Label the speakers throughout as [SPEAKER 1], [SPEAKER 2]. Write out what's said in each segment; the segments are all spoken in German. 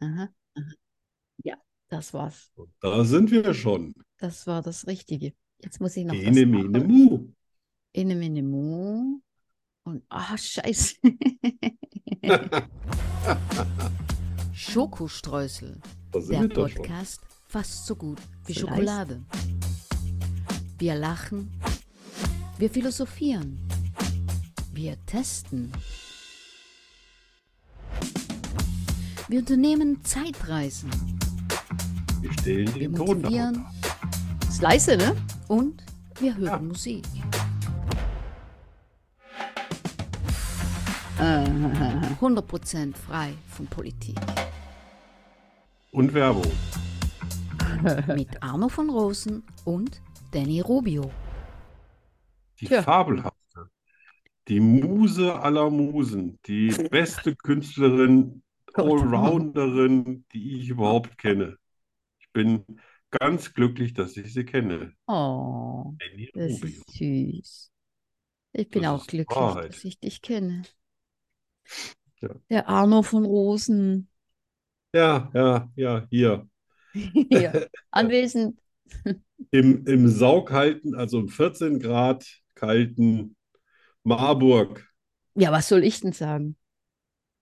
[SPEAKER 1] Aha, aha. Ja, das war's.
[SPEAKER 2] Und da sind wir schon.
[SPEAKER 1] Das war das Richtige. Jetzt muss ich noch
[SPEAKER 2] Ene,
[SPEAKER 1] das
[SPEAKER 2] mene,
[SPEAKER 1] andere.
[SPEAKER 2] mu.
[SPEAKER 1] Ene, mene, mu. Und, ah, scheiße.
[SPEAKER 3] Schokostreusel,
[SPEAKER 2] Da sind
[SPEAKER 3] der
[SPEAKER 2] wir doch schon.
[SPEAKER 3] Podcast fast so gut wie
[SPEAKER 1] So leicht.
[SPEAKER 3] Schokolade. Wir lachen, wir philosophieren, wir testen. Wir unternehmen Zeitreisen,
[SPEAKER 2] Wir stellen
[SPEAKER 3] wir
[SPEAKER 2] den Ton
[SPEAKER 3] motivieren
[SPEAKER 2] darunter.
[SPEAKER 1] Ist leise, ne?
[SPEAKER 3] und wir hören
[SPEAKER 2] Ja.
[SPEAKER 3] Musik.
[SPEAKER 1] Äh,
[SPEAKER 3] 100% frei von Politik.
[SPEAKER 2] Und Werbung.
[SPEAKER 3] Mit Arno von Rosen und Danny Rubio.
[SPEAKER 2] Die
[SPEAKER 1] Tja.
[SPEAKER 2] fabelhafte. Die Muse aller Musen. Die beste Künstlerin, Allrounderin, die ich überhaupt kenne. Ich bin ganz glücklich, dass ich sie kenne.
[SPEAKER 1] oh,
[SPEAKER 2] Annie
[SPEAKER 1] das
[SPEAKER 2] Rubio.
[SPEAKER 1] ist süß. Ich bin
[SPEAKER 2] Das
[SPEAKER 1] auch
[SPEAKER 2] ist
[SPEAKER 1] glücklich,
[SPEAKER 2] Wahrheit.
[SPEAKER 1] dass ich dich kenne.
[SPEAKER 2] Ja.
[SPEAKER 1] Der Arno von Rosen.
[SPEAKER 2] Ja, ja, ja, hier.
[SPEAKER 1] Ja. Anwesend.
[SPEAKER 2] Im, im saukalten, also im 14 Grad kalten Marburg.
[SPEAKER 1] Ja, was soll ich denn sagen?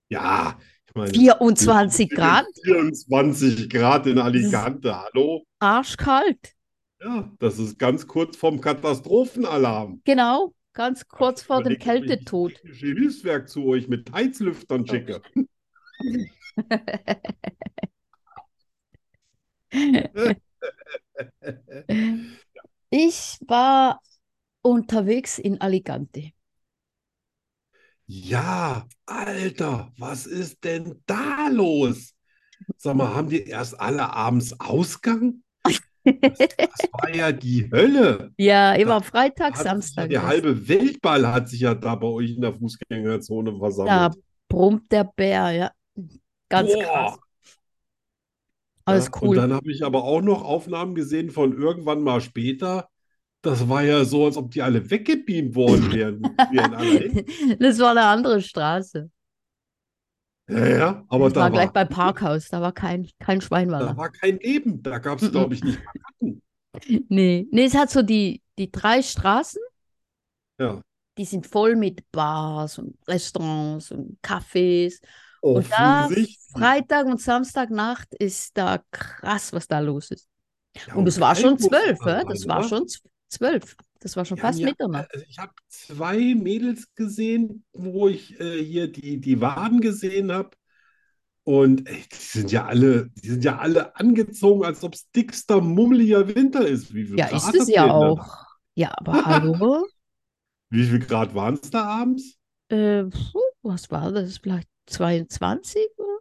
[SPEAKER 2] Ja, ich meine,
[SPEAKER 1] 24 Grad,
[SPEAKER 2] 24 Grad in Alicante, hallo?
[SPEAKER 1] arschkalt.
[SPEAKER 2] Ja, das ist ganz kurz vorm Katastrophenalarm.
[SPEAKER 1] Genau, ganz kurz vor dem
[SPEAKER 2] Überlegt, ob ich
[SPEAKER 1] Kältetod.
[SPEAKER 2] technische Hilfswerk zu euch mit Heizlüftern schicke.
[SPEAKER 1] Ähm, Ich war unterwegs in Alicante.
[SPEAKER 2] Ja, Alter, was ist denn da los? Sag mal, haben die erst alle abends Ausgang? Das war ja die Hölle.
[SPEAKER 1] Ja, immer Freitag,
[SPEAKER 2] Hat sich ja
[SPEAKER 1] Samstag.
[SPEAKER 2] die halbe Weltball hat sich ja da bei euch in der Fußgängerzone
[SPEAKER 1] Da
[SPEAKER 2] versammelt.
[SPEAKER 1] brummt der Bär, ja. Ganz
[SPEAKER 2] Boah.
[SPEAKER 1] krass. Alles
[SPEAKER 2] Ja, und
[SPEAKER 1] cool.
[SPEAKER 2] dann habe ich aber auch noch Aufnahmen gesehen von irgendwann mal später. Das war ja so, als ob die alle weggebeamt worden wären. Wir in aller Hin-
[SPEAKER 1] Das war eine andere Straße.
[SPEAKER 2] ja, ja, aber
[SPEAKER 1] Das
[SPEAKER 2] da
[SPEAKER 1] war gleich
[SPEAKER 2] war,
[SPEAKER 1] beim Parkhaus, da war kein, kein Schwein war
[SPEAKER 2] da
[SPEAKER 1] da.
[SPEAKER 2] war kein Leben. Da gab es, glaube ich, nicht mal Ratten.
[SPEAKER 1] Nee. Nee, es hat so die, die drei Straßen,
[SPEAKER 2] Ja.
[SPEAKER 1] die sind voll mit Bars und Restaurants und Cafés.
[SPEAKER 2] Oh,
[SPEAKER 1] Und da
[SPEAKER 2] Offensichtlich.
[SPEAKER 1] Freitag und Samstagnacht ist da krass, was da los ist.
[SPEAKER 2] Ja,
[SPEAKER 1] Und es war schon
[SPEAKER 2] kalt muss
[SPEAKER 1] zwölf,
[SPEAKER 2] man
[SPEAKER 1] hä?
[SPEAKER 2] sein,
[SPEAKER 1] Das war
[SPEAKER 2] oder?
[SPEAKER 1] schon zw- zwölf. Das war schon
[SPEAKER 2] Die haben
[SPEAKER 1] fast
[SPEAKER 2] ja-
[SPEAKER 1] Mitternacht.
[SPEAKER 2] Also ich habe zwei Mädels gesehen, wo ich äh, hier die, die Waden gesehen habe. Und ey, die sind ja alle, die sind ja alle angezogen, als ob es dickster, mummeliger Winter ist. Wie viel
[SPEAKER 1] Ja,
[SPEAKER 2] Grad
[SPEAKER 1] ist
[SPEAKER 2] habt
[SPEAKER 1] es
[SPEAKER 2] ihr
[SPEAKER 1] ja
[SPEAKER 2] denn da?
[SPEAKER 1] auch. Ja, aber hallo?
[SPEAKER 2] Wie viel Grad waren es da abends?
[SPEAKER 1] Äh, puh, was war das? Vielleicht 22 oder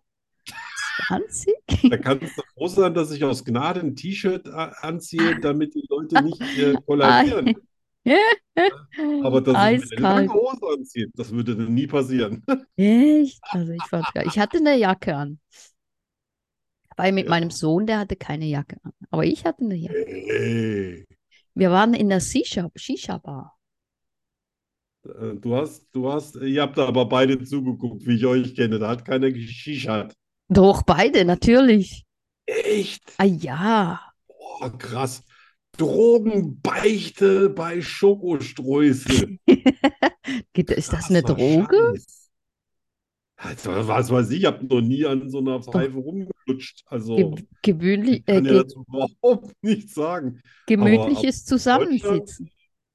[SPEAKER 1] 20?
[SPEAKER 2] Da kannst du froh sein, dass ich aus Gnade ein T-Shirt a- anziehe, damit die Leute nicht äh, kollabieren. Aber dass ich mir eine
[SPEAKER 1] Eiskalt.
[SPEAKER 2] lange Hose anziehe, das würde denn nie passieren.
[SPEAKER 1] Echt? Also ich fand's geil. Ich hatte eine Jacke an. Weil mit
[SPEAKER 2] Ja.
[SPEAKER 1] meinem Sohn, der hatte keine Jacke an. Aber ich hatte eine Jacke.
[SPEAKER 2] Hey.
[SPEAKER 1] Wir waren in der Shisha- Shisha-Bar.
[SPEAKER 2] Äh, Du hast, du hast, ihr habt da aber beide zugeguckt, wie ich euch kenne. Da hat keiner geschichert.
[SPEAKER 1] Doch, beide, natürlich.
[SPEAKER 2] Echt?
[SPEAKER 1] Ah ja.
[SPEAKER 2] Oh, krass. Drogenbeichte bei Schokostreusel.
[SPEAKER 1] Geht- Ist das eine
[SPEAKER 2] Krasser
[SPEAKER 1] Droge?
[SPEAKER 2] Scheiß. Also, was weiß ich, ich habe noch nie an so einer Pfeife
[SPEAKER 1] Ge
[SPEAKER 2] rumgelutscht. Also,
[SPEAKER 1] gewöhnlich,
[SPEAKER 2] ich
[SPEAKER 1] äh,
[SPEAKER 2] kann ja
[SPEAKER 1] ge
[SPEAKER 2] dazu überhaupt nichts sagen.
[SPEAKER 1] gemütliches Zusammensitzen.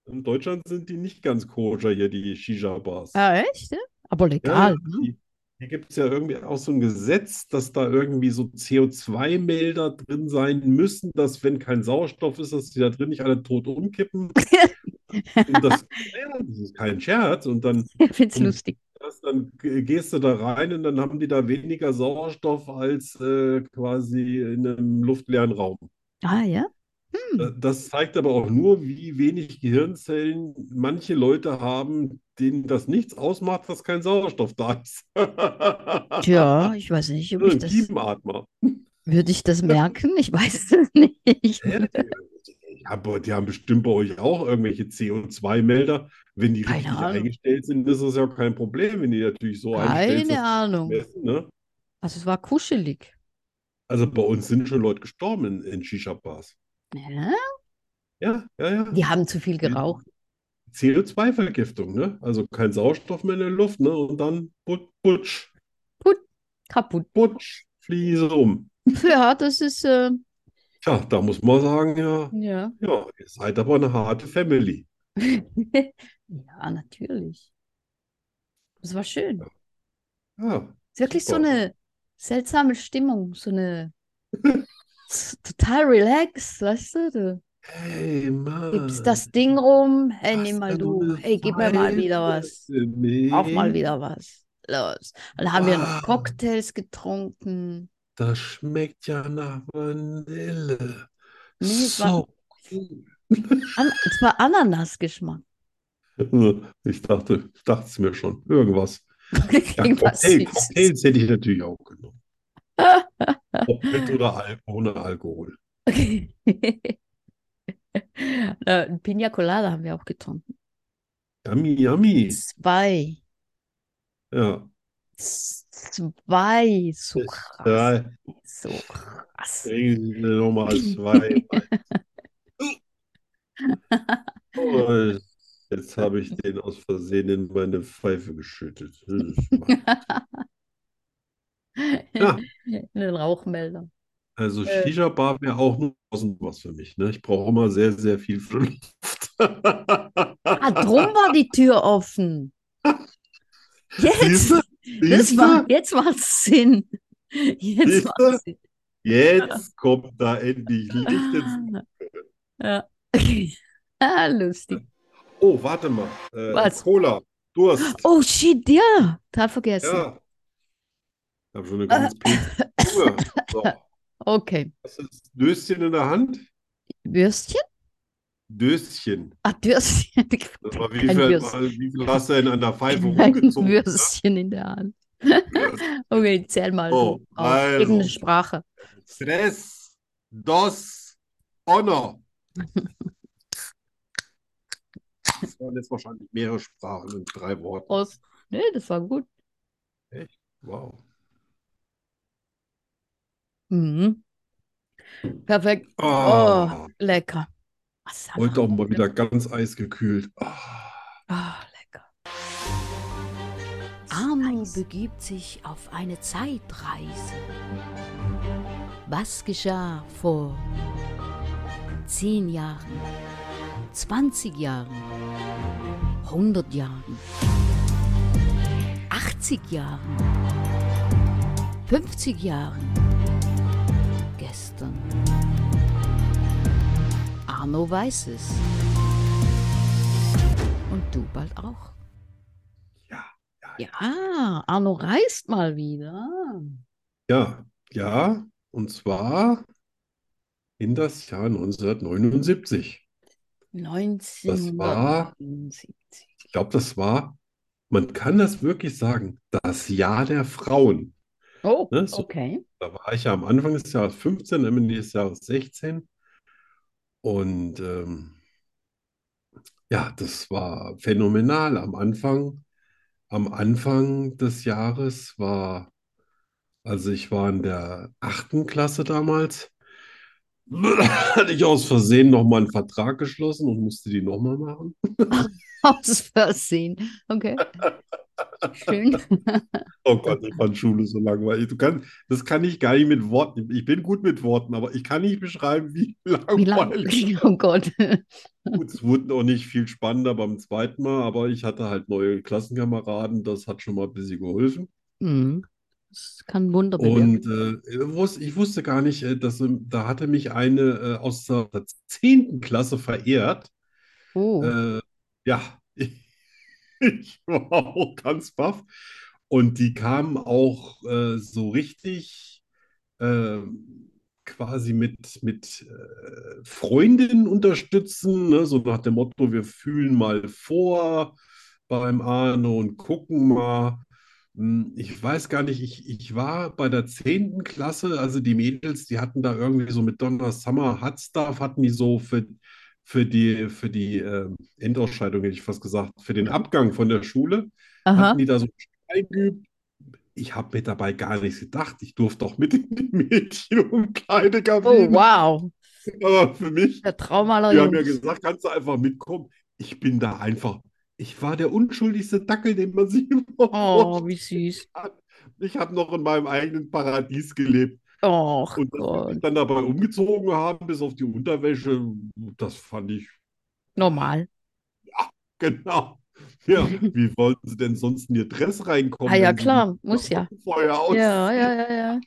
[SPEAKER 2] In Deutschland sind die nicht ganz koscher hier, die Shisha-Bars.
[SPEAKER 1] Ah, echt? ja? Aber
[SPEAKER 2] Ja,
[SPEAKER 1] legal,
[SPEAKER 2] ja,
[SPEAKER 1] ne?
[SPEAKER 2] die, hier gibt es ja irgendwie auch so ein Gesetz, dass da irgendwie so CO2-Melder drin sein müssen, dass wenn kein Sauerstoff ist, dass die da drin nicht alle tot umkippen. Und das, ja, das ist kein Scherz. Und dann,
[SPEAKER 1] Ich ne? find's
[SPEAKER 2] Und-
[SPEAKER 1] lustig.
[SPEAKER 2] das, dann g- gehst du da rein und dann haben die da weniger Sauerstoff als äh, quasi in einem luftleeren Raum.
[SPEAKER 1] Ah, ja?
[SPEAKER 2] Da- Das zeigt aber auch nur, wie wenig Gehirnzellen manche Leute haben, denen das nichts ausmacht, dass kein Sauerstoff da ist.
[SPEAKER 1] Tja, ich weiß nicht, ob ich
[SPEAKER 2] Ein
[SPEAKER 1] das,
[SPEAKER 2] Kiemenatmer.
[SPEAKER 1] würde ich das merken? Ich weiß es nicht.
[SPEAKER 2] Ja, die haben- die haben bestimmt bei euch auch irgendwelche CO2-Melder. Wenn die
[SPEAKER 1] Keine
[SPEAKER 2] richtig
[SPEAKER 1] Ahnung.
[SPEAKER 2] eingestellt sind, ist das ja auch kein Problem, wenn die natürlich so eingestellt
[SPEAKER 1] Keine
[SPEAKER 2] sind.
[SPEAKER 1] Ahnung.
[SPEAKER 2] Messen, ne?
[SPEAKER 1] Also es war kuschelig.
[SPEAKER 2] Also bei uns sind schon Leute gestorben in, in Shisha-Bars.
[SPEAKER 1] Ja?
[SPEAKER 2] Ja, ja, ja.
[SPEAKER 1] Die haben zu viel geraucht.
[SPEAKER 2] CO2-Vergiftung, ne? Also kein Sauerstoff mehr in der Luft, ne? Und dann put, putsch,
[SPEAKER 1] Kaputt.
[SPEAKER 2] putsch, Fliese um.
[SPEAKER 1] Ja, das ist, äh,
[SPEAKER 2] Tja, da muss man sagen, ja,
[SPEAKER 1] ja.
[SPEAKER 2] ja, ihr seid aber eine harte Family.
[SPEAKER 1] ja, natürlich. Das war schön.
[SPEAKER 2] Ja,
[SPEAKER 1] Ist wirklich so
[SPEAKER 2] Super.
[SPEAKER 1] eine seltsame Stimmung, so eine s- total relaxed, weißt du? du?
[SPEAKER 2] hey, Mann.
[SPEAKER 1] Gibst das Ding rum, hey,
[SPEAKER 2] Äh, Was
[SPEAKER 1] Äh, nimm mal
[SPEAKER 2] für
[SPEAKER 1] du,
[SPEAKER 2] eine
[SPEAKER 1] hey, gib mir mal wieder was,
[SPEAKER 2] Scheiße,
[SPEAKER 1] auch mal
[SPEAKER 2] Mensch.
[SPEAKER 1] wieder was. Los. Dann haben wir noch
[SPEAKER 2] Wow.
[SPEAKER 1] Cocktails getrunken.
[SPEAKER 2] Das schmeckt ja nach Vanille.
[SPEAKER 1] Nee, es war-
[SPEAKER 2] So cool.
[SPEAKER 1] An es war Ananasgeschmack.
[SPEAKER 2] Äh, Ich dachte, ich dachte es mir schon. Irgendwas. Ja,
[SPEAKER 1] Irgendwas
[SPEAKER 2] Cocktail,
[SPEAKER 1] Süßes.
[SPEAKER 2] Cocktails hätte ich natürlich auch genommen. Ob mit oder Al ohne Alkohol.
[SPEAKER 1] Okay. Äh, Ein Pina Colada haben wir auch getrunken.
[SPEAKER 2] Yummy, yummy.
[SPEAKER 1] Zwei.
[SPEAKER 2] Ja.
[SPEAKER 1] Zwei. So krass.
[SPEAKER 2] Ja,
[SPEAKER 1] So krass.
[SPEAKER 2] kriegen Sie nochmal zwei. Oh, jetzt habe ich den aus Versehen in meine Pfeife geschüttet. Ja.
[SPEAKER 1] In den Rauchmelder.
[SPEAKER 2] Also
[SPEAKER 1] Äh.
[SPEAKER 2] Shisha-Bar wäre auch nur draußen was für mich. Ne? Ich brauche immer sehr, sehr viel frische Luft.
[SPEAKER 1] Ah, drum war die Tür offen. Jetzt,
[SPEAKER 2] Siehste?
[SPEAKER 1] das
[SPEAKER 2] Siehste?
[SPEAKER 1] war, jetzt macht's Sinn. Jetzt
[SPEAKER 2] Siehste?
[SPEAKER 1] macht's Sinn.
[SPEAKER 2] Jetzt kommt da endlich Licht
[SPEAKER 1] Ah.
[SPEAKER 2] ins...
[SPEAKER 1] Ja. Ah, lustig.
[SPEAKER 2] Oh, warte mal. Äh,
[SPEAKER 1] Was?
[SPEAKER 2] Cola, Durst.
[SPEAKER 1] Oh shit, ja. Total vergessen.
[SPEAKER 2] Ja. Ich habe schon eine
[SPEAKER 1] Ah.
[SPEAKER 2] ganz pinke Zunge. So,
[SPEAKER 1] Okay.
[SPEAKER 2] was ist Döschen in der Hand?
[SPEAKER 1] Würstchen?
[SPEAKER 2] Döschen.
[SPEAKER 1] Ah, Würstchen.
[SPEAKER 2] Das war wie
[SPEAKER 1] Ein
[SPEAKER 2] viel,
[SPEAKER 1] Würst-
[SPEAKER 2] mal, wie viel hast du in einer Pfeife
[SPEAKER 1] Ein
[SPEAKER 2] rumgezogen? ne?
[SPEAKER 1] Würstchen in der Hand. Okay, zähl mal.
[SPEAKER 2] Oh,
[SPEAKER 1] auf irgendeine
[SPEAKER 2] also.
[SPEAKER 1] Sprache.
[SPEAKER 2] Tres, dos, uno. Das waren jetzt wahrscheinlich mehrere Sprachen in drei Worten.
[SPEAKER 1] Aus. Nee, das war gut.
[SPEAKER 2] Wow.
[SPEAKER 1] Mhm. Perfekt. Oh.
[SPEAKER 2] Ah,
[SPEAKER 1] Lecker. Was haben
[SPEAKER 2] heute
[SPEAKER 1] wir?
[SPEAKER 2] auch mal wieder ganz eisgekühlt. Ah.
[SPEAKER 1] Ah, lecker.
[SPEAKER 3] Arno
[SPEAKER 1] Eis.
[SPEAKER 3] begibt sich auf eine Zeitreise. Was geschah vor 10 Jahren, 20 Jahren, 100 Jahren, 80 Jahren, 50 Jahren, gestern? Arno weiß es. Und du bald auch.
[SPEAKER 1] Ja, Arno reist mal wieder.
[SPEAKER 2] Ja, ja, und zwar in das Jahr 1979.
[SPEAKER 1] Das
[SPEAKER 2] war- Ich glaube, das war, man kann das wirklich sagen, das Jahr der Frauen.
[SPEAKER 1] Oh,
[SPEAKER 2] Ne, so-
[SPEAKER 1] okay.
[SPEAKER 2] Da war ich ja am Anfang des Jahres 15, am Ende des Jahres 16. Und ähm, ja, das war phänomenal. Am Anfang, am Anfang des Jahres war, also ich war in der achten Klasse damals, hatte ich aus Versehen nochmal einen Vertrag geschlossen und musste die nochmal machen.
[SPEAKER 1] Aus Versehen. Okay. Schön.
[SPEAKER 2] Oh Gott, ich fand Schule so langweilig. Du kannst, das kann ich gar nicht mit Worten. Ich bin gut mit Worten, aber ich kann nicht beschreiben, wie
[SPEAKER 1] Wie
[SPEAKER 2] langweilig.
[SPEAKER 1] lange? Oh Gott.
[SPEAKER 2] Äh, Gut, es wurde auch nicht viel spannender beim zweiten Mal, aber ich hatte halt neue Klassenkameraden, das hat schon mal ein bisschen geholfen.
[SPEAKER 1] Mhm. Das kann Wunder bewirken.
[SPEAKER 2] Und äh, wus ich wusste gar nicht, äh, dass ähm, da hatte mich eine äh, aus der 10. Klasse verehrt.
[SPEAKER 1] Oh.
[SPEAKER 2] Äh, ja, ich war auch ganz baff. Und die kamen auch äh, so richtig ähm, quasi mit, mit äh, Freundinnen unterstützen, ne? So nach dem Motto, wir fühlen mal vor beim Arno und gucken mal. Hm, Ich weiß gar nicht, ich, ich war bei der 10. Klasse, also die Mädels, die hatten da irgendwie so mit Donna Summer Hot Stuff, hatten die so für, für die, für die ähm, Endausscheidung, hätte ich fast gesagt, für den Abgang von der Schule,
[SPEAKER 1] Aha.
[SPEAKER 2] hatten die da so eingeübt. ich habe mir dabei gar nichts gedacht. Ich durfte auch mit in die Mädchen und kleine
[SPEAKER 1] Oh,
[SPEAKER 2] Kabine.
[SPEAKER 1] wow.
[SPEAKER 2] Aber für mich,
[SPEAKER 1] Der Traumaler
[SPEAKER 2] die haben ja
[SPEAKER 1] Jungs.
[SPEAKER 2] gesagt, kannst du einfach mitkommen. Ich bin da einfach, ich war der unschuldigste Dackel, den man sich überhaupt
[SPEAKER 1] Oh,
[SPEAKER 2] vorstellt.
[SPEAKER 1] wie süß.
[SPEAKER 2] Ich habe noch in meinem eigenen Paradies gelebt.
[SPEAKER 1] Oh
[SPEAKER 2] Und dass sie
[SPEAKER 1] Gott.
[SPEAKER 2] mich dann dabei umgezogen haben, bis auf die Unterwäsche, das fand ich
[SPEAKER 1] Normal.
[SPEAKER 2] Genau. Ja, wie wollten sie denn sonst in ihr Dress reinkommen,
[SPEAKER 1] Ah ja,
[SPEAKER 2] wenn sie
[SPEAKER 1] klar,
[SPEAKER 2] nicht
[SPEAKER 1] muss ja.
[SPEAKER 2] Feuer aus.
[SPEAKER 1] Ja, ja, ja,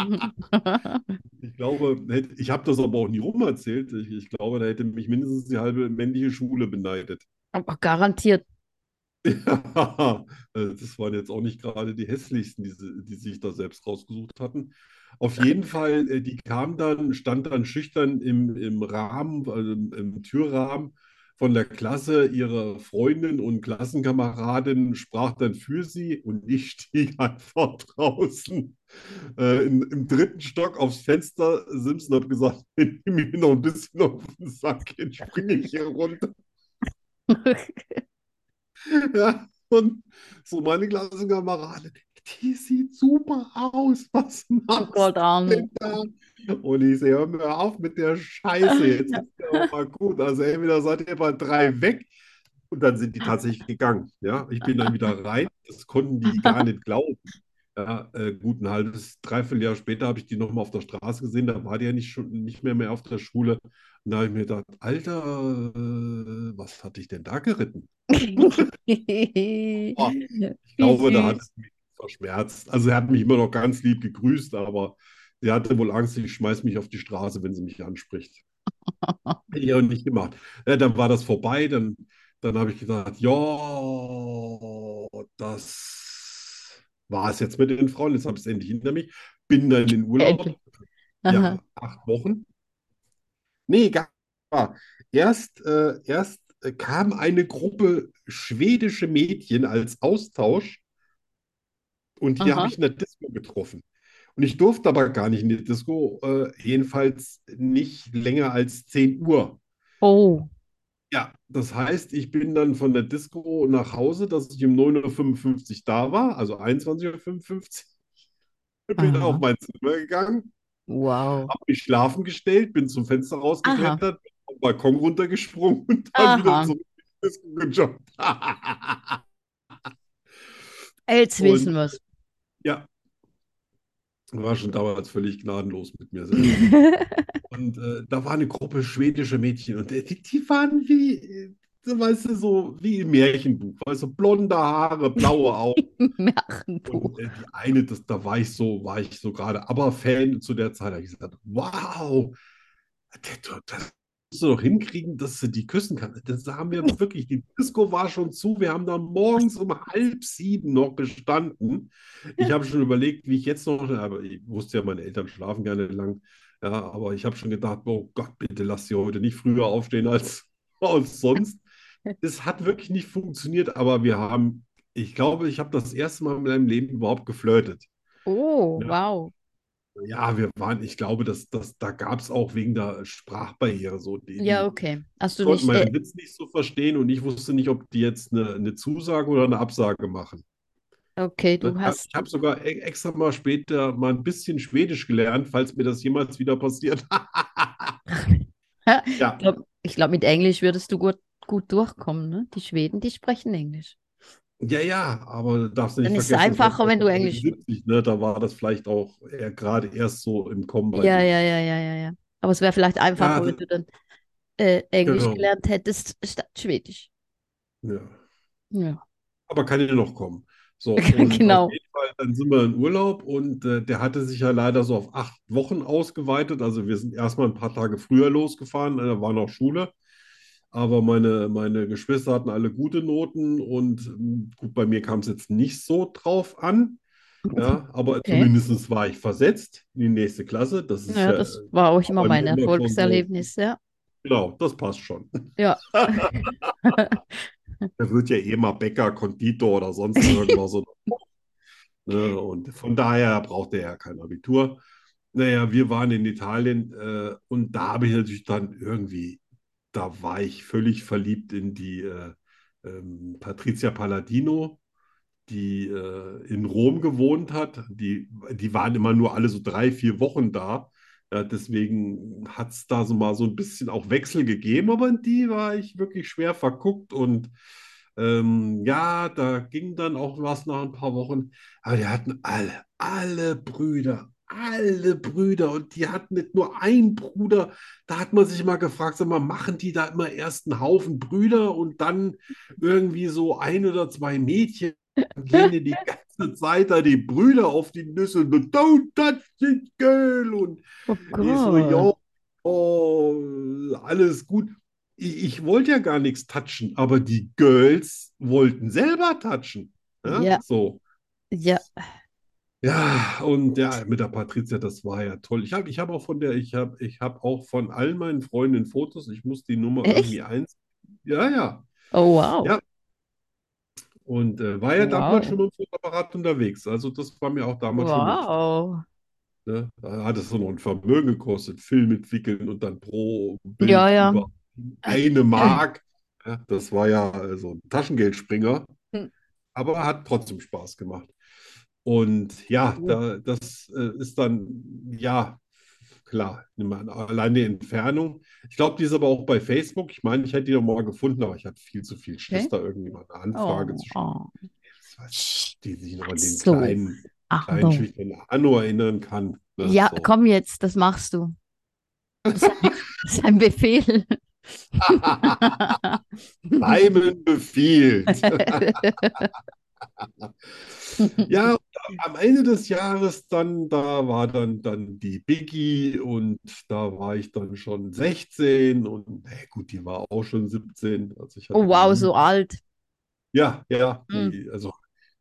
[SPEAKER 1] ja.
[SPEAKER 2] Ich glaube, hätte, ich habe das aber auch nie rum erzählt. Ich, ich glaube, da hätte mich mindestens die halbe männliche Schule beneidet.
[SPEAKER 1] Aber garantiert.
[SPEAKER 2] Ja, also das waren jetzt auch nicht gerade die hässlichsten, die, sie- die sich da selbst rausgesucht hatten. Auf jeden Fall, äh, die kam dann, stand dann schüchtern im, im Rahmen, also im, im Türrahmen von der Klasse. Ihre Freundin und Klassenkameradin sprach dann für sie und ich stieg einfach draußen äh, in, im dritten Stock aufs Fenster. Simpson hat gesagt, wenn ihr mir noch ein bisschen auf den Sack geht, springe ich hier runter. Ja, und so meine Klassenkameradin, die sieht super aus. Was
[SPEAKER 1] Oh
[SPEAKER 2] machst
[SPEAKER 1] Gott,
[SPEAKER 2] du
[SPEAKER 1] Arno.
[SPEAKER 2] denn da? Und ich sehe, hör mir auf mit der Scheiße. Jetzt ist ja auch mal gut. Also entweder seid ihr bei drei weg. Und dann sind die tatsächlich gegangen. Ja, ich bin dann wieder rein. Das konnten die gar nicht glauben. Ja, äh, gut, ein halbes, dreiviertel Jahr später habe ich die nochmal auf der Straße gesehen. Da war die ja nicht, schon, nicht mehr, mehr auf der Schule. Und da habe ich mir gedacht, Alter, äh, was hatte ich denn da geritten?
[SPEAKER 1] Wie
[SPEAKER 2] Ich Ah, glaube, da hat
[SPEAKER 1] süß.
[SPEAKER 2] es mich verschmerzt. Also er hat mich immer noch ganz lieb gegrüßt, aber er hatte wohl Angst, ich schmeiß mich auf die Straße, wenn sie mich anspricht. Hätte ich auch nicht gemacht. Ja, dann war das vorbei, dann, dann habe ich gedacht, ja, das war es jetzt mit den Frauen, jetzt habe ich es endlich hinter mich. Bin dann in den Urlaub,
[SPEAKER 1] Endlich.
[SPEAKER 2] ja, acht Wochen. Nee, gar Erst, äh, erst äh, kam eine Gruppe schwedische Mädchen als Austausch und die
[SPEAKER 1] Aha.
[SPEAKER 2] habe ich in der Disco getroffen. Und ich durfte aber gar nicht in die Disco, äh, jedenfalls nicht länger als 10 Uhr.
[SPEAKER 1] Oh,
[SPEAKER 2] Ja, das heißt, ich bin dann von der Disco nach Hause, dass ich um 9.55 Uhr da war, also 21.55 Uhr. Bin
[SPEAKER 1] Aha.
[SPEAKER 2] auf mein Zimmer gegangen
[SPEAKER 1] wow.
[SPEAKER 2] habe mich schlafen gestellt, bin zum Fenster rausgeklettert, bin vom Balkon runtergesprungen und
[SPEAKER 1] Aha.
[SPEAKER 2] dann wieder zurück ins gejumpt.
[SPEAKER 1] Jetzt
[SPEAKER 2] Und-
[SPEAKER 1] wissen wir's.
[SPEAKER 2] War schon damals völlig gnadenlos mit mir selber. Und äh, da war eine Gruppe schwedische Mädchen und äh, die, die waren wie, äh, so, weißt du, so wie im Märchenbuch. Weißt du, blonde Haare, blaue Augen.
[SPEAKER 1] Märchenbuch.
[SPEAKER 2] Und äh, die eine, das, da war ich so, war ich so gerade Aber-Fan zu der Zeit. Da habe ich gesagt, wow, das, das musst du doch hinkriegen, dass du die küssen kannst. Das haben wir wirklich, die Disco war schon zu. Wir haben da morgens um halb sieben noch gestanden. Ich habe schon überlegt, wie ich jetzt noch, aber ich wusste ja, meine Eltern schlafen gerne lang. Ja, aber ich habe schon gedacht, oh Gott, bitte lass sie heute nicht früher aufstehen als, als sonst. Es hat wirklich nicht funktioniert, aber wir haben, ich glaube, ich habe das erste Mal in meinem Leben überhaupt geflirtet.
[SPEAKER 1] Oh,
[SPEAKER 2] Ja.
[SPEAKER 1] wow.
[SPEAKER 2] Ja, wir waren, ich glaube, dass, dass, da gab es auch wegen der Sprachbarriere so, die, die
[SPEAKER 1] Ja, okay. Hast du
[SPEAKER 2] konnten
[SPEAKER 1] nicht.
[SPEAKER 2] meinen
[SPEAKER 1] Äh,
[SPEAKER 2] Witz nicht so verstehen und ich wusste nicht, ob die jetzt eine, eine Zusage oder eine Absage machen.
[SPEAKER 1] okay,
[SPEAKER 2] Ich
[SPEAKER 1] du
[SPEAKER 2] habe
[SPEAKER 1] hast.
[SPEAKER 2] ich hab sogar e- extra mal später mal ein bisschen Schwedisch gelernt, falls mir das jemals wieder passiert. Ja,
[SPEAKER 1] Ich glaube, glaub, mit Englisch würdest du gut, gut durchkommen. Ne? Die Schweden, die sprechen Englisch.
[SPEAKER 2] ja, ja, aber darfst du nicht
[SPEAKER 1] Dann ist es
[SPEAKER 2] vergessen, das war
[SPEAKER 1] einfacher, wenn du Englisch-
[SPEAKER 2] 1970, ne, da war das vielleicht auch eher gerade erst so im Kommen bei
[SPEAKER 1] Ja,
[SPEAKER 2] dir.
[SPEAKER 1] ja, ja, ja, ja, ja. Aber es wäre vielleicht einfacher,
[SPEAKER 2] Ja,
[SPEAKER 1] wenn du dann äh, Englisch
[SPEAKER 2] Genau.
[SPEAKER 1] gelernt hättest statt Schwedisch.
[SPEAKER 2] Ja.
[SPEAKER 1] Ja.
[SPEAKER 2] aber kann ja noch kommen. So, und
[SPEAKER 1] Genau.
[SPEAKER 2] auf jeden Fall, dann sind wir in Urlaub und äh, der hatte sich ja leider so auf acht Wochen ausgeweitet. Also wir sind erstmal ein paar Tage früher losgefahren, äh, da war noch Schule. Aber meine, meine Geschwister hatten alle gute Noten und ähm, gut, bei mir kam es jetzt nicht so drauf an. Ja, aber
[SPEAKER 1] Okay.
[SPEAKER 2] zumindest war ich versetzt in die nächste Klasse. Das ist
[SPEAKER 1] Ja,
[SPEAKER 2] ja,
[SPEAKER 1] das war auch immer
[SPEAKER 2] bei mir
[SPEAKER 1] mein
[SPEAKER 2] immer schon so.
[SPEAKER 1] Erfolgserlebnis, ja.
[SPEAKER 2] genau, das passt schon.
[SPEAKER 1] Ja.
[SPEAKER 2] Da wird ja eh mal Bäcker, Konditor oder sonst irgendwas. oder, ne? Und von daher braucht er ja kein Abitur. Naja, wir waren in Italien äh, und da habe ich natürlich dann irgendwie, da war ich völlig verliebt in die äh, ähm, Patricia Palladino, die äh, in Rom gewohnt hat, die, die waren immer nur alle so drei, vier Wochen da. Ja, Äh, deswegen hat es da so mal so ein bisschen auch Wechsel gegeben, aber in die war ich wirklich schwer verguckt und ähm, ja, da ging dann auch was nach ein paar Wochen. Aber die hatten alle, alle Brüder, alle Brüder und die hatten nicht nur einen Bruder. Da hat man sich mal gefragt, sag mal, machen die da immer erst einen Haufen Brüder und dann irgendwie so ein oder zwei Mädchen? Dann gehen die, die ganze Zeit da die Brüder auf die Nüsse und so, don't touch this girl und
[SPEAKER 1] Oh
[SPEAKER 2] ich so,
[SPEAKER 1] Gott.
[SPEAKER 2] ja, oh, alles gut. Ich, ich wollte ja gar nichts touchen, aber die Girls wollten selber touchen. Ja,
[SPEAKER 1] Ja.
[SPEAKER 2] so.
[SPEAKER 1] Ja,
[SPEAKER 2] Ja, und ja, mit der Patricia, das war ja toll. Ich habe ich hab auch von der, ich habe ich hab auch von all meinen Freunden Fotos. Ich muss die Nummer
[SPEAKER 1] Echt?
[SPEAKER 2] irgendwie eins. Ja, ja.
[SPEAKER 1] oh wow.
[SPEAKER 2] Ja. Und äh, war ja
[SPEAKER 1] Wow.
[SPEAKER 2] damals schon mit dem Fotoapparat unterwegs. Also das war mir auch damals schon wichtig.
[SPEAKER 1] Wow.
[SPEAKER 2] Ne? Da hat es so noch ein Vermögen gekostet, Film entwickeln und dann pro Bild
[SPEAKER 1] Ja, ja.
[SPEAKER 2] über eine Mark. Ja, das war ja also ein Taschengeldspringer,
[SPEAKER 1] Hm.
[SPEAKER 2] aber hat trotzdem Spaß gemacht. Und ja,
[SPEAKER 1] Cool.
[SPEAKER 2] da, das äh, ist dann, ja, klar, nimm mal an, allein die Entfernung. Ich glaube, die ist aber auch bei Facebook. Ich meine, ich hätte die noch mal gefunden, aber ich hatte viel zu viel Schiss,
[SPEAKER 1] Okay.
[SPEAKER 2] da irgendjemand eine Anfrage
[SPEAKER 1] Oh,
[SPEAKER 2] zu schicken.
[SPEAKER 1] oh.
[SPEAKER 2] Was die sich noch an den
[SPEAKER 1] So.
[SPEAKER 2] kleinen,
[SPEAKER 1] Ach,
[SPEAKER 2] kleinen
[SPEAKER 1] no.
[SPEAKER 2] schüchternen Anno erinnern kann. Ne?
[SPEAKER 1] Oh. Ja,
[SPEAKER 2] So.
[SPEAKER 1] komm jetzt, das machst du. Das ist ein- das ist ein Befehl.
[SPEAKER 2] Bleiben befiehlt. Ja, und am Ende des Jahres dann, da war dann, dann die Biggie und da war ich dann schon 16 und na gut, die war auch schon 17. Also ich
[SPEAKER 1] Oh
[SPEAKER 2] hatte
[SPEAKER 1] wow,
[SPEAKER 2] nie-
[SPEAKER 1] so alt.
[SPEAKER 2] Ja, ja,
[SPEAKER 1] Mhm.
[SPEAKER 2] die, also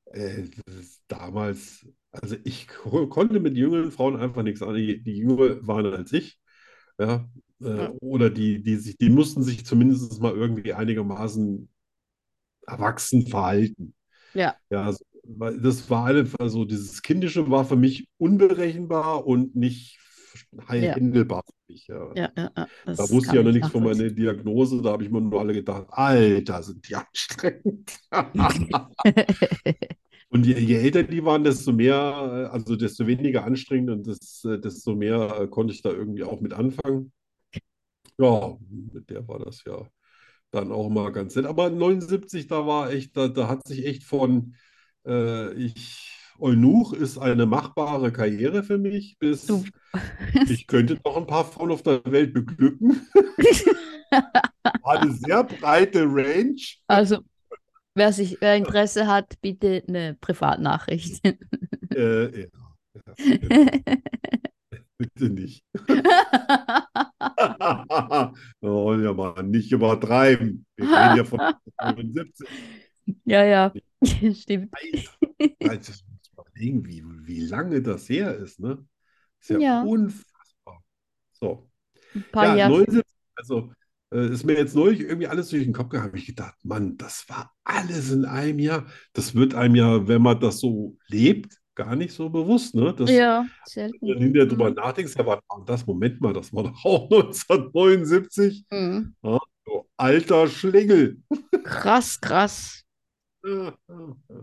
[SPEAKER 2] äh, das ist damals, also ich ko- konnte mit jüngeren Frauen einfach nichts an, die, die jünger waren als ich, ja, äh,
[SPEAKER 1] Ja.
[SPEAKER 2] oder die, die sich, die mussten sich zumindest mal irgendwie einigermaßen erwachsen verhalten.
[SPEAKER 1] Ja.
[SPEAKER 2] Ja, also, weil das war einfach so, dieses Kindische war für mich unberechenbar und nicht
[SPEAKER 1] Ja.
[SPEAKER 2] handelbar für mich, ja.
[SPEAKER 1] Ja, ja, ja, das
[SPEAKER 2] Da wusste ich ja
[SPEAKER 1] kann
[SPEAKER 2] noch
[SPEAKER 1] ich
[SPEAKER 2] nichts von meiner Diagnose, da habe ich mir nur alle gedacht, Alter, sind die anstrengend.
[SPEAKER 1] nachvollziehen.
[SPEAKER 2] Und je, je älter die waren, desto mehr, äh, also desto weniger anstrengend und das, äh, desto mehr äh, konnte ich da irgendwie auch mit anfangen. Ja, mit der war das ja dann auch mal ganz nett. Aber 79, da war echt, da, da hat sich echt von, äh, ich, Eunuch ist eine machbare Karriere für mich, bis
[SPEAKER 1] Du-
[SPEAKER 2] ich könnte noch ein paar Frauen auf der Welt beglücken. War eine sehr breite Range.
[SPEAKER 1] Also, wer sich, wer Interesse hat, bitte eine Privatnachricht.
[SPEAKER 2] Äh, ja, bitte nicht. Wir wollen ja mal nicht übertreiben. Wir reden ja von 75.
[SPEAKER 1] Ja, ja, stimmt.
[SPEAKER 2] Also, ich muss mal überlegen, wie, wie lange das her ist, ne? Ist ja
[SPEAKER 1] Ja.
[SPEAKER 2] unfassbar. So.
[SPEAKER 1] Ein paar
[SPEAKER 2] Ja,
[SPEAKER 1] Jahre.
[SPEAKER 2] 79, also äh, ist mir jetzt neulich irgendwie alles durch den Kopf gegangen. Habe ich gedacht, Mann, das war alles in einem Jahr. Das wird einem ja, wenn man das so lebt, gar nicht so bewusst, ne? Das,
[SPEAKER 1] Ja,
[SPEAKER 2] wenn du dann hinterher drüber
[SPEAKER 1] selten.
[SPEAKER 2] nachdenkst, ja, warte mal, das, Moment mal, das war doch auch 1979.
[SPEAKER 1] Mhm.
[SPEAKER 2] Du alter Schlingel.
[SPEAKER 1] Krass, krass.
[SPEAKER 2] Ja, ja, ja.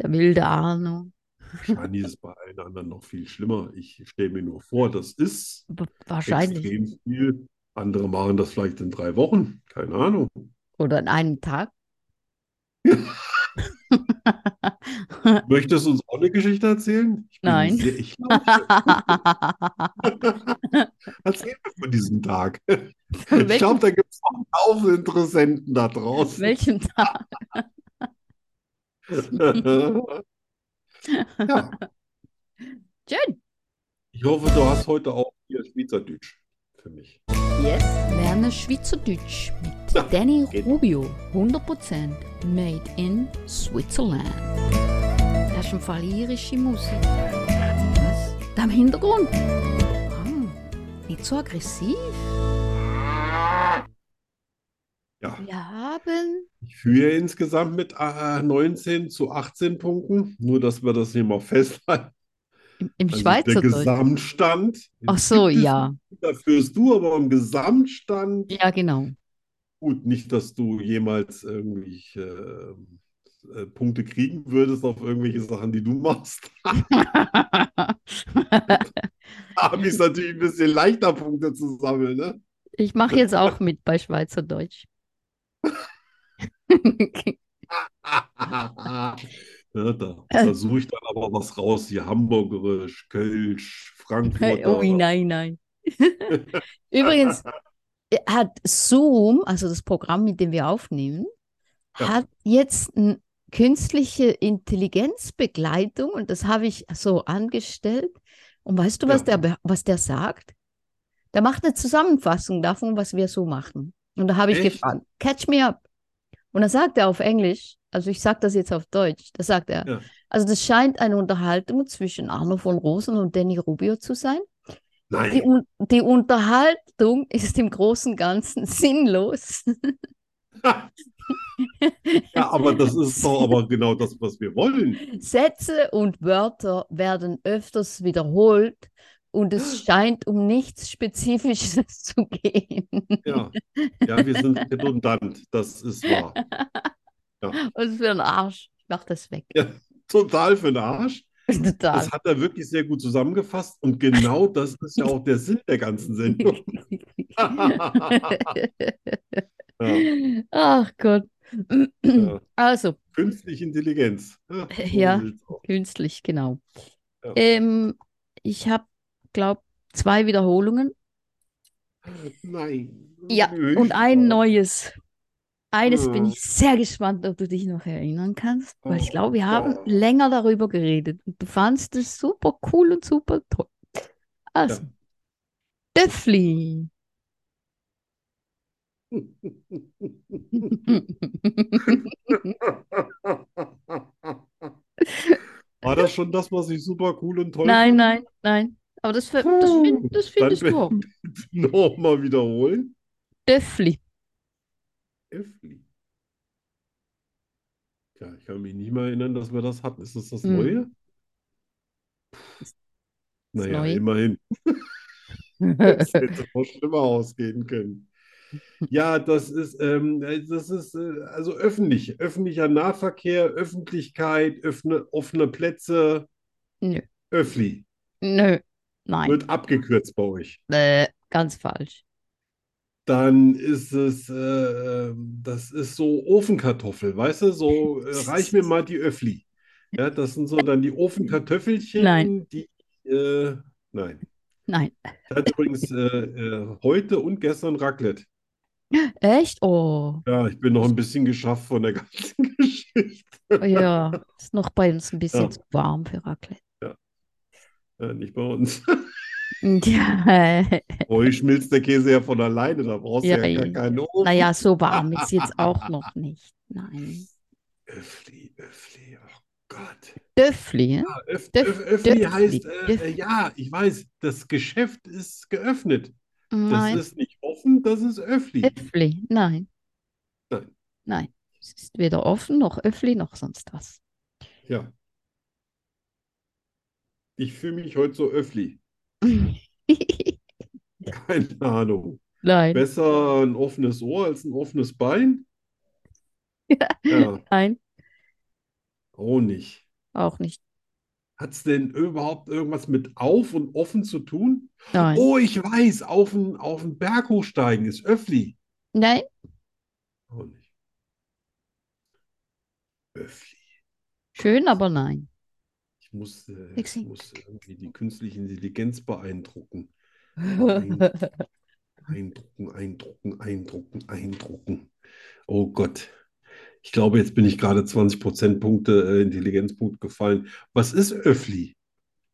[SPEAKER 1] Der wilde Arno.
[SPEAKER 2] Wahrscheinlich ist es bei allen anderen noch viel schlimmer. Ich stelle mir nur vor, das ist
[SPEAKER 1] W- Wahrscheinlich.
[SPEAKER 2] extrem viel. Andere machen das vielleicht in drei Wochen. Keine Ahnung.
[SPEAKER 1] Oder an einem Tag.
[SPEAKER 2] Möchtest du uns auch eine Geschichte erzählen? Ich bin
[SPEAKER 1] Nein.
[SPEAKER 2] Sehr, ich erzähl mir von diesem Tag. Ich
[SPEAKER 1] Welchen,
[SPEAKER 2] glaube, da gibt es auch einen Haufen Interessenten da draußen.
[SPEAKER 1] welchen Tag?
[SPEAKER 2] ja,
[SPEAKER 1] Schön.
[SPEAKER 2] ich hoffe, du hast heute auch hier Schweizerdeutsch für mich.
[SPEAKER 1] Yes.
[SPEAKER 3] Lerne Schweizerdeutsch mit Danny
[SPEAKER 2] geht.
[SPEAKER 3] Rubio. 100% made in Switzerland. Das ist im Fall irische Musik. Was? Da im Hintergrund. Ah, nicht so aggressiv.
[SPEAKER 2] Ja,
[SPEAKER 1] Wir haben.
[SPEAKER 2] ich führe insgesamt mit äh, 19 zu 18 Punkten. Nur, dass wir das hier mal festhalten.
[SPEAKER 1] Im, im
[SPEAKER 2] Also der
[SPEAKER 1] Schweizerdeutsch.
[SPEAKER 2] Gesamtstand.
[SPEAKER 1] Ach so,
[SPEAKER 2] Gibt es
[SPEAKER 1] ja.
[SPEAKER 2] Da führst du aber im Gesamtstand.
[SPEAKER 1] Ja, genau.
[SPEAKER 2] Gut, nicht, dass du jemals irgendwie ähm, äh, Punkte kriegen würdest auf irgendwelche Sachen, die du machst, habe ich es natürlich ein bisschen leichter, Punkte zu sammeln. Ne?
[SPEAKER 1] Ich mache jetzt auch mit bei Schweizerdeutsch.
[SPEAKER 2] ja, da versuche ich dann aber was raus. Hier Hamburgerisch, Kölsch, Frankfurter.
[SPEAKER 1] oh nein, nein. Übrigens hat Zoom, also das Programm, mit dem wir aufnehmen,
[SPEAKER 2] Ja.
[SPEAKER 1] hat jetzt n- künstliche Intelligenzbegleitung und das habe ich so angestellt. Und weißt du, was
[SPEAKER 2] Ja.
[SPEAKER 1] der, be- was der sagt? Der macht eine Zusammenfassung davon, was wir so machen. Und da habe ich
[SPEAKER 2] Echt?
[SPEAKER 1] gefragt, catch me up. Und dann sagt er auf Englisch, also ich sage das jetzt auf Deutsch, da sagt er,
[SPEAKER 2] Ja.
[SPEAKER 1] also das scheint eine Unterhaltung zwischen Arno von Rosen und Danny Rubio zu sein. Die,
[SPEAKER 2] Nein,
[SPEAKER 1] Un- die Unterhaltung ist im Großen und Ganzen sinnlos.
[SPEAKER 2] ja, aber das ist doch aber genau das, was wir wollen.
[SPEAKER 1] Sätze und Wörter werden öfters wiederholt und es scheint um nichts Spezifisches zu gehen.
[SPEAKER 2] Ja, ja wir sind redundant, das ist wahr.
[SPEAKER 1] Was für ein Arsch. Ich mach das weg.
[SPEAKER 2] Total für den Arsch.
[SPEAKER 1] Total.
[SPEAKER 2] Das hat er wirklich sehr gut zusammengefasst und genau das ist ja auch der Sinn der ganzen Sendung. ja,
[SPEAKER 1] Ach Gott.
[SPEAKER 2] ja.
[SPEAKER 1] Also,
[SPEAKER 2] Künstliche Intelligenz. Ja, so
[SPEAKER 1] Ja.
[SPEAKER 2] sieht's aus.
[SPEAKER 1] Künstlich, genau.
[SPEAKER 2] Ja.
[SPEAKER 1] Ähm, ich habe, glaube zwei Wiederholungen
[SPEAKER 2] Nein.
[SPEAKER 1] Ja,
[SPEAKER 2] Nö,
[SPEAKER 1] und
[SPEAKER 2] ich-
[SPEAKER 1] ein neues. Eines bin
[SPEAKER 2] Ja.
[SPEAKER 1] ich sehr gespannt, ob du dich noch erinnern kannst, weil ich
[SPEAKER 2] Oh
[SPEAKER 1] glaube, wir haben
[SPEAKER 2] Gott.
[SPEAKER 1] länger darüber geredet und du fandst es super cool und super toll. Also, Döffli.
[SPEAKER 2] War das schon das, was ich super cool und toll
[SPEAKER 1] Nein, nein, nein. Aber das, ver- das, find,
[SPEAKER 2] Puh,
[SPEAKER 1] das findest
[SPEAKER 2] bin-
[SPEAKER 1] du auch.
[SPEAKER 2] nochmal wiederholen?
[SPEAKER 1] Döffli.
[SPEAKER 2] Effli. Ja, ich kann mich nicht mehr erinnern, dass wir das hatten. Ist das das
[SPEAKER 1] Hm.
[SPEAKER 2] Neue? Naja,
[SPEAKER 1] Neu.
[SPEAKER 2] immerhin. Das hätte auch schlimmer ausgehen können. Ja, das ist, ähm, das ist äh, also öffentlich, öffentlicher Nahverkehr, Öffentlichkeit, öffne, offene Plätze.
[SPEAKER 1] Nö.
[SPEAKER 2] Öffli
[SPEAKER 1] Nö, nein.
[SPEAKER 2] wird abgekürzt bei euch.
[SPEAKER 1] Äh, ganz falsch.
[SPEAKER 2] Dann ist es, äh, ähm, das ist so Ofenkartoffel, weißt du, so äh, reich mir mal die Öffli. Ja, das sind so dann die Ofenkartoffelchen,
[SPEAKER 1] Nein.
[SPEAKER 2] die, äh, nein.
[SPEAKER 1] Nein.
[SPEAKER 2] Ich hatte übrigens äh, äh, heute und gestern Raclette.
[SPEAKER 1] Echt? Oh,
[SPEAKER 2] Ja, ich bin noch ein bisschen geschafft von der ganzen Geschichte.
[SPEAKER 1] ja. Ist noch bei uns ein bisschen
[SPEAKER 2] Ja.
[SPEAKER 1] zu warm für Raclette.
[SPEAKER 2] Äh, nicht bei uns.
[SPEAKER 1] Ja.
[SPEAKER 2] Bei schmilzt der Käse ja von alleine, da brauchst du
[SPEAKER 1] Ja,
[SPEAKER 2] ja gar
[SPEAKER 1] ja.
[SPEAKER 2] keinen Ofen.
[SPEAKER 1] Naja, so warm ist jetzt auch noch nicht. Nein.
[SPEAKER 2] Öffli, Öffli, oh Gott.
[SPEAKER 1] Döffli, hä?
[SPEAKER 2] Ja, Öff,
[SPEAKER 1] Döff-
[SPEAKER 2] Öff, Öffli
[SPEAKER 1] Döffli,
[SPEAKER 2] heißt, äh,
[SPEAKER 1] Döffli.
[SPEAKER 2] äh, ja, ich weiß, das Geschäft ist geöffnet. Das
[SPEAKER 1] Nein.
[SPEAKER 2] ist nicht offen, das ist Öffli.
[SPEAKER 1] Öffli, nein.
[SPEAKER 2] Nein.
[SPEAKER 1] Nein. Es ist weder offen noch Öffli noch sonst was.
[SPEAKER 2] Ja. Ich fühle mich heute so Öffli. Keine Ahnung.
[SPEAKER 1] Nein,
[SPEAKER 2] Besser ein offenes Ohr als ein offenes Bein? Ja,
[SPEAKER 1] nein,
[SPEAKER 2] auch nicht.
[SPEAKER 1] auch nicht.
[SPEAKER 2] Hat es denn überhaupt irgendwas mit auf und offen zu tun?
[SPEAKER 1] Nein.
[SPEAKER 2] Oh, ich weiß, auf den, auf den Berg hochsteigen ist Öffli.
[SPEAKER 1] Nein,
[SPEAKER 2] Auch nicht. Öffli.
[SPEAKER 1] schön, aber nein.
[SPEAKER 2] Ich muss, äh, ich
[SPEAKER 1] Nixi.
[SPEAKER 2] muss irgendwie die künstliche Intelligenz beeindrucken. Eindrucken, eindrucken, eindrucken, eindrucken. Oh Gott. Ich glaube, jetzt bin ich gerade 20 Prozentpunkte, äh, Intelligenzpunkt gefallen. Was ist Öffli?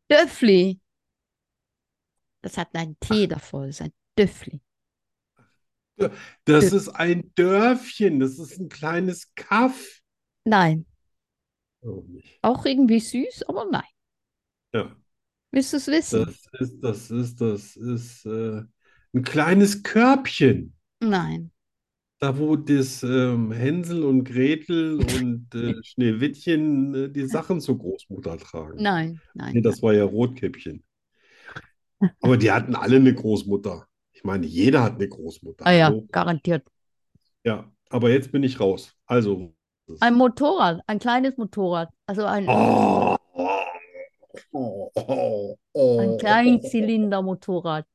[SPEAKER 1] Döffli. Das hat einen T davor, das ist ein Döffli.
[SPEAKER 2] Das ist ein Dörfchen, das ist ein kleines Kaff.
[SPEAKER 1] Nein, Oh,
[SPEAKER 2] Auch nicht.
[SPEAKER 1] auch irgendwie süß, aber nein.
[SPEAKER 2] Ja,
[SPEAKER 1] Willst du es wissen?
[SPEAKER 2] das ist, das ist, das ist äh, ein kleines Körbchen.
[SPEAKER 1] Nein.
[SPEAKER 2] Da, wo das ähm, Hänsel und Gretel und äh, Schneewittchen äh, die Sachen zur Großmutter tragen.
[SPEAKER 1] Nein,
[SPEAKER 2] Nee,
[SPEAKER 1] nein.
[SPEAKER 2] das war ja Rotkäppchen. Aber die hatten alle eine Großmutter. Ich meine, jeder hat eine Großmutter. Also,
[SPEAKER 1] Ah ja,
[SPEAKER 2] Hallo?
[SPEAKER 1] garantiert.
[SPEAKER 2] Ja, aber jetzt bin ich raus. Also, es.
[SPEAKER 1] Ein Motorrad, ein kleines Motorrad. Also ein,
[SPEAKER 2] Oh, oh, oh, oh.
[SPEAKER 1] ein Kleinzylinder-Motorrad.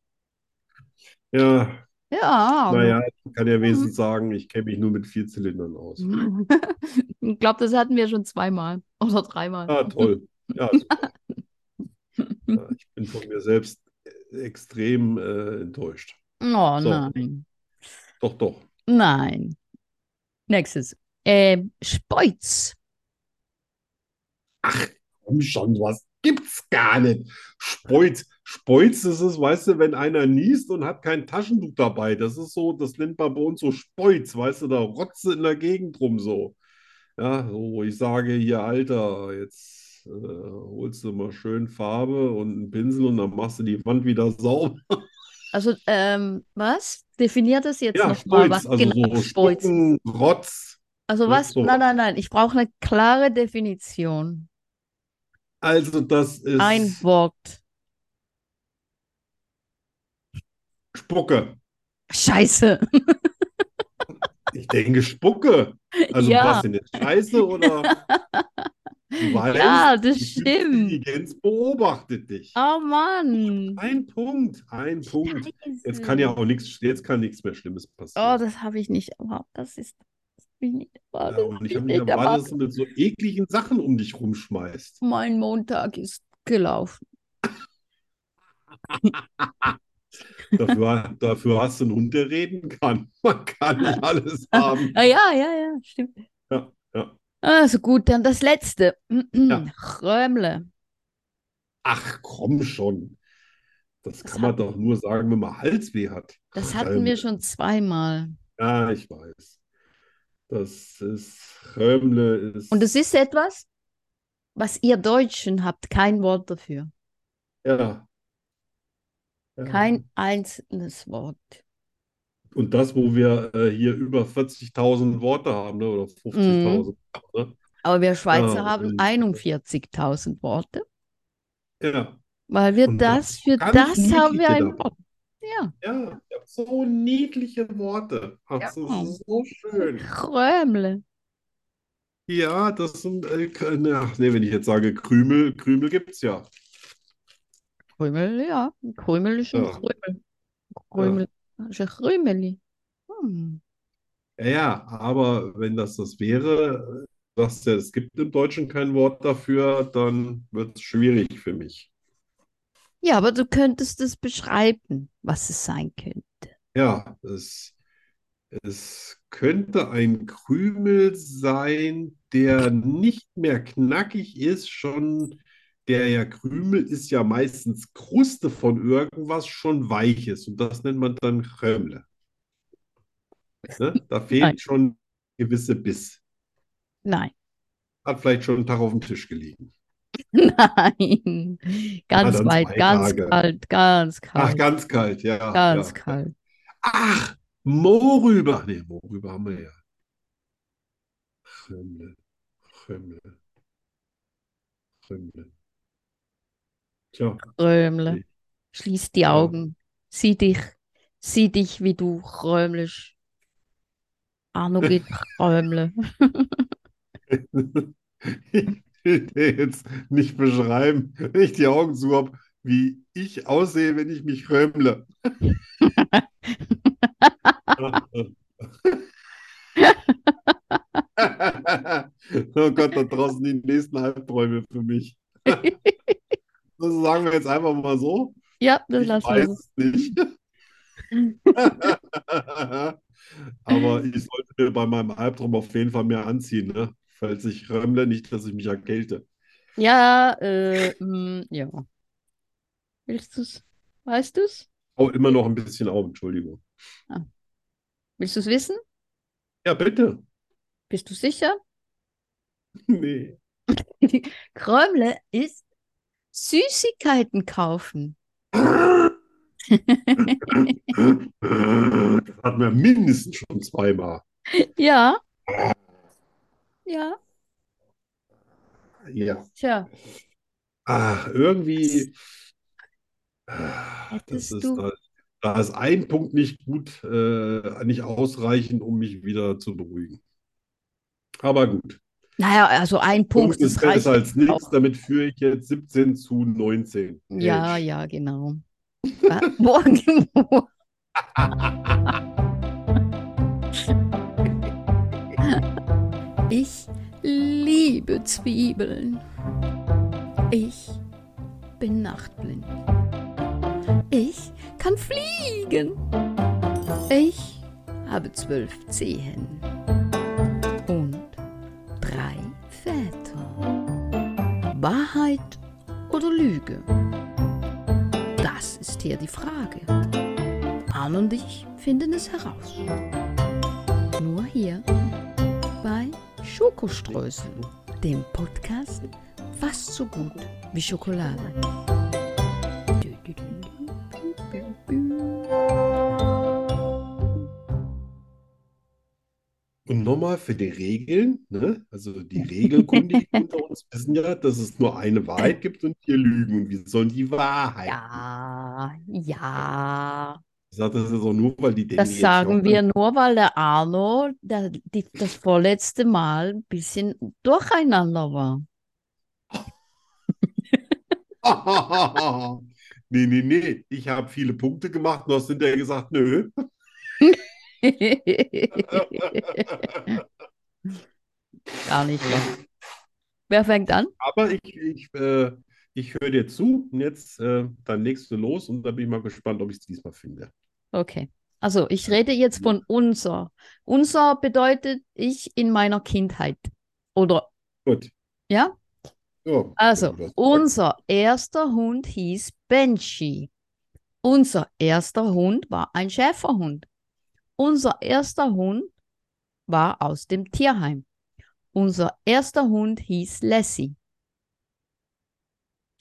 [SPEAKER 2] Ja,
[SPEAKER 3] Ja,
[SPEAKER 2] naja, ich kann ja wenigstens sagen, ich kenne mich nur mit vier Zylindern aus.
[SPEAKER 3] ich glaube, das hatten wir schon zweimal oder dreimal.
[SPEAKER 2] Ah, toll. Ja, super. Ja, ich bin von mir selbst extrem äh, enttäuscht.
[SPEAKER 3] Oh
[SPEAKER 2] So.
[SPEAKER 3] nein,
[SPEAKER 2] Doch, doch.
[SPEAKER 3] nein.
[SPEAKER 1] Nächstes. Ähm, Speuz.
[SPEAKER 2] Komm schon, was gibt's gar nicht. Speuz. Speuz ist es, weißt du, wenn einer niest und hat kein Taschentuch dabei. Das ist so, das nennt man bei uns so Speuz, weißt du, da rotze in der Gegend rum so. Ja, so, wo ich sage, hier, Alter, jetzt äh, holst du mal schön Farbe und einen Pinsel und dann machst du die Wand wieder sauber.
[SPEAKER 1] Also, ähm, was? Definiert das jetzt
[SPEAKER 2] Ja,
[SPEAKER 1] nochmal, was
[SPEAKER 2] Speuz, also
[SPEAKER 1] genau
[SPEAKER 2] so
[SPEAKER 1] Speuz.
[SPEAKER 2] Spucken, Rotz.
[SPEAKER 1] Also
[SPEAKER 2] ne,
[SPEAKER 1] was?
[SPEAKER 2] sowas.
[SPEAKER 1] Nein, nein, nein. Ich brauche eine klare Definition.
[SPEAKER 2] Also das ist
[SPEAKER 1] Ein Wort.
[SPEAKER 2] Spucke.
[SPEAKER 1] Scheiße.
[SPEAKER 2] Ich denke Spucke. Also
[SPEAKER 1] Ja.
[SPEAKER 2] was denn jetzt? Scheiße oder? Du weißt,
[SPEAKER 1] Ja, das
[SPEAKER 2] die künstliche
[SPEAKER 1] stimmt.
[SPEAKER 2] Intelligenz beobachtet dich.
[SPEAKER 1] Oh Mann.
[SPEAKER 2] Ein Punkt, ein Punkt. Jetzt kann ja auch nichts, jetzt kann nichts mehr Schlimmes
[SPEAKER 3] Oh,
[SPEAKER 2] passieren.
[SPEAKER 3] das habe ich nicht erwartet. Das ist, das hab ich nicht
[SPEAKER 2] Ja,
[SPEAKER 3] erwartet.
[SPEAKER 2] und ich
[SPEAKER 3] ich
[SPEAKER 2] habe
[SPEAKER 3] nicht
[SPEAKER 2] nicht erwartet, dass
[SPEAKER 3] erwartet.
[SPEAKER 2] du mit so ekligen Sachen um dich rumschmeißt.
[SPEAKER 1] Mein Montag ist gelaufen.
[SPEAKER 2] Dafür, dafür hast du einen Hund, der reden kann. Man kann nicht alles haben.
[SPEAKER 1] Ah, ja, ja, ja, stimmt.
[SPEAKER 2] Ja, ja.
[SPEAKER 1] Also gut, dann das letzte.
[SPEAKER 2] Ja.
[SPEAKER 1] Römle.
[SPEAKER 2] Ach komm schon. Das
[SPEAKER 1] Das
[SPEAKER 2] kann man doch nur sagen, wenn man Halsweh hat.
[SPEAKER 1] Das hatten wir schon zweimal.
[SPEAKER 2] Ja, ich weiß. Das ist Römle ist.
[SPEAKER 1] Und es ist etwas, was ihr Deutschen habt kein Wort dafür.
[SPEAKER 2] ja. Ja.
[SPEAKER 1] Kein einzelnes Wort.
[SPEAKER 2] Und das, wo wir äh, hier über 40.000 Worte haben, ne? Oder 50.000. Ne?
[SPEAKER 1] Aber wir Schweizer
[SPEAKER 2] Ja,
[SPEAKER 1] haben
[SPEAKER 2] und-
[SPEAKER 1] 41.000 Worte, Mhm.
[SPEAKER 2] Ja,
[SPEAKER 1] weil wir
[SPEAKER 2] Und äh,
[SPEAKER 1] das, für
[SPEAKER 2] ganz
[SPEAKER 1] das haben wir
[SPEAKER 2] niedliche
[SPEAKER 1] ein
[SPEAKER 2] dabei.
[SPEAKER 1] Wort. Ja,
[SPEAKER 2] ja. Ihr habt so niedliche Worte. Ach, das ist so schön.
[SPEAKER 1] Krömle.
[SPEAKER 2] Ja, das sind, äh, K- ne, ach nee, wenn ich jetzt sage Krümel, Krümel gibt's ja.
[SPEAKER 1] Krümel, ja. Krümel ist ein
[SPEAKER 2] Ja.
[SPEAKER 1] Krümel. Krümel ist ein Krümeli. Hm.
[SPEAKER 2] Ja, ja, aber wenn das das wäre, dass es gibt im Deutschen kein Wort dafür, dann wird es schwierig für mich.
[SPEAKER 1] Ja, aber du könntest es beschreiben, was es sein könnte.
[SPEAKER 2] Ja, es, es könnte ein Krümel sein, der nicht mehr knackig ist, schon der ja Krümel ist ja meistens Kruste von irgendwas schon weiches und das nennt man dann Krömle. Ne? Da fehlt
[SPEAKER 1] Nein.
[SPEAKER 2] schon gewisse Biss.
[SPEAKER 1] Nein,
[SPEAKER 2] Hat vielleicht schon einen Tag auf dem Tisch gelegen.
[SPEAKER 1] nein. Ganz
[SPEAKER 2] dann
[SPEAKER 1] weit,
[SPEAKER 2] zwei
[SPEAKER 1] ganz
[SPEAKER 2] Tage.
[SPEAKER 1] kalt, ganz
[SPEAKER 2] Ach,
[SPEAKER 1] kalt,
[SPEAKER 2] ganz kalt, ja,
[SPEAKER 1] ganz
[SPEAKER 2] ja.
[SPEAKER 1] kalt.
[SPEAKER 2] Ach, Moorrüber. Nee, Moorrüber haben wir ja. Rümmel, Rümmel, Rümmel. Tja,
[SPEAKER 1] Krömle.
[SPEAKER 2] Nee.
[SPEAKER 1] Schließ die Augen. Sieh dich. Sieh dich, wie du krömlest. Arno geht krömle.
[SPEAKER 2] ich will dir jetzt nicht beschreiben, wenn ich die Augen zu habe, wie ich aussehe, wenn ich mich römle. Oh Gott, da draußen die nächsten Albträume für mich. Das sagen wir jetzt einfach mal so.
[SPEAKER 1] Ja, das
[SPEAKER 2] Ich
[SPEAKER 1] Ne, lassen wir
[SPEAKER 2] weiß
[SPEAKER 1] so.
[SPEAKER 2] es nicht. Aber ich sollte mir bei meinem Albtraum auf jeden Fall mehr anziehen, ne? Falls ich römmle, nicht, dass ich mich erkälte.
[SPEAKER 1] Ja, äh, mm, ja. Willst du's? Weißt du's?
[SPEAKER 2] Oh, immer noch ein bisschen auf, Entschuldigung.
[SPEAKER 1] Willst du's wissen?
[SPEAKER 2] Ja, bitte.
[SPEAKER 1] Bist du sicher?
[SPEAKER 2] Nee.
[SPEAKER 1] Krömle ist Süßigkeiten kaufen.
[SPEAKER 2] Das hatten wir mindestens schon zweimal.
[SPEAKER 1] Ja. Ja,
[SPEAKER 2] Ja.
[SPEAKER 1] tja.
[SPEAKER 2] Ah, irgendwie. Ah, Das
[SPEAKER 1] Hättest
[SPEAKER 2] ist,
[SPEAKER 1] du-
[SPEAKER 2] da, da ist ein Punkt nicht gut, äh, nicht ausreichend, um mich wieder zu beruhigen. Aber gut.
[SPEAKER 1] Naja, also ein Punkt,
[SPEAKER 2] Punkt ist
[SPEAKER 1] das reicht
[SPEAKER 2] besser als nichts,
[SPEAKER 1] auch.
[SPEAKER 2] damit führe ich jetzt 17 zu 19.
[SPEAKER 1] Ja, ja, genau. Ah, Morgen.
[SPEAKER 3] Ich liebe Zwiebeln. Ich bin nachtblind. Ich kann fliegen. Ich habe zwölf Zehen und drei Väter. Wahrheit oder Lüge? Das ist hier die Frage. Arne und ich finden es heraus. Nur hier bei Schokoströßen, dem Podcast fast so gut wie Schokolade.
[SPEAKER 2] Und nochmal für die Regeln, ne? Also die Regelkundigen unter uns wissen ja, dass es nur eine Wahrheit gibt und wir lügen. Und wir sollen die Wahrheit.
[SPEAKER 1] Ja, ja.
[SPEAKER 2] Ich sage das jetzt auch nur, weil die denken
[SPEAKER 1] Das
[SPEAKER 2] jetzt
[SPEAKER 1] sagen
[SPEAKER 2] ja,
[SPEAKER 1] wir nur, weil der Arno der, die, das vorletzte Mal ein bisschen durcheinander war.
[SPEAKER 2] nee, nee, nee. Ich habe viele Punkte gemacht und hast hinterher gesagt, nö.
[SPEAKER 1] Gar nicht. wahr. Wer fängt an?
[SPEAKER 2] Aber ich, ich, äh, ich höre dir zu und jetzt äh, dann legst du los und da bin ich mal gespannt, ob ich es diesmal finde.
[SPEAKER 1] Okay. Also, ich rede jetzt von unser. Unser bedeutet ich in meiner Kindheit. Oder,
[SPEAKER 2] Gut.
[SPEAKER 1] ja?
[SPEAKER 2] Ja,
[SPEAKER 1] Also,
[SPEAKER 2] du hast-
[SPEAKER 1] unser erster Hund hieß Banshee. Unser erster Hund war ein Schäferhund. Unser erster Hund war aus dem Tierheim. Unser erster Hund hieß Lassie.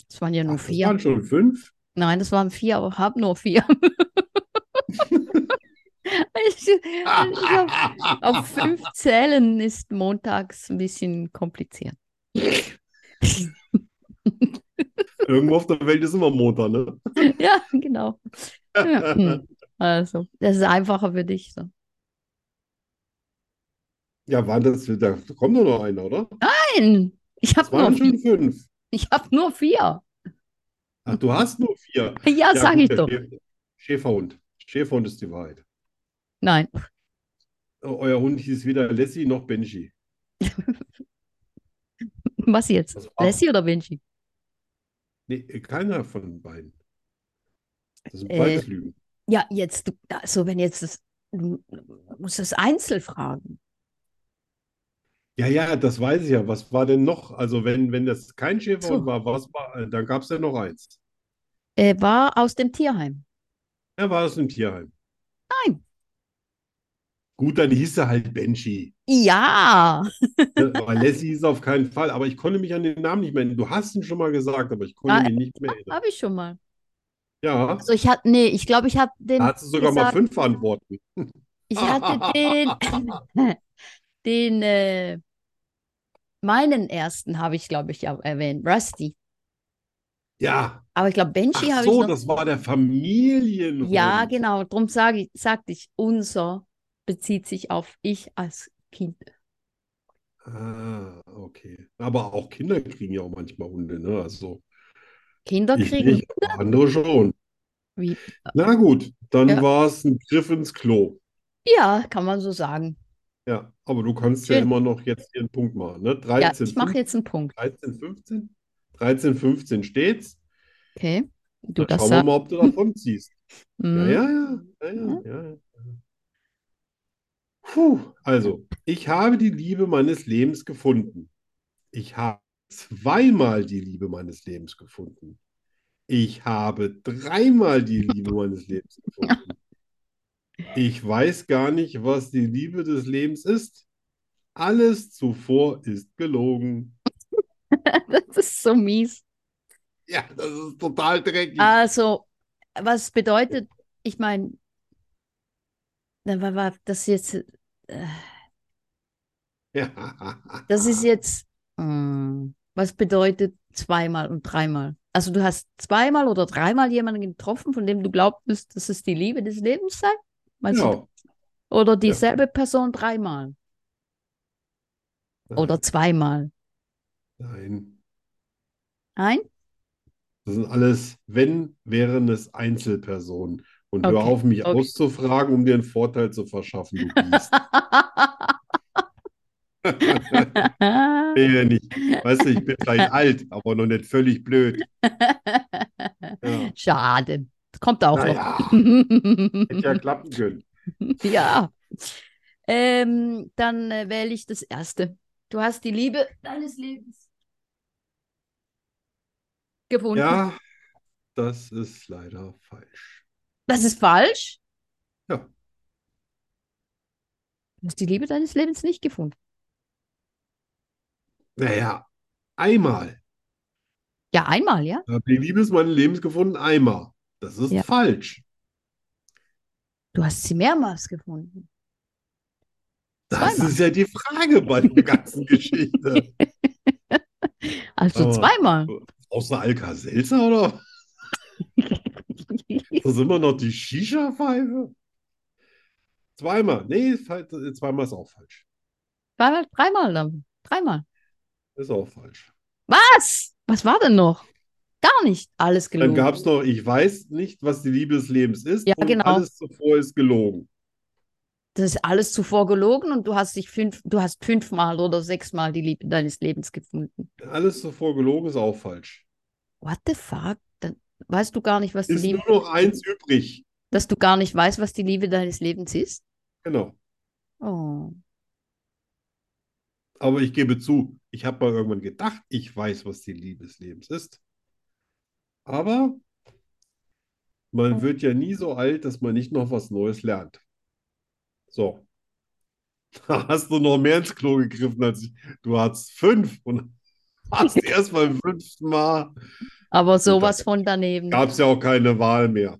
[SPEAKER 1] Das waren ja nur
[SPEAKER 2] Ach, das
[SPEAKER 1] vier.
[SPEAKER 2] waren schon fünf.
[SPEAKER 1] Nein, das waren vier, aber hab nur vier. ich, ich hab, auf fünf Zählen ist montags ein bisschen kompliziert.
[SPEAKER 2] Irgendwo auf der Welt ist immer Montag, ne?
[SPEAKER 1] ja, genau. Ja, hm. Also, das ist einfacher für dich. So.
[SPEAKER 2] Ja, waren das, da kommt doch noch einer, oder?
[SPEAKER 1] Nein, ich
[SPEAKER 2] Das
[SPEAKER 1] habe nur,
[SPEAKER 2] waren schon fünf.
[SPEAKER 1] ich hab nur vier.
[SPEAKER 2] Ach, du hast nur vier.
[SPEAKER 1] Ja, sag
[SPEAKER 2] gut,
[SPEAKER 1] ich
[SPEAKER 2] der
[SPEAKER 1] doch.
[SPEAKER 2] Schäfer- Schäferhund. Schäferhund ist die Wahrheit. Oh,
[SPEAKER 1] Nein,
[SPEAKER 2] Euer Hund hieß weder Lassie noch Benji.
[SPEAKER 1] was jetzt?
[SPEAKER 2] Das war-
[SPEAKER 1] Lassie oder Vinci?
[SPEAKER 2] Also, Nee, keiner von beiden. Das sind
[SPEAKER 1] Äh,
[SPEAKER 2] beides Lügen.
[SPEAKER 1] Ja, jetzt, du- also wenn jetzt das, du musst das einzeln fragen.
[SPEAKER 2] Ja, ja, das weiß ich ja. Was war denn noch? Also, wenn, wenn das kein
[SPEAKER 1] So.
[SPEAKER 2] Schäferhund war, was war, äh, dann gab es ja noch eins.
[SPEAKER 1] Er war aus dem Tierheim.
[SPEAKER 2] Ja, war es im Tierheim.
[SPEAKER 1] Nein.
[SPEAKER 2] Gut, dann hieß er halt Benji.
[SPEAKER 1] Ja,
[SPEAKER 2] Ne, Weil Lassie ist auf keinen Fall. Aber ich konnte mich an den Namen nicht mehr erinnern. Du hast ihn schon mal gesagt, aber ich
[SPEAKER 1] Ah,
[SPEAKER 2] konnte ihn nicht mehr erinnern.
[SPEAKER 1] habe ich schon mal.
[SPEAKER 2] Ja,
[SPEAKER 1] Also ich hatte, nee, ich glaube, ich habe den,
[SPEAKER 2] da hattest du sogar mal
[SPEAKER 1] gesagt-
[SPEAKER 2] fünf Antworten.
[SPEAKER 1] ich hatte den, den, äh, meinen ersten habe ich, glaube ich, ja erwähnt, Rusty.
[SPEAKER 2] Ja,
[SPEAKER 1] Aber ich glaube, Benji
[SPEAKER 2] ach
[SPEAKER 1] habe
[SPEAKER 2] so,
[SPEAKER 1] ich noch.
[SPEAKER 2] das war der Familienhund.
[SPEAKER 1] Ja, genau. Darum sage ich, sagte ich, unser bezieht sich auf ich als Kind.
[SPEAKER 2] Ah, okay. Aber auch Kinder kriegen ja auch manchmal Hunde, ne? Also,
[SPEAKER 1] Kinder
[SPEAKER 2] ich
[SPEAKER 1] kriegen.
[SPEAKER 2] nicht, aber andere schon.
[SPEAKER 1] Wie,
[SPEAKER 2] Na gut, dann
[SPEAKER 1] Ja.
[SPEAKER 2] war es ein Griff ins Klo.
[SPEAKER 1] ja, kann man so sagen.
[SPEAKER 2] Ja, aber du kannst ja
[SPEAKER 1] Schön.
[SPEAKER 2] immer noch jetzt hier einen Punkt machen, ne?
[SPEAKER 1] Ja,
[SPEAKER 2] 13,
[SPEAKER 1] ich mache
[SPEAKER 2] 15,
[SPEAKER 1] jetzt einen Punkt.
[SPEAKER 2] 13, 15? 13, 15 steht's.
[SPEAKER 1] Okay. Du
[SPEAKER 2] Dann
[SPEAKER 1] das
[SPEAKER 2] schauen wir
[SPEAKER 1] sagst.
[SPEAKER 2] mal, ob du davon ziehst. Ja,
[SPEAKER 1] Mhm.
[SPEAKER 2] ja, ja, ja, ja, ja, ja. Puh, also, ich habe die Liebe meines Lebens gefunden. Ich habe zweimal die Liebe meines Lebens gefunden. Ich habe dreimal die Liebe meines Lebens gefunden. Ich weiß gar nicht, was die Liebe des Lebens ist. Alles zuvor ist gelogen.
[SPEAKER 1] Das ist so mies.
[SPEAKER 2] Ja, das ist total dreckig.
[SPEAKER 1] Also, was bedeutet, ich meine, das jetzt, äh,
[SPEAKER 2] Ja.
[SPEAKER 1] das ist jetzt, mm, was bedeutet zweimal und dreimal? Also, du hast zweimal oder dreimal jemanden getroffen, von dem du glaubtest, dass es die Liebe des Lebens sei? Meinst du,
[SPEAKER 2] Genau.
[SPEAKER 1] oder dieselbe Person dreimal? Oder zweimal.
[SPEAKER 2] Nein.
[SPEAKER 1] Ein?
[SPEAKER 2] Das sind alles, wenn, wären es Einzelpersonen. Und hör
[SPEAKER 1] Okay,
[SPEAKER 2] auf, mich
[SPEAKER 1] okay.
[SPEAKER 2] auszufragen, um dir einen Vorteil zu verschaffen, du Biest. Nee, ja nicht. Weißt du, ich bin vielleicht alt, aber noch nicht völlig blöd. Ja.
[SPEAKER 1] Schade. Das kommt auch
[SPEAKER 2] Naja,
[SPEAKER 1] noch.
[SPEAKER 2] hätte ja klappen können.
[SPEAKER 1] ja. Ähm, dann äh, wähle ich das erste. Du hast die Liebe deines Lebens gefunden.
[SPEAKER 2] Ja, das ist leider falsch.
[SPEAKER 1] Das ist falsch.
[SPEAKER 2] Ja.
[SPEAKER 1] Du hast die Liebe deines Lebens nicht gefunden.
[SPEAKER 2] Naja, einmal.
[SPEAKER 1] Ja, einmal, ja.
[SPEAKER 2] Ich habe die Liebe meines Lebens gefunden, einmal. Das ist
[SPEAKER 1] Ja.
[SPEAKER 2] falsch.
[SPEAKER 1] Du hast sie mehrmals gefunden.
[SPEAKER 2] Das
[SPEAKER 1] Zweimal.
[SPEAKER 2] ist ja die Frage bei der ganzen Geschichte.
[SPEAKER 1] Also
[SPEAKER 2] Aber-
[SPEAKER 1] zweimal.
[SPEAKER 2] Außer Alka-Seltzer, oder? Das ist immer noch die Shisha-Pfeife. Zweimal. Nee, ist halt- zweimal ist auch falsch.
[SPEAKER 1] Zweimal, dreimal dann. Dreimal.
[SPEAKER 2] Ist auch falsch.
[SPEAKER 1] Was? Was war denn noch? Gar nicht. Alles
[SPEAKER 2] Dann
[SPEAKER 1] gelogen.
[SPEAKER 2] gab es noch, ich weiß nicht, was die Liebe des Lebens ist
[SPEAKER 1] Ja,
[SPEAKER 2] und
[SPEAKER 1] genau.
[SPEAKER 2] alles zuvor ist gelogen.
[SPEAKER 1] das ist alles zuvor gelogen und du hast dich fünf, du hast fünfmal oder sechsmal die Liebe deines Lebens gefunden.
[SPEAKER 2] Alles zuvor gelogen ist auch falsch.
[SPEAKER 1] What the fuck? Dann weißt du gar nicht, was die
[SPEAKER 2] Ist
[SPEAKER 1] Liebe,
[SPEAKER 2] nur noch eins übrig.
[SPEAKER 1] dass du gar nicht weißt, was die Liebe deines Lebens ist?
[SPEAKER 2] Genau.
[SPEAKER 1] Oh.
[SPEAKER 2] Aber ich gebe zu, ich habe mal irgendwann gedacht, ich weiß, was die Liebe des Lebens ist. Aber man wird ja nie so alt, dass man nicht noch was Neues lernt. So. Da hast du noch mehr ins Klo gegriffen als ich. Du hast fünf und hast erst beim fünften Mal.
[SPEAKER 1] Aber sowas von daneben.
[SPEAKER 2] Gab es ja auch keine Wahl mehr.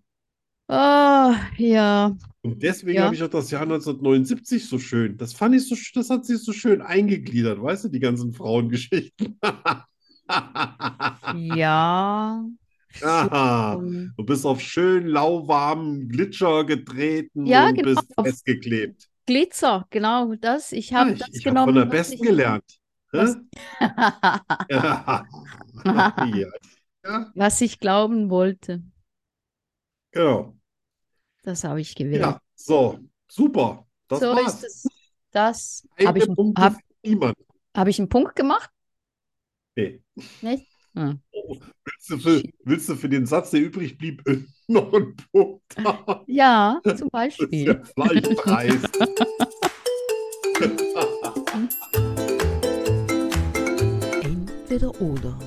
[SPEAKER 1] Ah, ja.
[SPEAKER 2] Und deswegen
[SPEAKER 1] Ja.
[SPEAKER 2] habe ich auch das Jahr 1979 so schön. Das fand ich so, sch- das hat sich so schön eingegliedert, weißt du, die ganzen Frauengeschichten.
[SPEAKER 1] Ja.
[SPEAKER 2] Ah. Aha.
[SPEAKER 1] Um,
[SPEAKER 2] Du bist auf schön lauwarmen Glitscher getreten
[SPEAKER 1] Ja,
[SPEAKER 2] und
[SPEAKER 1] genau.
[SPEAKER 2] bist festgeklebt.
[SPEAKER 1] Glitzer, genau das. Ich habe
[SPEAKER 2] Ja, Ah, ich
[SPEAKER 1] das
[SPEAKER 2] ich habe
[SPEAKER 1] genommen.
[SPEAKER 2] von der
[SPEAKER 1] was
[SPEAKER 2] Besten
[SPEAKER 1] ich-
[SPEAKER 2] gelernt.
[SPEAKER 1] was-
[SPEAKER 2] Hä? Ja. Ja,
[SPEAKER 1] was ich glauben wollte,
[SPEAKER 2] genau.
[SPEAKER 1] das habe ich gewählt.
[SPEAKER 2] Ja, so, super. Das
[SPEAKER 1] so
[SPEAKER 2] war's.
[SPEAKER 1] ist es. Das habe
[SPEAKER 2] Eigene
[SPEAKER 1] ich,
[SPEAKER 2] Punkte
[SPEAKER 1] hab,
[SPEAKER 2] für niemand.
[SPEAKER 1] hab ich einen Punkt gemacht.
[SPEAKER 2] Nee.
[SPEAKER 1] Nicht? Hm.
[SPEAKER 2] Oh, willst du für, willst du für den Satz, der übrig blieb, noch einen Punkt haben?
[SPEAKER 1] Ja, zum
[SPEAKER 2] Das ist
[SPEAKER 1] Beispiel.
[SPEAKER 2] ja Fleischpreis.
[SPEAKER 3] Entweder oder.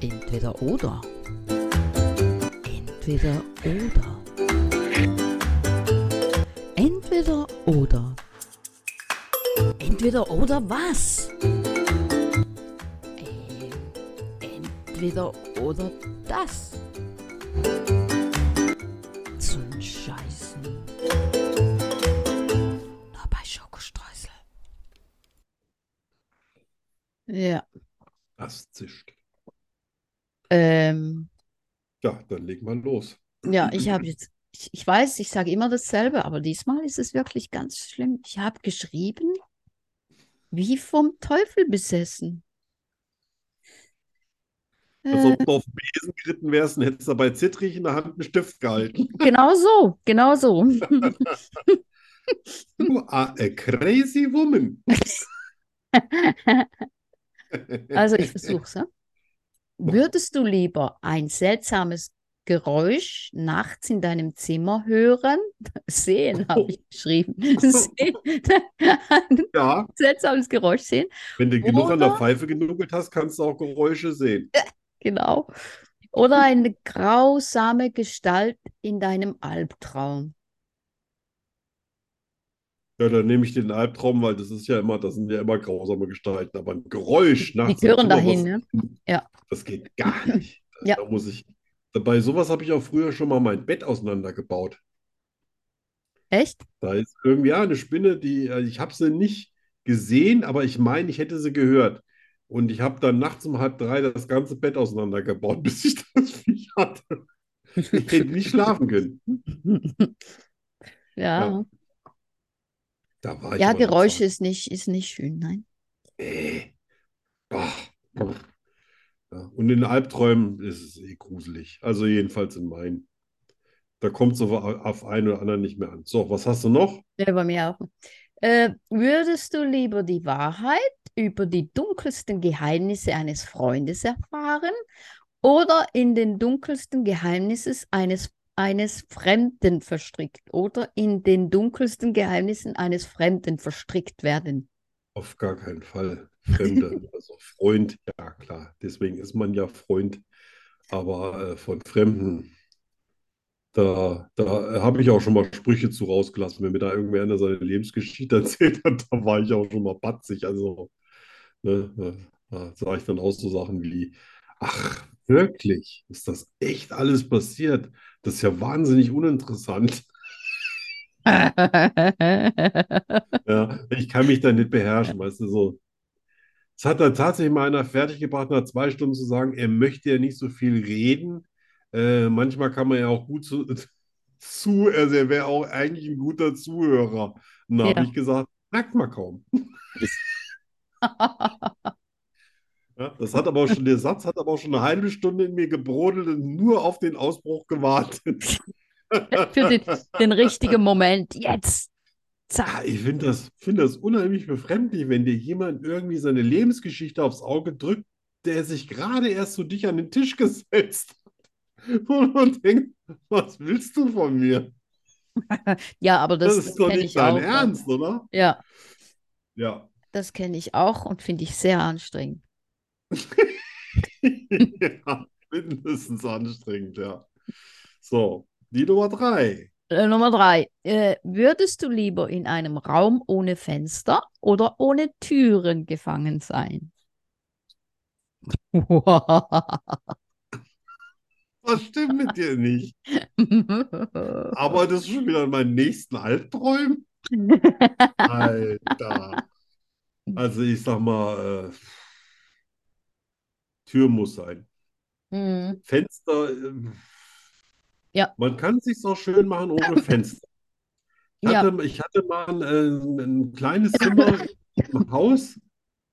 [SPEAKER 3] Entweder oder. Entweder oder. Entweder oder. Entweder oder was? Ähm, entweder oder das. Zum Scheißen. Nur bei Schokostreusel.
[SPEAKER 1] Ja.
[SPEAKER 2] Das zischt.
[SPEAKER 1] Ähm,
[SPEAKER 2] Ja, dann leg mal los.
[SPEAKER 1] ja, ich habe jetzt, ich, ich weiß, ich sage immer dasselbe, aber diesmal ist es wirklich ganz schlimm. Ich habe geschrieben, wie vom Teufel besessen.
[SPEAKER 2] Als
[SPEAKER 1] Äh,
[SPEAKER 2] Also, ob du auf den Besen geritten wärst und hättest dabei zittrig in der Hand einen Stift gehalten.
[SPEAKER 1] Genau so, genau so.
[SPEAKER 2] You are a crazy woman.
[SPEAKER 1] Also ich versuch's. Ja? Würdest du lieber ein seltsames Geräusch nachts in deinem Zimmer hören? Sehen, habe ich geschrieben. Sehen. Ein
[SPEAKER 2] Ja,
[SPEAKER 1] seltsames Geräusch sehen,
[SPEAKER 2] wenn du genug an der
[SPEAKER 1] Oder-
[SPEAKER 2] Pfeife genuggelt hast, kannst du auch Geräusche sehen.
[SPEAKER 1] genau. Oder eine grausame Gestalt in deinem Albtraum.
[SPEAKER 2] Ja, dann nehme ich den Albtraum, weil das ist ja immer, das sind ja immer grausame Gestalten, aber ein Geräusch
[SPEAKER 1] Die
[SPEAKER 2] nachts im
[SPEAKER 1] gehören
[SPEAKER 2] Zimmer, was-
[SPEAKER 1] dahin, ne?
[SPEAKER 2] Das geht gar nicht.
[SPEAKER 1] Ja.
[SPEAKER 2] Da muss ich. Bei sowas habe ich auch früher schon mal mein Bett auseinandergebaut.
[SPEAKER 1] Echt?
[SPEAKER 2] Da ist irgendwie ja, eine Spinne, die äh, ich habe sie nicht gesehen, aber ich meine, ich hätte sie gehört. Und ich habe dann nachts um halb drei das ganze Bett auseinandergebaut, bis ich das Viech hatte. Ich hätte nicht schlafen können.
[SPEAKER 1] Ja.
[SPEAKER 2] Da war ich
[SPEAKER 1] Ja,
[SPEAKER 2] aber noch
[SPEAKER 1] Geräusche
[SPEAKER 2] zu-
[SPEAKER 1] ist nicht, ist nicht schön, nein.
[SPEAKER 2] Nee. Ah, brr. Ja, Äh, und in Albträumen ist es eh gruselig. Also jedenfalls in meinen. Da kommt es auf, auf einen oder anderen nicht mehr an. So, was hast du noch?
[SPEAKER 1] Ja, bei mir auch. Äh, würdest du lieber die Wahrheit über die dunkelsten Geheimnisse eines Freundes erfahren oder in den dunkelsten Geheimnissen eines, eines Fremden verstrickt oder in den dunkelsten Geheimnissen eines Fremden verstrickt werden?
[SPEAKER 2] Auf gar keinen Fall. Fremde, also Freund, ja klar. Deswegen ist man ja Freund. Aber äh, von Fremden, da, da habe ich auch schon mal Sprüche zu rausgelassen. Wenn mir da irgendwer einer seine Lebensgeschichte erzählt hat, da war ich auch schon mal patzig. Also, ne, äh, da sage ich dann auch so Sachen wie, ach, wirklich, ist das echt alles passiert? Das ist ja wahnsinnig uninteressant. Ja, ich kann mich da nicht beherrschen, weißt du, so. Es hat dann tatsächlich mal einer fertiggebracht, nach zwei Stunden zu sagen, er möchte ja nicht so viel reden. Äh, manchmal kann man ja auch gut zu, zu also er wäre auch eigentlich ein guter Zuhörer. Und da habe
[SPEAKER 1] Ja.
[SPEAKER 2] ich gesagt, merkt man kaum. Ja, das hat aber auch schon, der Satz hat aber auch schon eine halbe Stunde in mir gebrodelt und nur auf den Ausbruch gewartet.
[SPEAKER 1] Für den, den richtigen Moment. Jetzt.
[SPEAKER 2] Ah,
[SPEAKER 1] Zack.
[SPEAKER 2] Ich finde das, find das unheimlich befremdlich, wenn dir jemand irgendwie seine Lebensgeschichte aufs Auge drückt, der sich gerade erst zu dich an den Tisch gesetzt hat. Und man denkt, was willst du von mir?
[SPEAKER 1] Ja, aber das,
[SPEAKER 2] Das ist doch
[SPEAKER 1] kenne
[SPEAKER 2] nicht
[SPEAKER 1] ich
[SPEAKER 2] dein
[SPEAKER 1] auch.
[SPEAKER 2] Ernst, oder?
[SPEAKER 1] Ja,
[SPEAKER 2] Ja.
[SPEAKER 1] das kenne ich auch und finde ich sehr anstrengend.
[SPEAKER 2] Ja, mindestens anstrengend, ja. So, die Nummer drei.
[SPEAKER 1] Äh, Nummer drei. Äh, würdest du lieber in einem Raum ohne Fenster oder ohne Türen gefangen sein?
[SPEAKER 2] Was stimmt mit dir nicht?
[SPEAKER 1] ja,
[SPEAKER 2] Aber das ist schon wieder in meinen nächsten Albträumen. Alter. Also ich sag mal, äh, Tür muss sein.
[SPEAKER 1] Hm.
[SPEAKER 2] Fenster, ähm,
[SPEAKER 1] Ja.
[SPEAKER 2] man kann es sich auch schön machen ohne Fenster. Ich hatte, ich hatte mal ein, äh, ein kleines Zimmer im Haus,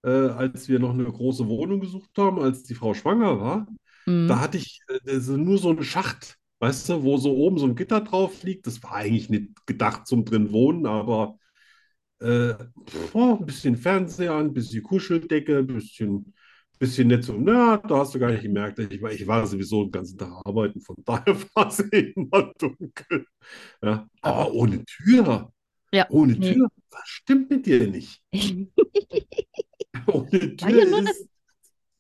[SPEAKER 2] äh, als wir noch eine große Wohnung gesucht haben, als die Frau schwanger war.
[SPEAKER 1] mhm.
[SPEAKER 2] Da hatte ich äh, so- nur so einen Schacht, weißt du, wo so oben so ein Gitter drauf liegt. Das war eigentlich nicht gedacht zum drin wohnen, aber äh, pf, oh, ein bisschen Fernseher, an, ein bisschen Kuscheldecke, ein bisschen, bisschen nett so. Na, da hast du gar nicht gemerkt. Ich war, ich war sowieso den ganzen Tag arbeiten, von daher war es immer dunkel. Ja, aber ohne Tür.
[SPEAKER 1] Ja.
[SPEAKER 2] Ohne
[SPEAKER 1] Nee.
[SPEAKER 2] Tür, was stimmt mit dir nicht? Ohne
[SPEAKER 1] War ja
[SPEAKER 2] Tür
[SPEAKER 1] nur eine-
[SPEAKER 2] ist,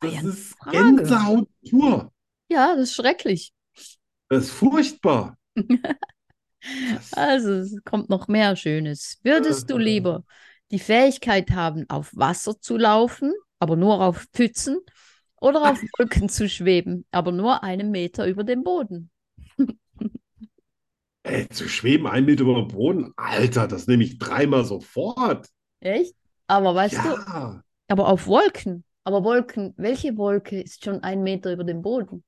[SPEAKER 1] war ja
[SPEAKER 2] das
[SPEAKER 1] eine
[SPEAKER 2] ist
[SPEAKER 1] Frage.
[SPEAKER 2] Gänsehaut pur.
[SPEAKER 1] ja, das ist schrecklich.
[SPEAKER 2] Das ist furchtbar.
[SPEAKER 1] Also, es kommt noch mehr Schönes. Würdest du lieber die Fähigkeit haben, auf Wasser zu laufen, aber nur auf Pfützen, oder auf Wolken zu schweben, aber nur einen Meter über dem Boden?
[SPEAKER 2] Ey, zu schweben, ein Meter über dem Boden, Alter, das nehme ich dreimal sofort.
[SPEAKER 1] Echt? Aber weißt du,
[SPEAKER 2] Ja,
[SPEAKER 1] aber auf Wolken. Aber Wolken, welche Wolke ist schon ein Meter über dem Boden?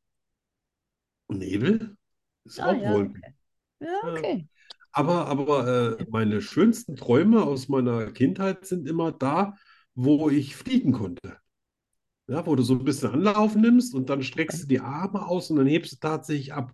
[SPEAKER 2] Nebel ist
[SPEAKER 1] Ah,
[SPEAKER 2] auch
[SPEAKER 1] ja,
[SPEAKER 2] Wolken.
[SPEAKER 1] okay. Ja,
[SPEAKER 2] Ja.
[SPEAKER 1] okay.
[SPEAKER 2] Aber, aber äh, meine schönsten Träume aus meiner Kindheit sind immer da, wo ich fliegen konnte. Ja, wo du so ein bisschen Anlauf nimmst und dann streckst du die Arme aus und dann hebst du tatsächlich ab.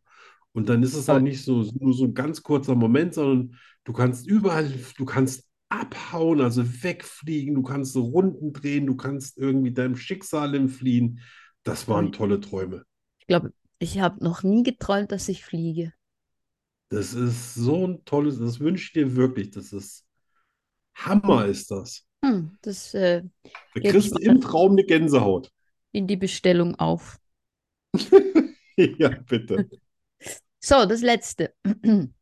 [SPEAKER 2] Und dann ist es auch
[SPEAKER 1] Toll.
[SPEAKER 2] nicht so, nur so ein ganz kurzer Moment, sondern du kannst überall, du kannst abhauen, also wegfliegen, du kannst so Runden drehen, du kannst irgendwie deinem Schicksal entfliehen. Das waren tolle Träume.
[SPEAKER 1] Ich glaube, ich habe noch nie geträumt, dass ich fliege.
[SPEAKER 2] Das ist so ein tolles, das wünsche ich dir wirklich. Das ist Hammer ist das.
[SPEAKER 1] Hm, das äh,
[SPEAKER 2] Da
[SPEAKER 1] Jetzt
[SPEAKER 2] kriegst du im Traum eine Gänsehaut.
[SPEAKER 1] in die Bestellung auf.
[SPEAKER 2] Ja, bitte.
[SPEAKER 1] So, das letzte.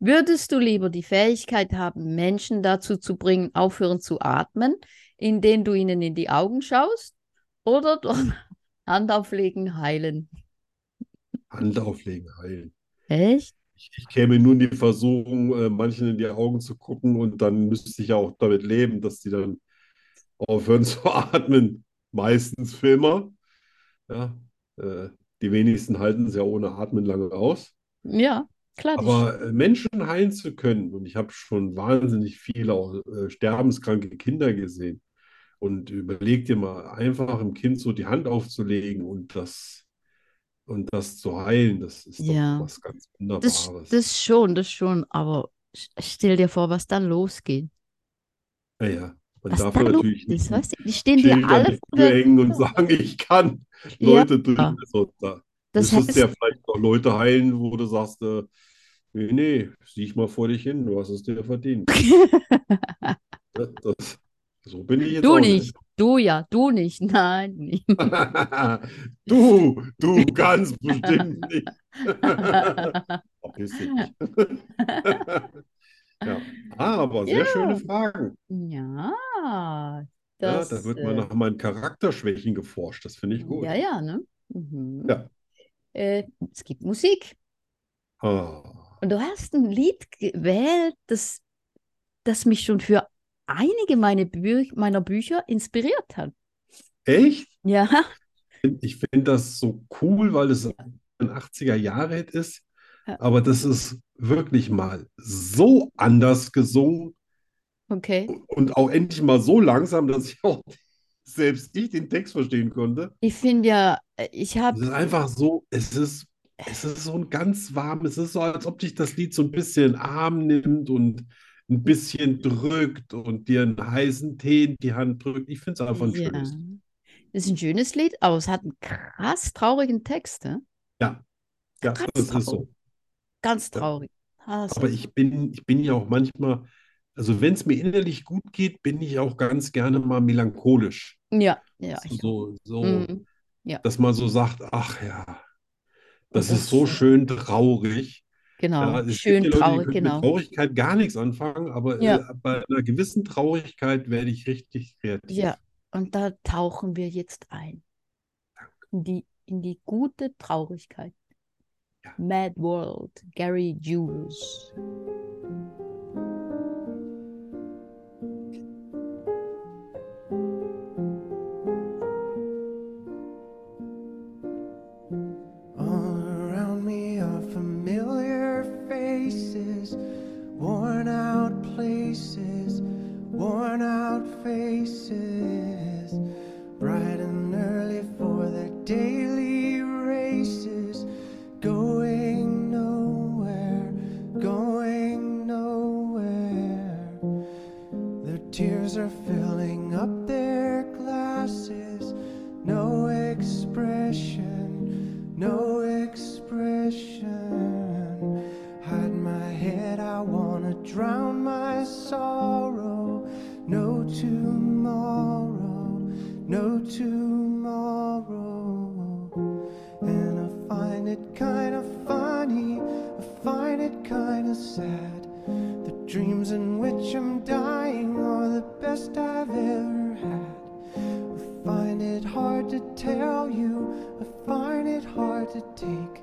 [SPEAKER 1] Würdest du lieber die Fähigkeit haben, Menschen dazu zu bringen, aufhören zu atmen, indem du ihnen in die Augen schaust, oder durch Hand auflegen heilen?
[SPEAKER 2] Hand auflegen, heilen.
[SPEAKER 1] Echt?
[SPEAKER 2] Ich, ich käme nur in die Versuchung, äh, manchen in die Augen zu gucken und dann müsste ich ja auch damit leben, dass die dann aufhören zu atmen. Meistens für immer. Ja, äh, die wenigsten halten es ja ohne Atmen lange aus.
[SPEAKER 1] Ja. Klar, die
[SPEAKER 2] Aber äh, Menschen heilen zu können, und ich habe schon wahnsinnig viele auch, äh, sterbenskranke Kinder gesehen. Und überleg dir mal, einfach im Kind so die Hand aufzulegen und das, und das zu heilen, das ist doch
[SPEAKER 1] Ja.
[SPEAKER 2] was ganz
[SPEAKER 1] Das,
[SPEAKER 2] Wunderbares.
[SPEAKER 1] das schon, das schon, aber sch- stell dir vor, was dann losgeht.
[SPEAKER 2] Naja, man
[SPEAKER 1] Was
[SPEAKER 2] darf
[SPEAKER 1] dann
[SPEAKER 2] natürlich
[SPEAKER 1] losgeht,
[SPEAKER 2] nicht
[SPEAKER 1] weißt du? Die Mhm. stehen dir
[SPEAKER 2] Schilder
[SPEAKER 1] alle
[SPEAKER 2] mit
[SPEAKER 1] vor der
[SPEAKER 2] hängen und sagen, ich kann
[SPEAKER 1] Ja,
[SPEAKER 2] Leute töten. Also, da
[SPEAKER 1] das
[SPEAKER 2] müsstest du
[SPEAKER 1] heißt,
[SPEAKER 2] ja vielleicht noch Leute heilen, wo du sagst, äh, nee, nee, sieh mal vor dich hin, du hast es dir verdient. Das, das, so bin ich jetzt
[SPEAKER 1] du
[SPEAKER 2] auch
[SPEAKER 1] nicht,
[SPEAKER 2] nicht.
[SPEAKER 1] du ja, du nicht, nein, nicht.
[SPEAKER 2] Du, du ganz bestimmt nicht. Verpiss dich. Ja, Ah, aber sehr schöne
[SPEAKER 1] Ja,
[SPEAKER 2] Fragen.
[SPEAKER 1] ja,
[SPEAKER 2] Ja,
[SPEAKER 1] das,
[SPEAKER 2] da wird mal
[SPEAKER 1] äh,
[SPEAKER 2] nach meinen Charakterschwächen geforscht. Das finde ich
[SPEAKER 1] ja,
[SPEAKER 2] gut.
[SPEAKER 1] ja, ne? Mhm.
[SPEAKER 2] Ja.
[SPEAKER 1] Äh, es gibt Musik
[SPEAKER 2] Ah.
[SPEAKER 1] und du hast ein Lied gewählt, das, das mich schon für einige meine Bü meiner Bücher inspiriert hat.
[SPEAKER 2] Echt?
[SPEAKER 1] Ja,
[SPEAKER 2] Ich finde das so cool, weil es
[SPEAKER 1] ja,
[SPEAKER 2] ein 80er-Jahre-Hit ist,
[SPEAKER 1] ja,
[SPEAKER 2] aber das ist wirklich mal so anders gesungen
[SPEAKER 1] okay.
[SPEAKER 2] und auch endlich mal so langsam, dass ich auch selbst ich den Text verstehen konnte.
[SPEAKER 1] Ich finde ja, äh, ich habe
[SPEAKER 2] Es ist einfach so, es ist, es ist so ein ganz warm, es ist so, als ob dich das Lied so ein bisschen in den Arm nimmt und ein bisschen drückt und dir einen heißen Tee in die Hand drückt. Ich finde es einfach ein
[SPEAKER 1] Ja,
[SPEAKER 2] schönes Lied.
[SPEAKER 1] ist ein schönes Lied, aber es hat einen krass traurigen Text. Ne?
[SPEAKER 2] Ja, ja,
[SPEAKER 1] Krass
[SPEAKER 2] das ist so.
[SPEAKER 1] traurig, ganz
[SPEAKER 2] Ja.
[SPEAKER 1] traurig. Hast
[SPEAKER 2] Aber
[SPEAKER 1] recht.
[SPEAKER 2] ich bin, ich bin ja auch manchmal, also wenn es mir innerlich gut geht, bin ich auch ganz gerne mal melancholisch.
[SPEAKER 1] Ja, ja, ich auch.
[SPEAKER 2] So, so,
[SPEAKER 1] Mhm. Ja,
[SPEAKER 2] dass man so sagt, ach ja,
[SPEAKER 1] und
[SPEAKER 2] das ist
[SPEAKER 1] das,
[SPEAKER 2] so
[SPEAKER 1] äh,
[SPEAKER 2] schön traurig. Ja,
[SPEAKER 1] genau,
[SPEAKER 2] es gibt
[SPEAKER 1] schön
[SPEAKER 2] ja Leute, die
[SPEAKER 1] traurig,
[SPEAKER 2] können mit
[SPEAKER 1] genau.
[SPEAKER 2] Traurigkeit gar nichts anfangen, aber äh,
[SPEAKER 1] Ja,
[SPEAKER 2] bei einer gewissen Traurigkeit werde ich richtig
[SPEAKER 1] ja,
[SPEAKER 2] kreativ.
[SPEAKER 1] und da tauchen wir jetzt ein in die, in die gute Traurigkeit.
[SPEAKER 2] Ja.
[SPEAKER 1] Mad World, Gary Jules.
[SPEAKER 4] All around me are familiar faces, worn out places, worn out faces. Bright and early for their daily races, going nowhere, going nowhere. Their tears are filling up their glasses. No expression, no expression. Hide my head, I wanna drown my sorrow. No tomorrow, no tomorrow. And I find it kinda funny, I find it kinda sad. The dreams in which I'm dying are the best I've ever had. I find it hard to tell you, I find it hard to take.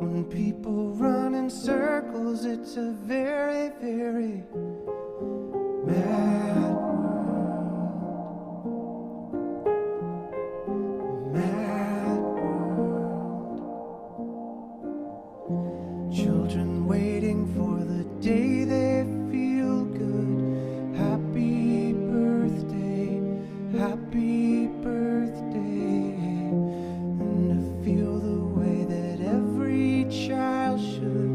[SPEAKER 4] When people run in circles, it's a very, very mad world. Mad world. Children waiting for the day they feel good. Happy birthday, happy birthday. And to feel the way that every child should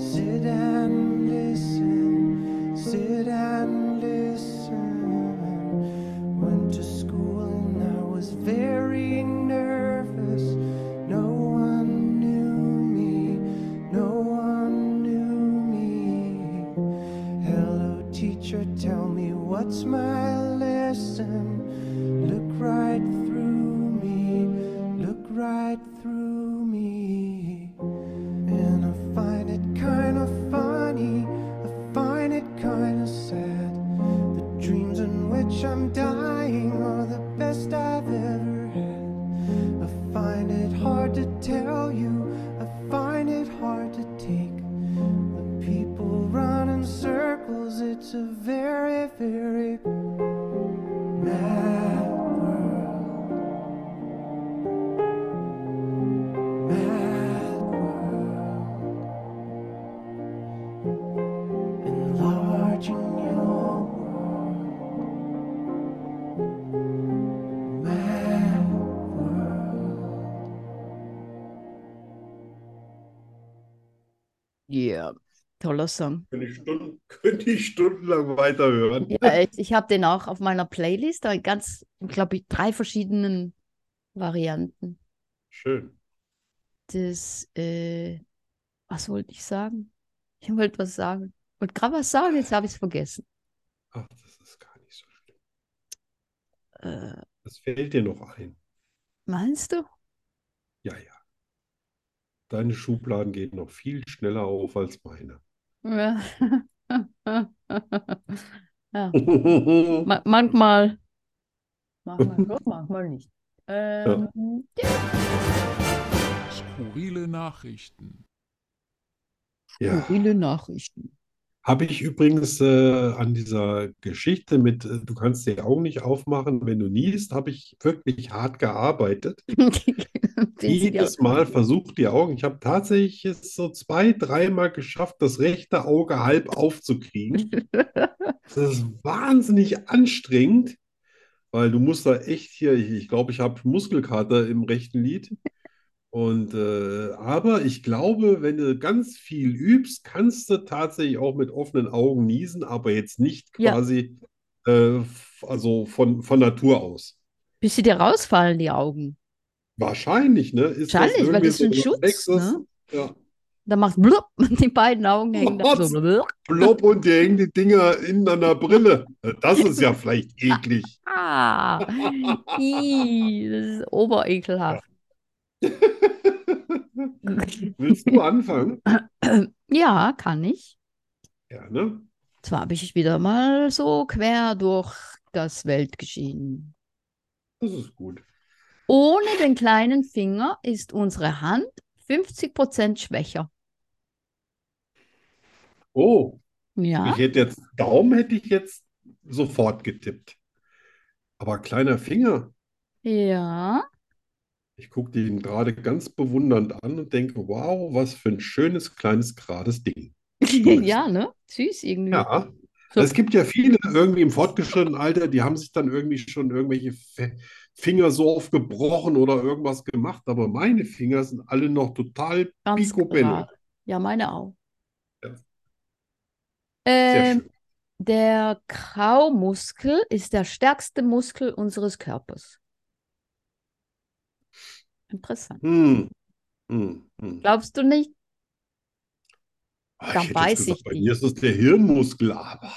[SPEAKER 4] sit and listen, sit and listen. Went to school and I was very nervous. No one knew me, no one knew me. Hello, teacher, tell me what's my lesson. Look right through me, look right through me. And I find it kind of funny, I find it kind of sad. The dreams in which I'm dying are the best I've ever had. I find it hard to tell you, I find it hard to take. When people run in circles, it's a very, very mad
[SPEAKER 1] Yeah. Toller Song.
[SPEAKER 2] Könnte ich, Stunden, könnte ich stundenlang weiterhören.
[SPEAKER 1] Ja, echt. Ich habe den auch auf meiner Playlist, aber in ganz, glaube ich, drei verschiedenen Varianten.
[SPEAKER 2] Schön.
[SPEAKER 1] Das, äh, was wollte ich sagen? Ich wollte was sagen. Wollte gerade was sagen, jetzt habe ich es vergessen.
[SPEAKER 2] Ach, das ist gar nicht so schlimm.
[SPEAKER 1] Äh,
[SPEAKER 2] Das fällt dir noch ein.
[SPEAKER 1] meinst du?
[SPEAKER 2] Ja, ja. Deine Schubladen gehen noch viel schneller auf als meine.
[SPEAKER 1] Ja. ja. Ma manchmal. Manchmal gut, manchmal nicht. Ähm,
[SPEAKER 5] Skurrile Nachrichten.
[SPEAKER 2] Ja.
[SPEAKER 1] Viele Nachrichten.
[SPEAKER 2] Habe ich übrigens äh, an dieser Geschichte mit, äh, du kannst die Augen nicht aufmachen, wenn du niest, habe ich wirklich hart gearbeitet.
[SPEAKER 1] Den sind ja-
[SPEAKER 2] Jedes Mal versucht die Augen. Ich habe tatsächlich es so zwei, dreimal geschafft, das rechte Auge halb aufzukriegen. Das ist wahnsinnig anstrengend, weil du musst da echt hier, ich glaube, ich, glaub, ich habe Muskelkater im rechten Lid. Und äh, aber ich glaube, wenn du ganz viel übst, kannst du tatsächlich auch mit offenen Augen niesen, aber jetzt nicht
[SPEAKER 1] Ja.
[SPEAKER 2] quasi äh, f- also von, von Natur aus.
[SPEAKER 1] Bis sie dir rausfallen, die Augen.
[SPEAKER 2] Wahrscheinlich, ne? Ist das
[SPEAKER 1] Wahrscheinlich, weil
[SPEAKER 2] irgendwie
[SPEAKER 1] das ist ein
[SPEAKER 2] so ein
[SPEAKER 1] Schutz,
[SPEAKER 2] Reflex?
[SPEAKER 1] ne?
[SPEAKER 2] Ja.
[SPEAKER 1] Da macht blub, die beiden Augen hängen da so.
[SPEAKER 2] Was?
[SPEAKER 1] Blub.
[SPEAKER 2] Plopp und dir hängen die Dinger in deiner Brille. Das ist ja vielleicht eklig.
[SPEAKER 1] Ah, ii, das ist oberekelhaft.
[SPEAKER 2] Willst du anfangen?
[SPEAKER 1] Ja, kann ich.
[SPEAKER 2] Ja, ne?
[SPEAKER 1] Zwar habe ich wieder mal so quer durch das Weltgeschehen.
[SPEAKER 2] Das ist gut.
[SPEAKER 1] Ohne den kleinen Finger ist unsere Hand 50% schwächer.
[SPEAKER 2] Oh,
[SPEAKER 1] Ja,
[SPEAKER 2] ich hätte jetzt, Daumen hätte ich jetzt sofort getippt. Aber kleiner Finger,
[SPEAKER 1] ja,
[SPEAKER 2] ich gucke den gerade ganz bewundernd an und denke, wow, was für ein schönes, kleines, gerades Ding.
[SPEAKER 1] ja, ne? Süß irgendwie.
[SPEAKER 2] Ja.
[SPEAKER 1] So.
[SPEAKER 2] Es gibt ja viele irgendwie im fortgeschrittenen Alter, die haben sich dann irgendwie schon irgendwelche Fe- Finger so aufgebrochen oder irgendwas gemacht, aber meine Finger sind alle noch total
[SPEAKER 1] Ganz
[SPEAKER 2] picobello.
[SPEAKER 1] gerade. Ja, meine auch.
[SPEAKER 2] Ja. Sehr
[SPEAKER 1] Ähm,
[SPEAKER 2] schön.
[SPEAKER 1] der Kaumuskel ist der stärkste Muskel unseres Körpers. Interessant.
[SPEAKER 2] Hm. Hm. Hm.
[SPEAKER 1] Glaubst du nicht?
[SPEAKER 2] Ah, ich
[SPEAKER 1] dann
[SPEAKER 2] hätte jetzt
[SPEAKER 1] weiß
[SPEAKER 2] gesagt,
[SPEAKER 1] ich
[SPEAKER 2] bei
[SPEAKER 1] die.
[SPEAKER 2] mir ist es der Hirnmuskel, aber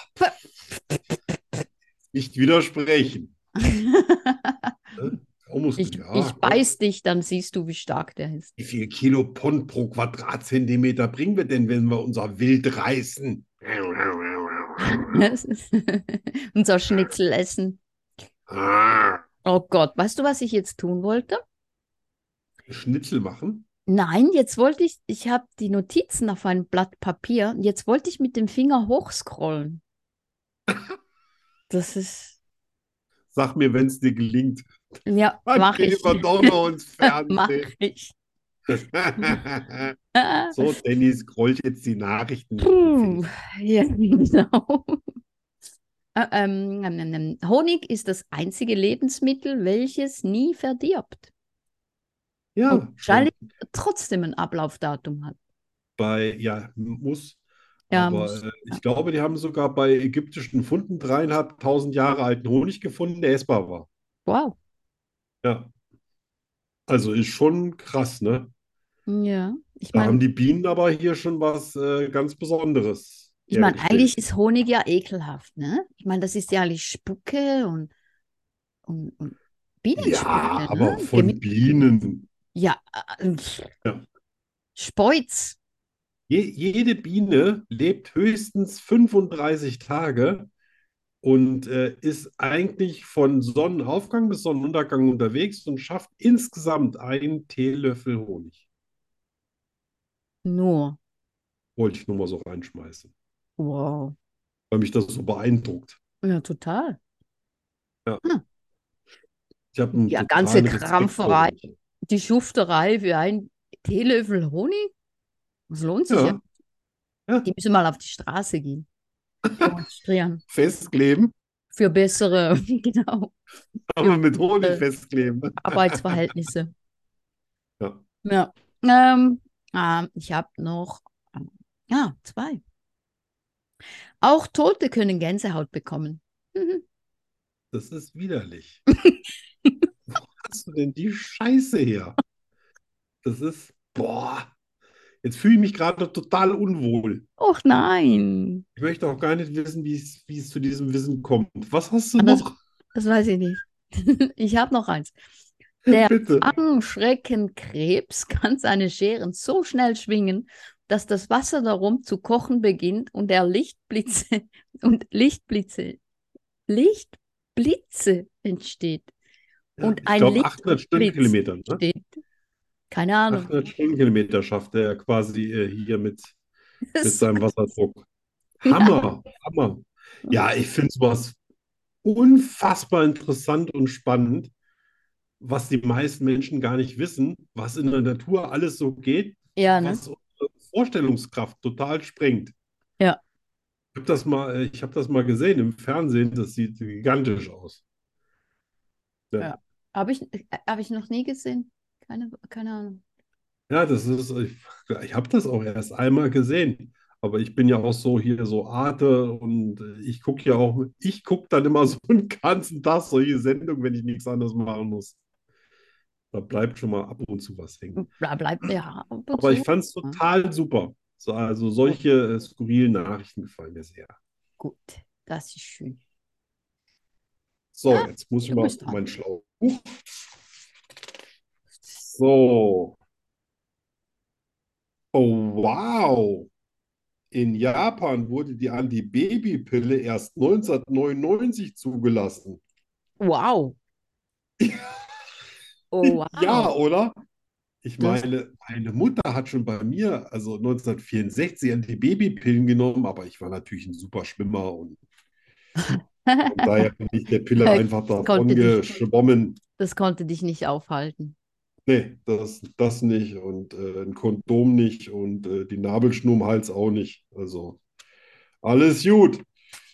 [SPEAKER 2] nicht widersprechen. Ne? Kaumuskel,
[SPEAKER 1] Ich,
[SPEAKER 2] ja,
[SPEAKER 1] ich
[SPEAKER 2] Gott.
[SPEAKER 1] beiß dich, dann siehst du, wie stark der ist.
[SPEAKER 2] Wie viel Kilo Pond pro Quadratzentimeter bringen wir denn, wenn wir unser Wild reißen?
[SPEAKER 1] Das ist unser Schnitzelessen.
[SPEAKER 2] Ah,
[SPEAKER 1] Oh Gott, weißt du, was ich jetzt tun wollte?
[SPEAKER 2] Schnitzel machen?
[SPEAKER 1] Nein, jetzt wollte ich, ich habe die Notizen auf einem Blatt Papier. und Jetzt wollte ich mit dem Finger hochscrollen. Das ist,
[SPEAKER 2] Sag mir, wenn es dir gelingt.
[SPEAKER 1] ja,
[SPEAKER 2] Dann
[SPEAKER 1] mach
[SPEAKER 2] gehen
[SPEAKER 1] ich.
[SPEAKER 2] wir doch noch ins
[SPEAKER 1] Mach
[SPEAKER 2] Fernsehen.
[SPEAKER 1] ich.
[SPEAKER 2] so, Danny scrollt jetzt die Nachrichten.
[SPEAKER 1] Puh, ja, genau. Ä- ähm, ähm, ähm, ähm. Honig ist das einzige Lebensmittel, welches nie verdirbt.
[SPEAKER 2] Ja,
[SPEAKER 1] Und Oh, Charlie trotzdem ein Ablaufdatum hat.
[SPEAKER 2] bei, ja, muss.
[SPEAKER 1] Ja,
[SPEAKER 2] Aber
[SPEAKER 1] muss,
[SPEAKER 2] äh, ich glaube, die haben sogar bei ägyptischen Funden dreieinhalbtausend Jahre alten Honig gefunden, der essbar war.
[SPEAKER 1] Wow.
[SPEAKER 2] Ja. Also ist schon krass, ne?
[SPEAKER 1] Ja, ich
[SPEAKER 2] Da haben
[SPEAKER 1] meine,
[SPEAKER 2] die Bienen aber hier schon was äh, ganz Besonderes
[SPEAKER 1] ich meine,
[SPEAKER 2] hergestellt.
[SPEAKER 1] eigentlich ist Honig ja ekelhaft, ne? Ich meine, das ist ja eigentlich Spucke und, und, und Bienenspucke,
[SPEAKER 2] Ja,
[SPEAKER 1] ne?
[SPEAKER 2] aber von
[SPEAKER 1] Gemi-
[SPEAKER 2] Bienen.
[SPEAKER 1] ja, äh, pff.
[SPEAKER 2] Ja.
[SPEAKER 1] Speuz.
[SPEAKER 2] Je, jede Biene lebt höchstens 35 Tage und äh, ist eigentlich von Sonnenaufgang bis Sonnenuntergang unterwegs und schafft insgesamt einen Teelöffel Honig.
[SPEAKER 1] Nur,
[SPEAKER 2] Wollte ich nur mal so reinschmeißen,
[SPEAKER 1] wow.
[SPEAKER 2] weil mich das so beeindruckt.
[SPEAKER 1] Ja, total.
[SPEAKER 2] Ich habe einen
[SPEAKER 1] Ja, ganze
[SPEAKER 2] totalen Respekt
[SPEAKER 1] Krampferei.
[SPEAKER 2] vor Honig.
[SPEAKER 1] Die Schufterei für einen Teelöffel Honig, das lohnt sich ja.
[SPEAKER 2] Ja. Ja.
[SPEAKER 1] Die müssen mal auf die Straße gehen. Demonstrieren.
[SPEAKER 2] Festkleben,
[SPEAKER 1] Für bessere, genau,
[SPEAKER 2] aber mit Honig
[SPEAKER 1] Äh,
[SPEAKER 2] festkleben.
[SPEAKER 1] Arbeitsverhältnisse.
[SPEAKER 2] Ja.
[SPEAKER 1] Ja, ähm, ähm, ich habe noch Ja, zwei. Auch Tote können Gänsehaut bekommen.
[SPEAKER 2] Das ist widerlich. Wo hast du denn die Scheiße her? Das ist, boah. Jetzt fühle ich mich gerade total unwohl.
[SPEAKER 1] Och nein,
[SPEAKER 2] Ich möchte auch gar nicht wissen, wie es, wie es zu diesem Wissen kommt. Was hast du
[SPEAKER 1] Aber es-
[SPEAKER 2] noch?
[SPEAKER 1] das weiß ich nicht. ich habe noch eins. Der
[SPEAKER 2] Bitte.
[SPEAKER 1] Angschreckenkrebs kann seine Scheren so schnell schwingen, dass das Wasser darum zu kochen beginnt und er Lichtblitze und Lichtblitze Lichtblitze entsteht. und
[SPEAKER 2] ich
[SPEAKER 1] ein
[SPEAKER 2] glaube,
[SPEAKER 1] Licht-
[SPEAKER 2] 800 Stundenkilometer. Ne?
[SPEAKER 1] steht. Keine Ahnung.
[SPEAKER 2] 800 Stundenkilometer schafft er ja quasi äh, hier mit, mit
[SPEAKER 1] Das,
[SPEAKER 2] seinem Wasserdruck. Hammer, Hammer. Ja,
[SPEAKER 1] Mhm.
[SPEAKER 2] ich finde sowas unfassbar interessant und spannend, was die meisten Menschen gar nicht wissen, was in der Natur alles so geht,
[SPEAKER 1] ja, ne?
[SPEAKER 2] was unsere Vorstellungskraft total sprengt.
[SPEAKER 1] Ja.
[SPEAKER 2] Ich habe das mal, äh, ich hab das mal gesehen im Fernsehen, das sieht gigantisch aus.
[SPEAKER 1] Ja. Habe ich, äh, hab ich noch nie gesehen. Keine, keine Ahnung.
[SPEAKER 2] Ja, das ist, ich, ich habe das auch erst einmal gesehen. Aber ich bin ja auch so hier so Arte und äh, ich gucke ja auch, ich gucke dann immer so einen ganzen Tag solche Sendungen, wenn ich nichts anderes machen muss. Da bleibt schon mal ab und zu was hängen.
[SPEAKER 1] Bla, bleibt ja. ab und
[SPEAKER 2] Aber ich
[SPEAKER 1] zu. Hm,
[SPEAKER 2] fand es total super. So, also solche äh, skurrilen Nachrichten gefallen mir sehr.
[SPEAKER 1] Gut, das ist schön.
[SPEAKER 2] So,
[SPEAKER 1] Ah,
[SPEAKER 2] jetzt muss ich
[SPEAKER 1] du
[SPEAKER 2] mal
[SPEAKER 1] bist
[SPEAKER 2] auf
[SPEAKER 1] dran.
[SPEAKER 2] mein Schlauch. So. Oh, wow. In Japan wurde die Antibabypille erst 1999 zugelassen.
[SPEAKER 1] Wow. Oh, wow.
[SPEAKER 2] Ja, oder? Ich
[SPEAKER 1] Das-
[SPEAKER 2] meine, meine Mutter hat schon bei mir, also 1964, Antibabypillen genommen, aber ich war natürlich ein super Schwimmer und von daher bin ich der Pille einfach davon
[SPEAKER 1] Konnte dich-
[SPEAKER 2] geschwommen.
[SPEAKER 1] Das konnte dich nicht aufhalten.
[SPEAKER 2] Nee, das, das nicht und äh, ein Kondom nicht und äh, die Nabelschnur im Hals auch nicht. Also alles gut.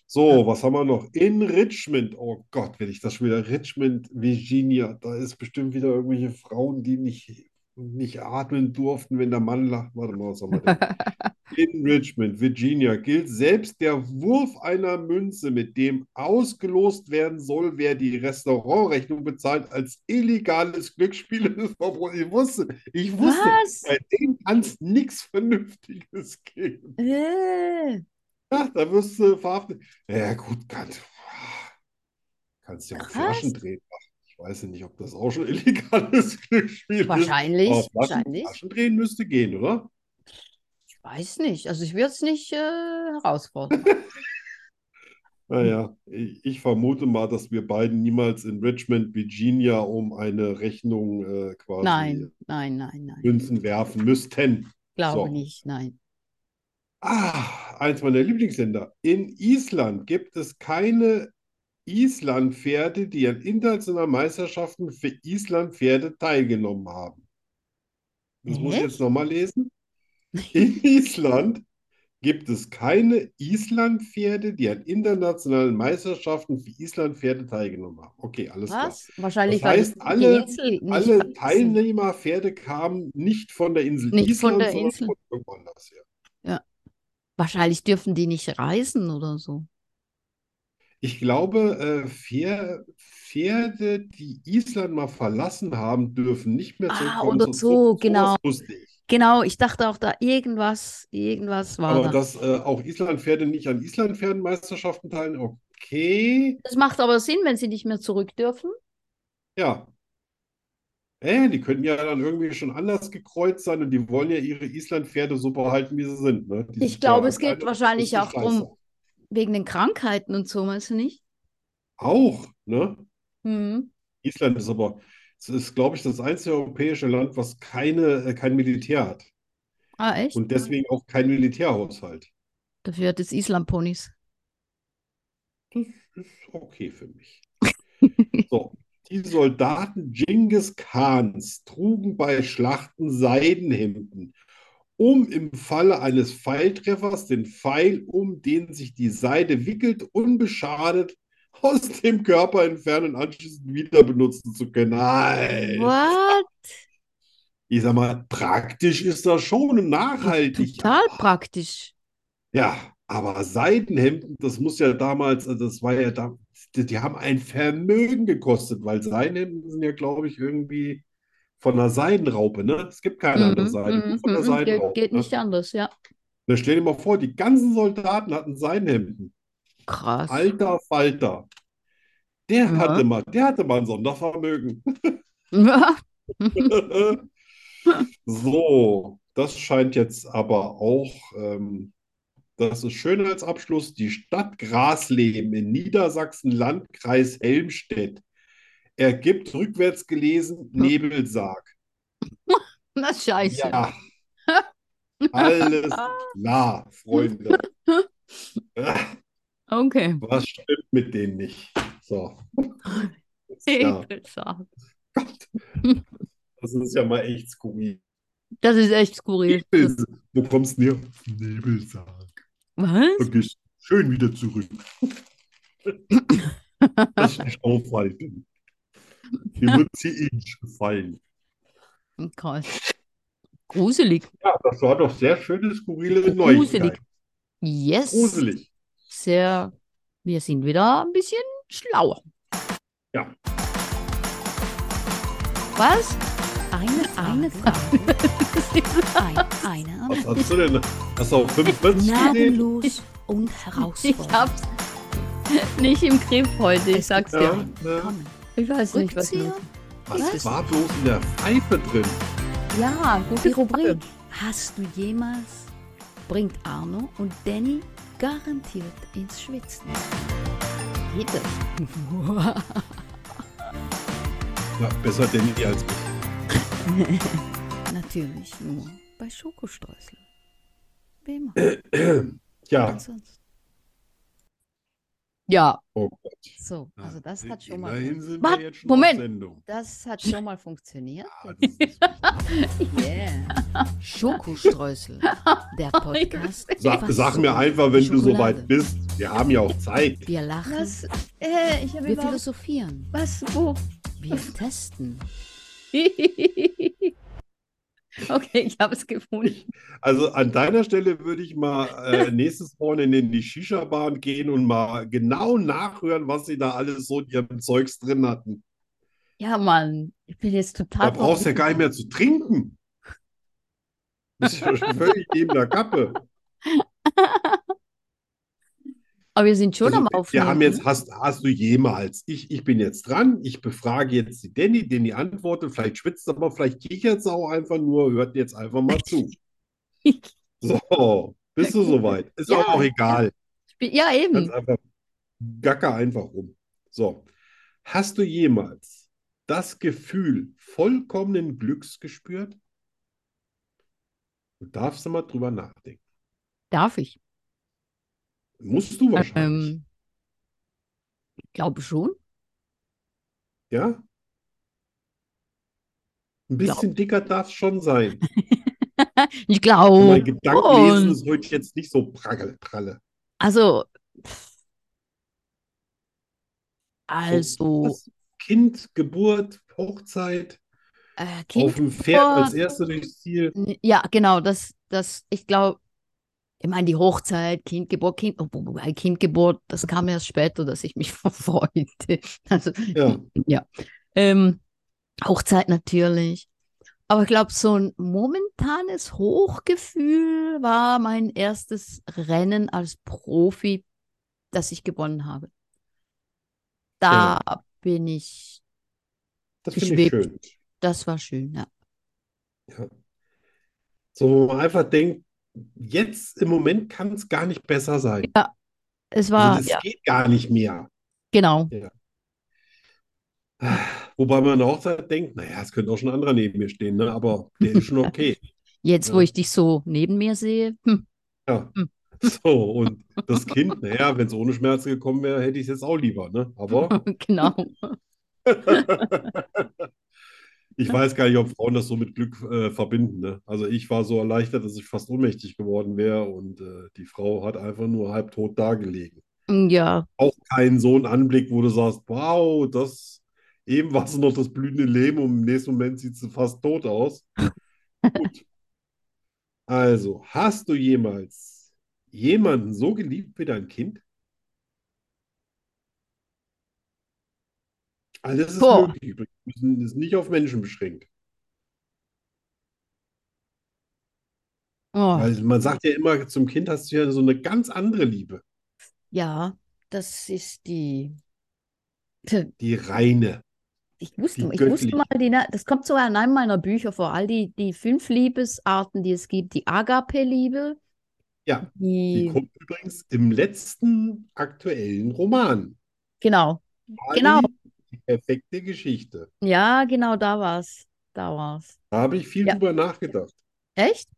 [SPEAKER 2] So, was haben wir noch? In Richmond. Oh Gott, wenn ich das schon wieder. Richmond, Virginia. Da ist bestimmt wieder irgendwelche Frauen, die nicht, nicht atmen durften, wenn der Mann lacht. Warte mal, was haben wir denn? In Richmond, Virginia, gilt selbst der Wurf einer Münze, mit dem ausgelost werden soll, wer die Restaurantrechnung bezahlt, als illegales Glücksspiel. Obwohl Ich wusste, ich wusste,
[SPEAKER 1] Was?
[SPEAKER 2] bei denen kann es nichts Vernünftiges geben.
[SPEAKER 1] Äh,
[SPEAKER 2] Ja, Ah, da wirst du verhaftet. Ja, gut, kannst, ah, kannst ja auch
[SPEAKER 1] Krass.
[SPEAKER 2] Flaschen drehen. machen. Ich weiß ja nicht, ob das auch schon illegales Glücksspiel ist.
[SPEAKER 1] wahrscheinlich,
[SPEAKER 2] Aber Flaschen,
[SPEAKER 1] wahrscheinlich.
[SPEAKER 2] Flaschen drehen müsste gehen, oder?
[SPEAKER 1] Ich weiß nicht. Also ich würde es nicht äh, herausfordern.
[SPEAKER 2] Naja, ich, ich vermute mal, dass wir beiden niemals in Richmond, Virginia, um eine Rechnung äh, quasi
[SPEAKER 1] Nein, nein, nein, nein.
[SPEAKER 2] Münzen werfen müssten.
[SPEAKER 1] Glaube
[SPEAKER 2] So.
[SPEAKER 1] nicht, nein.
[SPEAKER 2] Ah, eins meiner Lieblingsländer. In Island gibt es keine Islandpferde, die an internationalen Meisterschaften für Islandpferde teilgenommen haben. Das muss ich
[SPEAKER 1] Echt?
[SPEAKER 2] jetzt nochmal lesen. In Island gibt es keine Islandpferde, die an internationalen Meisterschaften für Islandpferde teilgenommen haben. Okay, alles klar.
[SPEAKER 1] Was? Wahrscheinlich,
[SPEAKER 2] Das
[SPEAKER 1] weil
[SPEAKER 2] heißt,
[SPEAKER 1] die
[SPEAKER 2] alle-
[SPEAKER 1] Insel nicht
[SPEAKER 2] Alle
[SPEAKER 1] verlassen.
[SPEAKER 2] Teilnehmerpferde kamen nicht von der Insel
[SPEAKER 1] Nicht von
[SPEAKER 2] Island,
[SPEAKER 1] der
[SPEAKER 2] sondern
[SPEAKER 1] Insel.
[SPEAKER 2] von irgendwo anders her.
[SPEAKER 1] Wahrscheinlich dürfen die nicht reisen oder so.
[SPEAKER 2] Ich glaube, äh, Pfer- Pferde, die Island mal verlassen haben, dürfen nicht mehr
[SPEAKER 1] Ah,
[SPEAKER 2] zurückkommen.
[SPEAKER 1] oder
[SPEAKER 2] So-
[SPEAKER 1] so,
[SPEAKER 2] so- sowas
[SPEAKER 1] genau.
[SPEAKER 2] wusste ich.
[SPEAKER 1] Genau, ich dachte auch da irgendwas, irgendwas war
[SPEAKER 2] Aber
[SPEAKER 1] da.
[SPEAKER 2] dass äh, auch Islandpferde nicht an Islandpferdenmeisterschaften teilnehmen, okay.
[SPEAKER 1] Das macht aber Sinn, wenn sie nicht mehr zurück dürfen.
[SPEAKER 2] Ja. Äh, die könnten ja dann irgendwie schon anders gekreuzt sein und die wollen ja ihre Islandpferde so behalten, wie sie sind. Ne? Die
[SPEAKER 1] Ich
[SPEAKER 2] sind ja
[SPEAKER 1] glaube, es geht
[SPEAKER 2] alleine
[SPEAKER 1] wahrscheinlich
[SPEAKER 2] richtig
[SPEAKER 1] auch drum,
[SPEAKER 2] scheiße.
[SPEAKER 1] wegen den Krankheiten und so, meinst du nicht?
[SPEAKER 2] Auch, ne?
[SPEAKER 1] Hm.
[SPEAKER 2] Island ist aber, es ist, glaube ich, das einzige europäische Land, was keine, äh, kein Militär hat
[SPEAKER 1] Ah, echt?
[SPEAKER 2] und deswegen auch keinen Militärhaushalt.
[SPEAKER 1] Dafür hat es Island-Ponys.
[SPEAKER 2] Das ist okay für mich. So, die Soldaten Genghis Khans trugen bei Schlachten Seidenhemden, um im Falle eines Pfeiltreffers den Pfeil, um den sich die Seide wickelt, unbeschadet aus dem Äh. Körper entfernen und anschließend wieder benutzen zu können. Nein.
[SPEAKER 1] What?
[SPEAKER 2] ich sag mal, praktisch ist das schon und nachhaltig.
[SPEAKER 1] Total
[SPEAKER 2] aber-
[SPEAKER 1] praktisch.
[SPEAKER 2] Ja, aber Seidenhemden, das muss ja damals, also das war ja da, die, die haben ein Vermögen gekostet, weil Seidenhemden sind ja, glaube ich, irgendwie von einer Seidenraupe, ne? Es gibt keine andere
[SPEAKER 1] Mhm,
[SPEAKER 2] Seide, nur
[SPEAKER 1] mhm,
[SPEAKER 2] von der
[SPEAKER 1] mhm, geht-
[SPEAKER 2] Seidenraupe,
[SPEAKER 1] geht
[SPEAKER 2] ne?
[SPEAKER 1] nicht anders, ja.
[SPEAKER 2] Da stell dir mal vor, die ganzen Soldaten hatten Seidenhemden.
[SPEAKER 1] Krass.
[SPEAKER 2] Alter Falter. Der
[SPEAKER 1] Ja.
[SPEAKER 2] hatte mal, der hatte mal ein Sondervermögen. So, das scheint jetzt aber auch, ähm, das ist schön als Abschluss, die Stadt Grasleben in Niedersachsen, Landkreis Helmstedt, ergibt rückwärts gelesen Nebelsarg.
[SPEAKER 1] Na scheiße.
[SPEAKER 2] Ja, alles klar, Freunde. Ah,
[SPEAKER 1] Okay.
[SPEAKER 2] Was stimmt mit denen nicht? So, ja,
[SPEAKER 1] Interessant.
[SPEAKER 2] das ist ja mal echt skurril.
[SPEAKER 1] Das ist echt skurril.
[SPEAKER 2] Nebels- Wo kommst du denn her? Nebelsarg.
[SPEAKER 1] Was?
[SPEAKER 2] Wirklich schön wieder zurück. Lass dich aufhalten. Hier wird sie inch gefallen.
[SPEAKER 1] Krass. Gruselig.
[SPEAKER 2] Ja, das war doch sehr schöne, skurrile
[SPEAKER 1] Gruselig.
[SPEAKER 2] Neuigkeit.
[SPEAKER 1] Yes.
[SPEAKER 2] Gruselig.
[SPEAKER 1] Sehr. Wir sind wieder ein bisschen schlauer.
[SPEAKER 2] Ja.
[SPEAKER 1] Was?
[SPEAKER 3] Eine, eine Frage. Ein, eine
[SPEAKER 2] Was hast du denn? Hast du auch 45 gesehen?
[SPEAKER 3] Nagellos und
[SPEAKER 1] Ich
[SPEAKER 3] herausfordernd.
[SPEAKER 1] hab's nicht im Griff heute, ich sag's
[SPEAKER 2] Ja,
[SPEAKER 1] dir.
[SPEAKER 2] ja.
[SPEAKER 1] Ich weiß nicht, was
[SPEAKER 3] Rückzieher?
[SPEAKER 1] los ist.
[SPEAKER 2] Was war bloß in der Pfeife drin?
[SPEAKER 1] Ja, gute
[SPEAKER 3] Die
[SPEAKER 1] Frage.
[SPEAKER 3] Rubrik Hast du jemals bringt Arno und Danny garantiert ins Schwitzen.
[SPEAKER 1] Geht das?
[SPEAKER 2] Ja, besser denn nie als mich.
[SPEAKER 3] Natürlich nur bei Schokostreusel. Wem auch
[SPEAKER 2] Ja,
[SPEAKER 3] sonst.
[SPEAKER 1] Ja,
[SPEAKER 2] oh Gott.
[SPEAKER 1] so, also das hat schon mal
[SPEAKER 2] Immerhin sind
[SPEAKER 1] Warte,
[SPEAKER 2] wir jetzt schon auf
[SPEAKER 1] Moment.
[SPEAKER 2] Sendung.
[SPEAKER 1] das hat schon mal funktioniert.
[SPEAKER 2] Ah, das ist
[SPEAKER 1] Yeah.
[SPEAKER 3] Schokostreusel, der Podcast.
[SPEAKER 2] Sag,
[SPEAKER 3] fast
[SPEAKER 2] sag
[SPEAKER 3] so
[SPEAKER 2] mir einfach,
[SPEAKER 3] wie
[SPEAKER 2] wenn du
[SPEAKER 3] Schokolade.
[SPEAKER 2] soweit bist. Wir haben ja auch Zeit.
[SPEAKER 3] Wir lachen,
[SPEAKER 1] Was? Äh, ich habe
[SPEAKER 3] wir
[SPEAKER 1] überhaupt
[SPEAKER 3] philosophieren,
[SPEAKER 1] was wo?
[SPEAKER 3] wir testen.
[SPEAKER 1] okay, ich habe es gefunden.
[SPEAKER 2] Also an deiner Stelle würde ich mal äh, nächstes Wochenende in die Shisha-Bahn gehen und mal genau nachhören, was sie da alles so in ihrem Zeugs drin hatten.
[SPEAKER 1] Ja, Mann, ich bin jetzt
[SPEAKER 2] Da
[SPEAKER 1] total
[SPEAKER 2] brauchst du ja gar nicht mehr zu trinken. Das ist ja schon völlig neben der Kappe.
[SPEAKER 1] Aber wir sind schon
[SPEAKER 2] Also,
[SPEAKER 1] am
[SPEAKER 2] wir
[SPEAKER 1] Aufnehmen.
[SPEAKER 2] haben
[SPEAKER 1] ne?
[SPEAKER 2] jetzt, hast, hast du jemals, ich, ich bin jetzt dran, ich befrage jetzt die Danny, Danny antwortet, vielleicht schwitzt aber, vielleicht kichert sie auch einfach nur, hört jetzt einfach mal zu. So, bist du soweit? Ist
[SPEAKER 1] Ja,
[SPEAKER 2] auch egal.
[SPEAKER 1] Ich bin- Ja,
[SPEAKER 2] Ganz
[SPEAKER 1] eben.
[SPEAKER 2] einfach, gacker einfach rum. So, hast du jemals das Gefühl vollkommenen Glücks gespürt? Du darfst mal drüber nachdenken.
[SPEAKER 1] Darf ich?
[SPEAKER 2] Musst du wahrscheinlich,
[SPEAKER 1] Ähm, ich glaube schon.
[SPEAKER 2] ja? Ein
[SPEAKER 1] glaub-
[SPEAKER 2] bisschen dicker darf es schon sein.
[SPEAKER 1] Ich glaube.
[SPEAKER 2] Mein Gedankenlesen ist heute jetzt nicht so pragel, pralle.
[SPEAKER 1] Also. pff.
[SPEAKER 2] So,
[SPEAKER 1] Also,
[SPEAKER 2] das Kind, Geburt, Hochzeit,
[SPEAKER 1] äh,
[SPEAKER 2] auf
[SPEAKER 1] Kind.
[SPEAKER 2] dem Pferd als
[SPEAKER 1] Geburt.
[SPEAKER 2] erstes durchs Ziel.
[SPEAKER 1] Ja, genau, das, das, ich glaube, ich meine, die Hochzeit, Kindgeburt, kind, oh, wobei Kindgeburt, das kam erst später, dass ich mich verfreute. Also,
[SPEAKER 2] Ja.
[SPEAKER 1] ähm, Hochzeit natürlich. Aber ich glaube, so ein momentanes Hochgefühl war mein erstes Rennen als Profi, das ich gewonnen habe. Da bin ich,
[SPEAKER 2] Das finde ich
[SPEAKER 1] Geschwebt.
[SPEAKER 2] schön.
[SPEAKER 1] das war schön, ja.
[SPEAKER 2] Ja. So, wo man einfach denkt, jetzt im Moment kann es gar nicht besser sein.
[SPEAKER 1] Es war,
[SPEAKER 2] Also das
[SPEAKER 1] ja,
[SPEAKER 2] geht gar nicht mehr.
[SPEAKER 1] genau.
[SPEAKER 2] Wobei man an der Hochzeit denkt, naja, es könnte auch schon ein anderer neben mir stehen, ne? aber der ist schon okay.
[SPEAKER 1] Jetzt, wo
[SPEAKER 2] Ja.
[SPEAKER 1] ich dich so neben mir sehe, hm,
[SPEAKER 2] Ja.
[SPEAKER 1] Hm.
[SPEAKER 2] So, und das Kind, naja, wenn es ohne Schmerzen gekommen wäre, hätte ich es jetzt auch lieber. Ne? Aber
[SPEAKER 1] genau.
[SPEAKER 2] ich weiß gar nicht, ob Frauen das so mit Glück äh, verbinden. Ne? Also ich war so erleichtert, dass ich fast ohnmächtig geworden wäre und äh, die Frau hat einfach nur halbtot dagelegen.
[SPEAKER 3] hm,
[SPEAKER 1] Ja,
[SPEAKER 2] auch keinen so einen Anblick, wo du sagst, wow, das eben war es noch das blühende Leben und im nächsten Moment sieht sie fast tot aus. Also, hast du jemals jemanden so geliebt wie dein Kind? Alles Also, ist
[SPEAKER 3] Boah.
[SPEAKER 2] möglich übrigens. Wir müssen- Ist nicht auf Menschen beschränkt.
[SPEAKER 3] Oh,
[SPEAKER 2] Weil man sagt ja immer, zum Kind hast du ja so eine ganz andere Liebe.
[SPEAKER 3] ja, das ist die.
[SPEAKER 2] Die reine.
[SPEAKER 3] Ich wusste,
[SPEAKER 2] Die
[SPEAKER 3] ich wusste
[SPEAKER 2] göttliche.
[SPEAKER 3] mal, die, Na- das kommt sogar in einem meiner Bücher vor, all die, die fünf Liebesarten, die es gibt, die Agape-Liebe,
[SPEAKER 2] Ja, die
[SPEAKER 3] die,
[SPEAKER 2] kommt übrigens im letzten aktuellen Roman.
[SPEAKER 3] genau,
[SPEAKER 2] Ali,
[SPEAKER 3] Genau.
[SPEAKER 2] Die perfekte Geschichte.
[SPEAKER 3] ja, genau, da war's, da war's.
[SPEAKER 2] Da habe ich viel
[SPEAKER 3] Ja.
[SPEAKER 2] drüber nachgedacht.
[SPEAKER 3] Echt?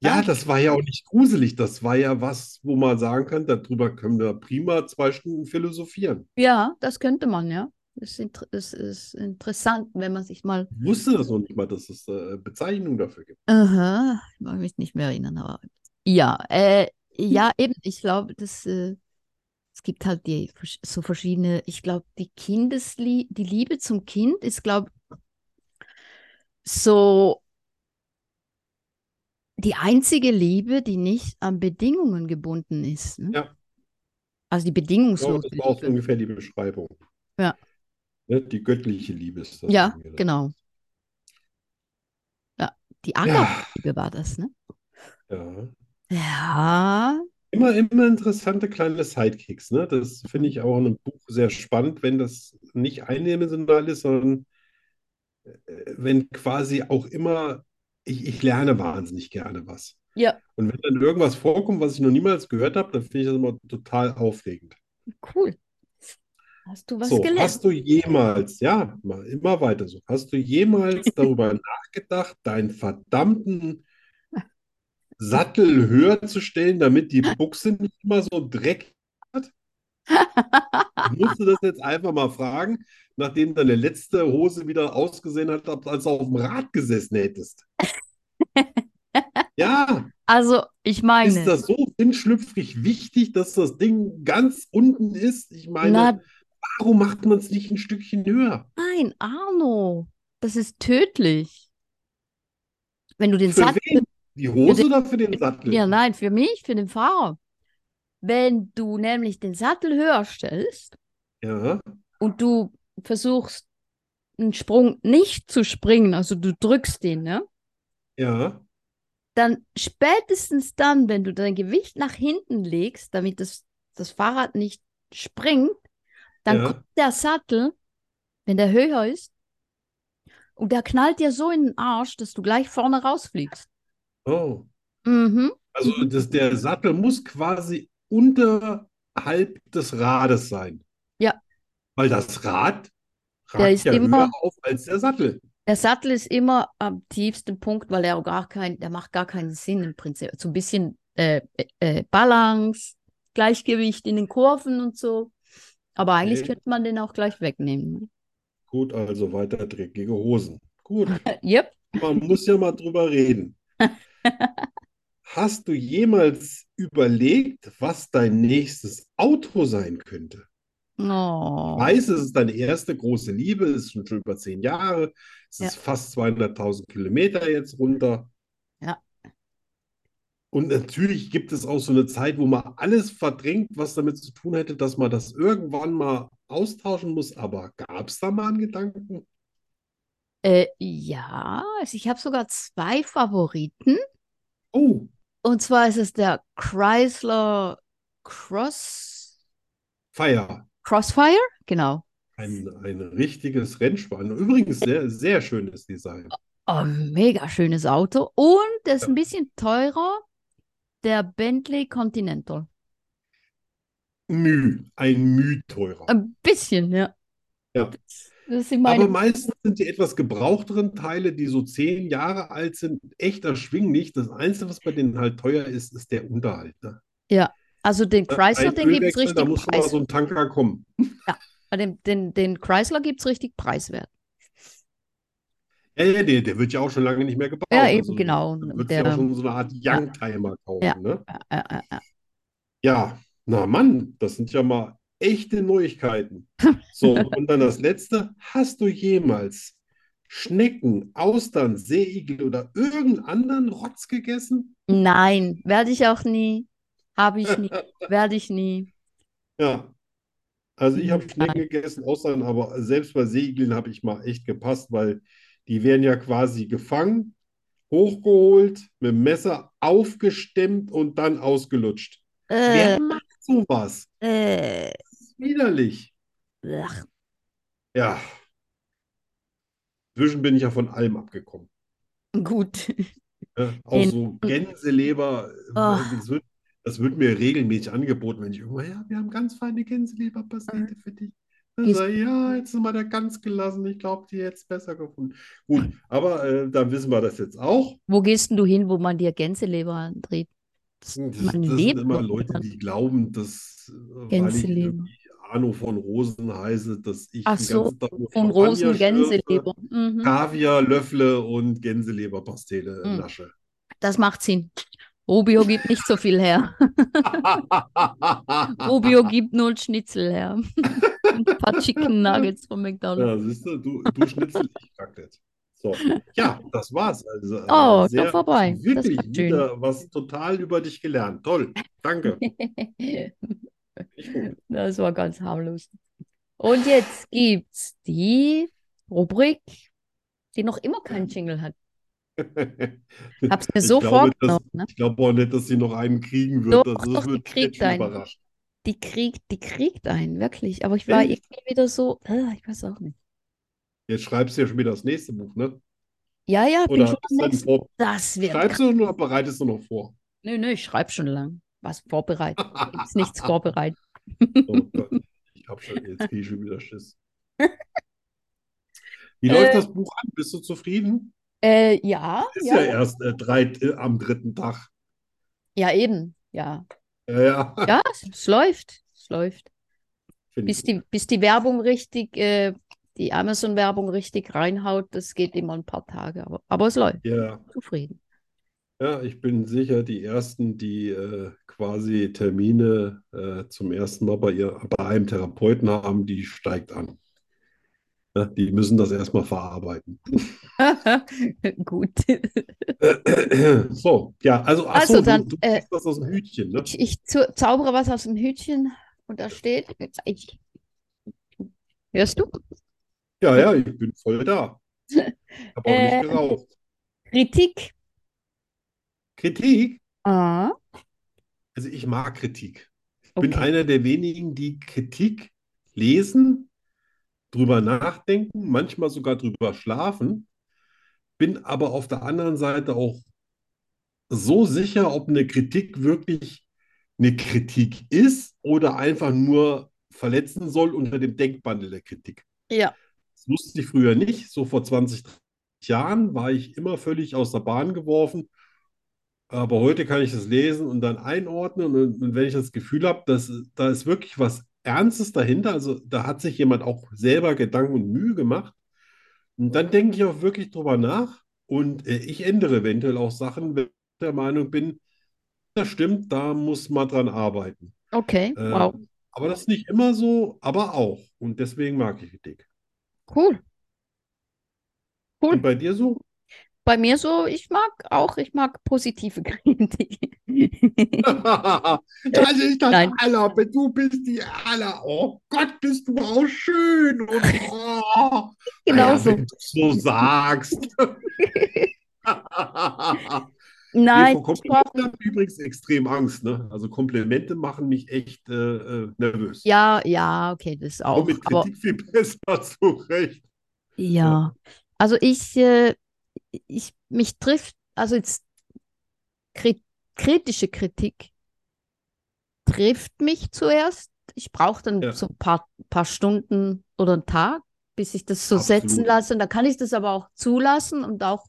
[SPEAKER 2] Ja,
[SPEAKER 3] Ah.
[SPEAKER 2] das war ja auch nicht gruselig. Das war ja was, wo man sagen kann, darüber können wir prima zwei Stunden philosophieren.
[SPEAKER 3] Ja, das könnte man, ja. Das ist, inter das ist interessant, wenn man sich mal,
[SPEAKER 2] Ich wusste das noch nicht mal, dass es äh, Bezeichnung dafür gibt.
[SPEAKER 3] aha, ich mag mich nicht mehr erinnern, aber ja, äh, ja, eben, ich glaube, das, äh, es gibt halt die versch- so verschiedene, ich glaube, die Kindeslie die Liebe zum Kind ist, glaube so die einzige Liebe, die nicht an Bedingungen gebunden ist, ne?
[SPEAKER 2] Ja.
[SPEAKER 3] Also die
[SPEAKER 2] Ich glaube,
[SPEAKER 3] bedingungslose
[SPEAKER 2] das war auch so
[SPEAKER 3] Liebe.
[SPEAKER 2] ungefähr die Beschreibung.
[SPEAKER 3] Ja.
[SPEAKER 2] Ne, die göttliche Liebe ist das.
[SPEAKER 3] Ja,
[SPEAKER 2] irgendwie.
[SPEAKER 3] genau. Ja, die Agape-Liebe war das, ne?
[SPEAKER 2] Ja.
[SPEAKER 3] Ja,
[SPEAKER 2] Immer, immer interessante kleine Sidekicks, ne? Das finde ich auch in einem Buch sehr spannend, wenn das nicht eindimensional ist, sondern äh, wenn quasi auch immer, ich, ich lerne wahnsinnig gerne was.
[SPEAKER 3] Ja.
[SPEAKER 2] Und wenn dann irgendwas vorkommt, was ich noch niemals gehört habe, dann finde ich das immer total aufregend.
[SPEAKER 3] cool. Hast du was
[SPEAKER 2] So,
[SPEAKER 3] gelernt?
[SPEAKER 2] hast du jemals, ja, mal- immer weiter so, hast du jemals darüber nachgedacht, deinen verdammten Sattel höher zu stellen, damit die Buchse nicht immer so dreckig wird? Ich musste das jetzt einfach mal fragen, nachdem deine letzte Hose wieder ausgesehen hat, als du auf dem Rad gesessen hättest. Ja,
[SPEAKER 3] Also, ich
[SPEAKER 2] ist
[SPEAKER 3] meine,
[SPEAKER 2] das so sinnschlüpfrig wichtig, dass das Ding ganz unten ist? Ich meine,
[SPEAKER 3] Na-
[SPEAKER 2] warum macht man es nicht ein Stückchen höher?
[SPEAKER 3] nein, Arno, das ist tödlich. Wenn du den
[SPEAKER 2] Für
[SPEAKER 3] Sattel,
[SPEAKER 2] wen? Die Hose
[SPEAKER 3] den-
[SPEAKER 2] oder für den Sattel?
[SPEAKER 3] ja, nein, für mich, für den Fahrer. Wenn du nämlich den Sattel höher stellst
[SPEAKER 2] Ja,
[SPEAKER 3] und du versuchst, einen Sprung nicht zu springen, also du drückst den, ne?
[SPEAKER 2] ja.
[SPEAKER 3] dann spätestens dann, wenn du dein Gewicht nach hinten legst, damit das, das Fahrrad nicht springt, dann
[SPEAKER 2] Ja.
[SPEAKER 3] kommt der Sattel, wenn der höher ist, und der knallt dir so in den Arsch, dass du gleich vorne rausfliegst.
[SPEAKER 2] Oh.
[SPEAKER 3] Mhm.
[SPEAKER 2] Also das, der Sattel muss quasi unterhalb des Rades sein.
[SPEAKER 3] Ja.
[SPEAKER 2] Weil das Rad
[SPEAKER 3] Der
[SPEAKER 2] ragt
[SPEAKER 3] ist
[SPEAKER 2] ja höher
[SPEAKER 3] immer-
[SPEAKER 2] auf als der Sattel.
[SPEAKER 3] Der Sattel ist immer am tiefsten Punkt, weil er auch gar kein, der macht gar keinen Sinn im Prinzip. So ein bisschen äh, äh, Balance, Gleichgewicht in den Kurven und so. Aber eigentlich
[SPEAKER 2] Okay.
[SPEAKER 3] könnte man den auch gleich wegnehmen.
[SPEAKER 2] Gut, also weiter dreckige Hosen. Gut,
[SPEAKER 3] Yep.
[SPEAKER 2] man muss ja mal drüber reden. Hast du jemals überlegt, was dein nächstes Auto sein könnte?
[SPEAKER 3] Oh.
[SPEAKER 2] weiß, es ist deine erste große Liebe, es ist schon schon über zehn Jahre, es ist fast 200.000 Kilometer jetzt runter.
[SPEAKER 3] Ja.
[SPEAKER 2] Und natürlich gibt es auch so eine Zeit, wo man alles verdrängt, was damit zu tun hätte, dass man das irgendwann mal austauschen muss. Aber gab es da mal einen Gedanken?
[SPEAKER 3] Äh, ja, also ich habe sogar zwei Favoriten.
[SPEAKER 2] Oh,
[SPEAKER 3] Und zwar ist es der Chrysler Cross
[SPEAKER 2] Feier.
[SPEAKER 3] Crossfire, genau.
[SPEAKER 2] Ein, ein richtiges Rennschwein. Übrigens, sehr, sehr schönes Design.
[SPEAKER 3] Oh, mega schönes Auto. Und der ist ein bisschen teurer, der Bentley Continental.
[SPEAKER 2] Müh, ein Müh teurer.
[SPEAKER 3] Ein bisschen, ja.
[SPEAKER 2] Ja.
[SPEAKER 3] Das, das sind
[SPEAKER 2] Aber
[SPEAKER 3] Ähm, meine.
[SPEAKER 2] meistens sind die etwas gebrauchteren Teile, die so zehn Jahre alt sind, echt erschwinglich. Das Einzige, was bei denen halt teuer ist, ist der Unterhalt. Ne?
[SPEAKER 3] Also den Chrysler,
[SPEAKER 2] Ein
[SPEAKER 3] den gibt's
[SPEAKER 2] Ölwechsel, da
[SPEAKER 3] richtig
[SPEAKER 2] muss schon mal
[SPEAKER 3] preis.
[SPEAKER 2] so ein Tanker kommen.
[SPEAKER 3] Den, den, den Chrysler gibt's richtig preiswert.
[SPEAKER 2] Ja, ja, der, der wird ja auch schon lange nicht mehr gebaut.
[SPEAKER 3] Ja, eben,
[SPEAKER 2] Also,
[SPEAKER 3] genau.
[SPEAKER 2] Du würdest ja auch
[SPEAKER 3] Der- äh,
[SPEAKER 2] schon so eine Art
[SPEAKER 3] Ja.
[SPEAKER 2] Youngtimer kaufen.
[SPEAKER 3] Ja.
[SPEAKER 2] Ne?
[SPEAKER 3] Ä- ä- ä- ä-
[SPEAKER 2] Ja, na Mann, das sind ja mal echte Neuigkeiten. So, und dann das Letzte. Hast du jemals Schnecken, Austern, Seeigel oder irgendeinen anderen Rotz gegessen?
[SPEAKER 1] Nein, werde ich auch nie. Habe ich nie. Werde ich nie.
[SPEAKER 2] Ja. Also ich habe Schnecken gegessen, Austern, aber selbst bei Seeigeln habe ich mal echt gepasst, weil die werden ja quasi gefangen, hochgeholt, mit dem Messer aufgestemmt und dann ausgelutscht.
[SPEAKER 1] Äh,
[SPEAKER 2] Wer macht sowas?
[SPEAKER 1] äh,
[SPEAKER 2] Das ist widerlich.
[SPEAKER 1] ach,
[SPEAKER 2] Ja. Inzwischen bin ich ja von allem abgekommen.
[SPEAKER 1] gut.
[SPEAKER 2] Ne? Auch
[SPEAKER 1] Den-
[SPEAKER 2] so Gänseleber, äh,
[SPEAKER 1] Oh.
[SPEAKER 2] das wird, das wird mir regelmäßig angeboten, wenn ich irgendwann, ja, wir haben ganz feine
[SPEAKER 1] Mhm.
[SPEAKER 2] Gänseleberpastete für dich. Dann
[SPEAKER 1] Ist-
[SPEAKER 2] sage ich, ja, jetzt sind wir da ganz gelassen. Ich glaube, die hätte es besser gefunden. Gut, aber äh, dann wissen wir das jetzt auch.
[SPEAKER 1] Wo gehst denn du hin, wo man dir Gänseleber andreht? Das,
[SPEAKER 2] Hm, Das, das
[SPEAKER 1] man
[SPEAKER 2] sind
[SPEAKER 1] lebt
[SPEAKER 2] immer
[SPEAKER 1] doch
[SPEAKER 2] Leute,
[SPEAKER 1] davon.
[SPEAKER 2] die glauben, dass, äh, weil ich
[SPEAKER 1] Gänseleber.
[SPEAKER 2] irgendwie Arno von Rosen heiße, dass ich
[SPEAKER 1] Ach
[SPEAKER 2] den
[SPEAKER 1] so,
[SPEAKER 2] ganzen Tag nur
[SPEAKER 1] Von
[SPEAKER 2] Champagner
[SPEAKER 1] Rosen
[SPEAKER 2] schlürfe,
[SPEAKER 1] Gänseleber. Mhm.
[SPEAKER 2] Kaviar löffle und Gänseleberpastete
[SPEAKER 1] Mhm.
[SPEAKER 2] nasche.
[SPEAKER 1] Das macht Sinn. Rubio gibt nicht so viel her. Rubio gibt nur Schnitzel her. Und ein paar Chicken Nuggets von McDonald's.
[SPEAKER 2] Ja, siehst du, du, du Schnitzel, ich Raclette. So, ja, das war's. Also, äh,
[SPEAKER 1] Oh,
[SPEAKER 2] sehr,
[SPEAKER 1] doch vorbei. Das
[SPEAKER 2] wirklich
[SPEAKER 1] war schön.
[SPEAKER 2] wieder was total über dich gelernt. Toll, danke. Ich gut.
[SPEAKER 1] Das war ganz harmlos. Und jetzt gibt's die Rubrik, die noch immer keinen Jingle hat. Hab's mir
[SPEAKER 2] Ich
[SPEAKER 1] so
[SPEAKER 2] glaube, das,
[SPEAKER 1] vorgenommen, ne?
[SPEAKER 2] ich glaube auch nicht, dass sie noch einen kriegen wird. Also,
[SPEAKER 1] Doch,
[SPEAKER 2] das
[SPEAKER 1] doch, die
[SPEAKER 2] wird mich
[SPEAKER 1] kriegt
[SPEAKER 2] jetzt schon
[SPEAKER 1] einen.
[SPEAKER 2] überrascht.
[SPEAKER 1] Die kriegt, die kriegt einen, wirklich. Aber ich war
[SPEAKER 2] Echt?
[SPEAKER 1] irgendwie wieder so, äh, ich weiß auch nicht.
[SPEAKER 2] Jetzt schreibst du ja schon wieder das nächste Buch, ne?
[SPEAKER 1] Ja, ja, bin
[SPEAKER 2] Oder
[SPEAKER 1] schon am
[SPEAKER 2] hast du denn
[SPEAKER 1] nächsten.
[SPEAKER 2] vor?
[SPEAKER 1] Das wird
[SPEAKER 2] Schreibst du oder bereitest du noch vor?
[SPEAKER 1] Nö, nö, ich schreibe schon lang. Was vorbereitet? Gibt's nichts vorbereitet.
[SPEAKER 2] Oh Gott, ich hab schon, jetzt kriege ich schon wieder Schiss. Wie läuft
[SPEAKER 1] Äh.
[SPEAKER 2] das Buch an? Bist du zufrieden?
[SPEAKER 1] Äh, ja,
[SPEAKER 2] Ist
[SPEAKER 1] ja,
[SPEAKER 2] ja erst äh, drei, äh, am dritten Tag.
[SPEAKER 1] ja, eben. Ja,
[SPEAKER 2] Ja, ja,
[SPEAKER 1] ja, es, es läuft. Es läuft.
[SPEAKER 2] finde ich
[SPEAKER 1] Bis die, bis die Werbung richtig, äh, die Amazon-Werbung richtig reinhaut, das geht immer ein paar Tage. Aber, aber es läuft.
[SPEAKER 2] gut. Ja,
[SPEAKER 1] Zufrieden.
[SPEAKER 2] ja, ich bin sicher, die ersten, die äh, quasi Termine äh, zum ersten Mal bei ihr, bei einem Therapeuten haben, die steigt an. Ja, die müssen das erstmal verarbeiten.
[SPEAKER 1] Gut.
[SPEAKER 2] So, ja, also, ach
[SPEAKER 1] Also
[SPEAKER 2] so, du,
[SPEAKER 1] dann,
[SPEAKER 2] du
[SPEAKER 1] äh,
[SPEAKER 2] kriegst das aus dem Hütchen, ne?
[SPEAKER 1] Ich, ich zu, zaubere was aus dem Hütchen und da steht. Ich, hörst du?
[SPEAKER 2] Ja, ja, ich bin voll da. Hab auch
[SPEAKER 1] Äh.
[SPEAKER 2] nicht geraucht.
[SPEAKER 1] Kritik.
[SPEAKER 2] Kritik?
[SPEAKER 1] Ah,
[SPEAKER 2] Also ich mag Kritik. Ich bin
[SPEAKER 1] okay.
[SPEAKER 2] einer der wenigen, die Kritik lesen, drüber nachdenken, manchmal sogar drüber schlafen, bin aber auf der anderen Seite auch so sicher, ob eine Kritik wirklich eine Kritik ist oder einfach nur verletzen soll unter dem Denkbandel der Kritik.
[SPEAKER 1] Ja.
[SPEAKER 2] Das wusste ich früher nicht. So vor 20, 30 Jahren war ich immer völlig aus der Bahn geworfen. Aber heute kann ich das lesen und dann einordnen. Und, und wenn ich das Gefühl habe, dass da ist wirklich was Ernstes dahinter, also da hat sich jemand auch selber Gedanken und Mühe gemacht. Und dann denke ich auch wirklich drüber nach. Und äh, ich ändere eventuell auch Sachen, wenn ich der Meinung bin, das stimmt, da muss man dran arbeiten.
[SPEAKER 1] Okay.
[SPEAKER 2] Äh,
[SPEAKER 1] Wow.
[SPEAKER 2] aber das ist nicht immer so, aber auch. Und deswegen mag ich Kritik.
[SPEAKER 1] Cool. Cool.
[SPEAKER 2] Und bei dir so?
[SPEAKER 1] Bei mir so, ich mag auch, ich mag positive Kritik.
[SPEAKER 2] Das ist das
[SPEAKER 1] Nein.
[SPEAKER 2] Aller, du bist die Aller. Oh Gott, bist du auch schön. Und oh,
[SPEAKER 1] Genau
[SPEAKER 2] naja,
[SPEAKER 1] so.
[SPEAKER 2] wenn du so sagst. Nee,
[SPEAKER 1] Nein,
[SPEAKER 2] vor
[SPEAKER 1] ich brauche
[SPEAKER 2] Komplimenten habe ich übrigens extrem Angst. Ne? Also Komplimente machen mich echt äh, äh, nervös.
[SPEAKER 1] ja, ja, okay, das
[SPEAKER 2] Komm
[SPEAKER 1] auch.
[SPEAKER 2] mit
[SPEAKER 1] Aber
[SPEAKER 2] Kritik viel besser zurecht.
[SPEAKER 1] ja, also ich, äh, ich mich trifft, also jetzt kri kritische Kritik trifft mich zuerst. Ich brauche dann
[SPEAKER 2] Ja.
[SPEAKER 1] so ein paar, paar Stunden oder einen Tag, bis ich das so setzen
[SPEAKER 2] Absolut.
[SPEAKER 1] lasse. Und dann kann ich das aber auch zulassen und auch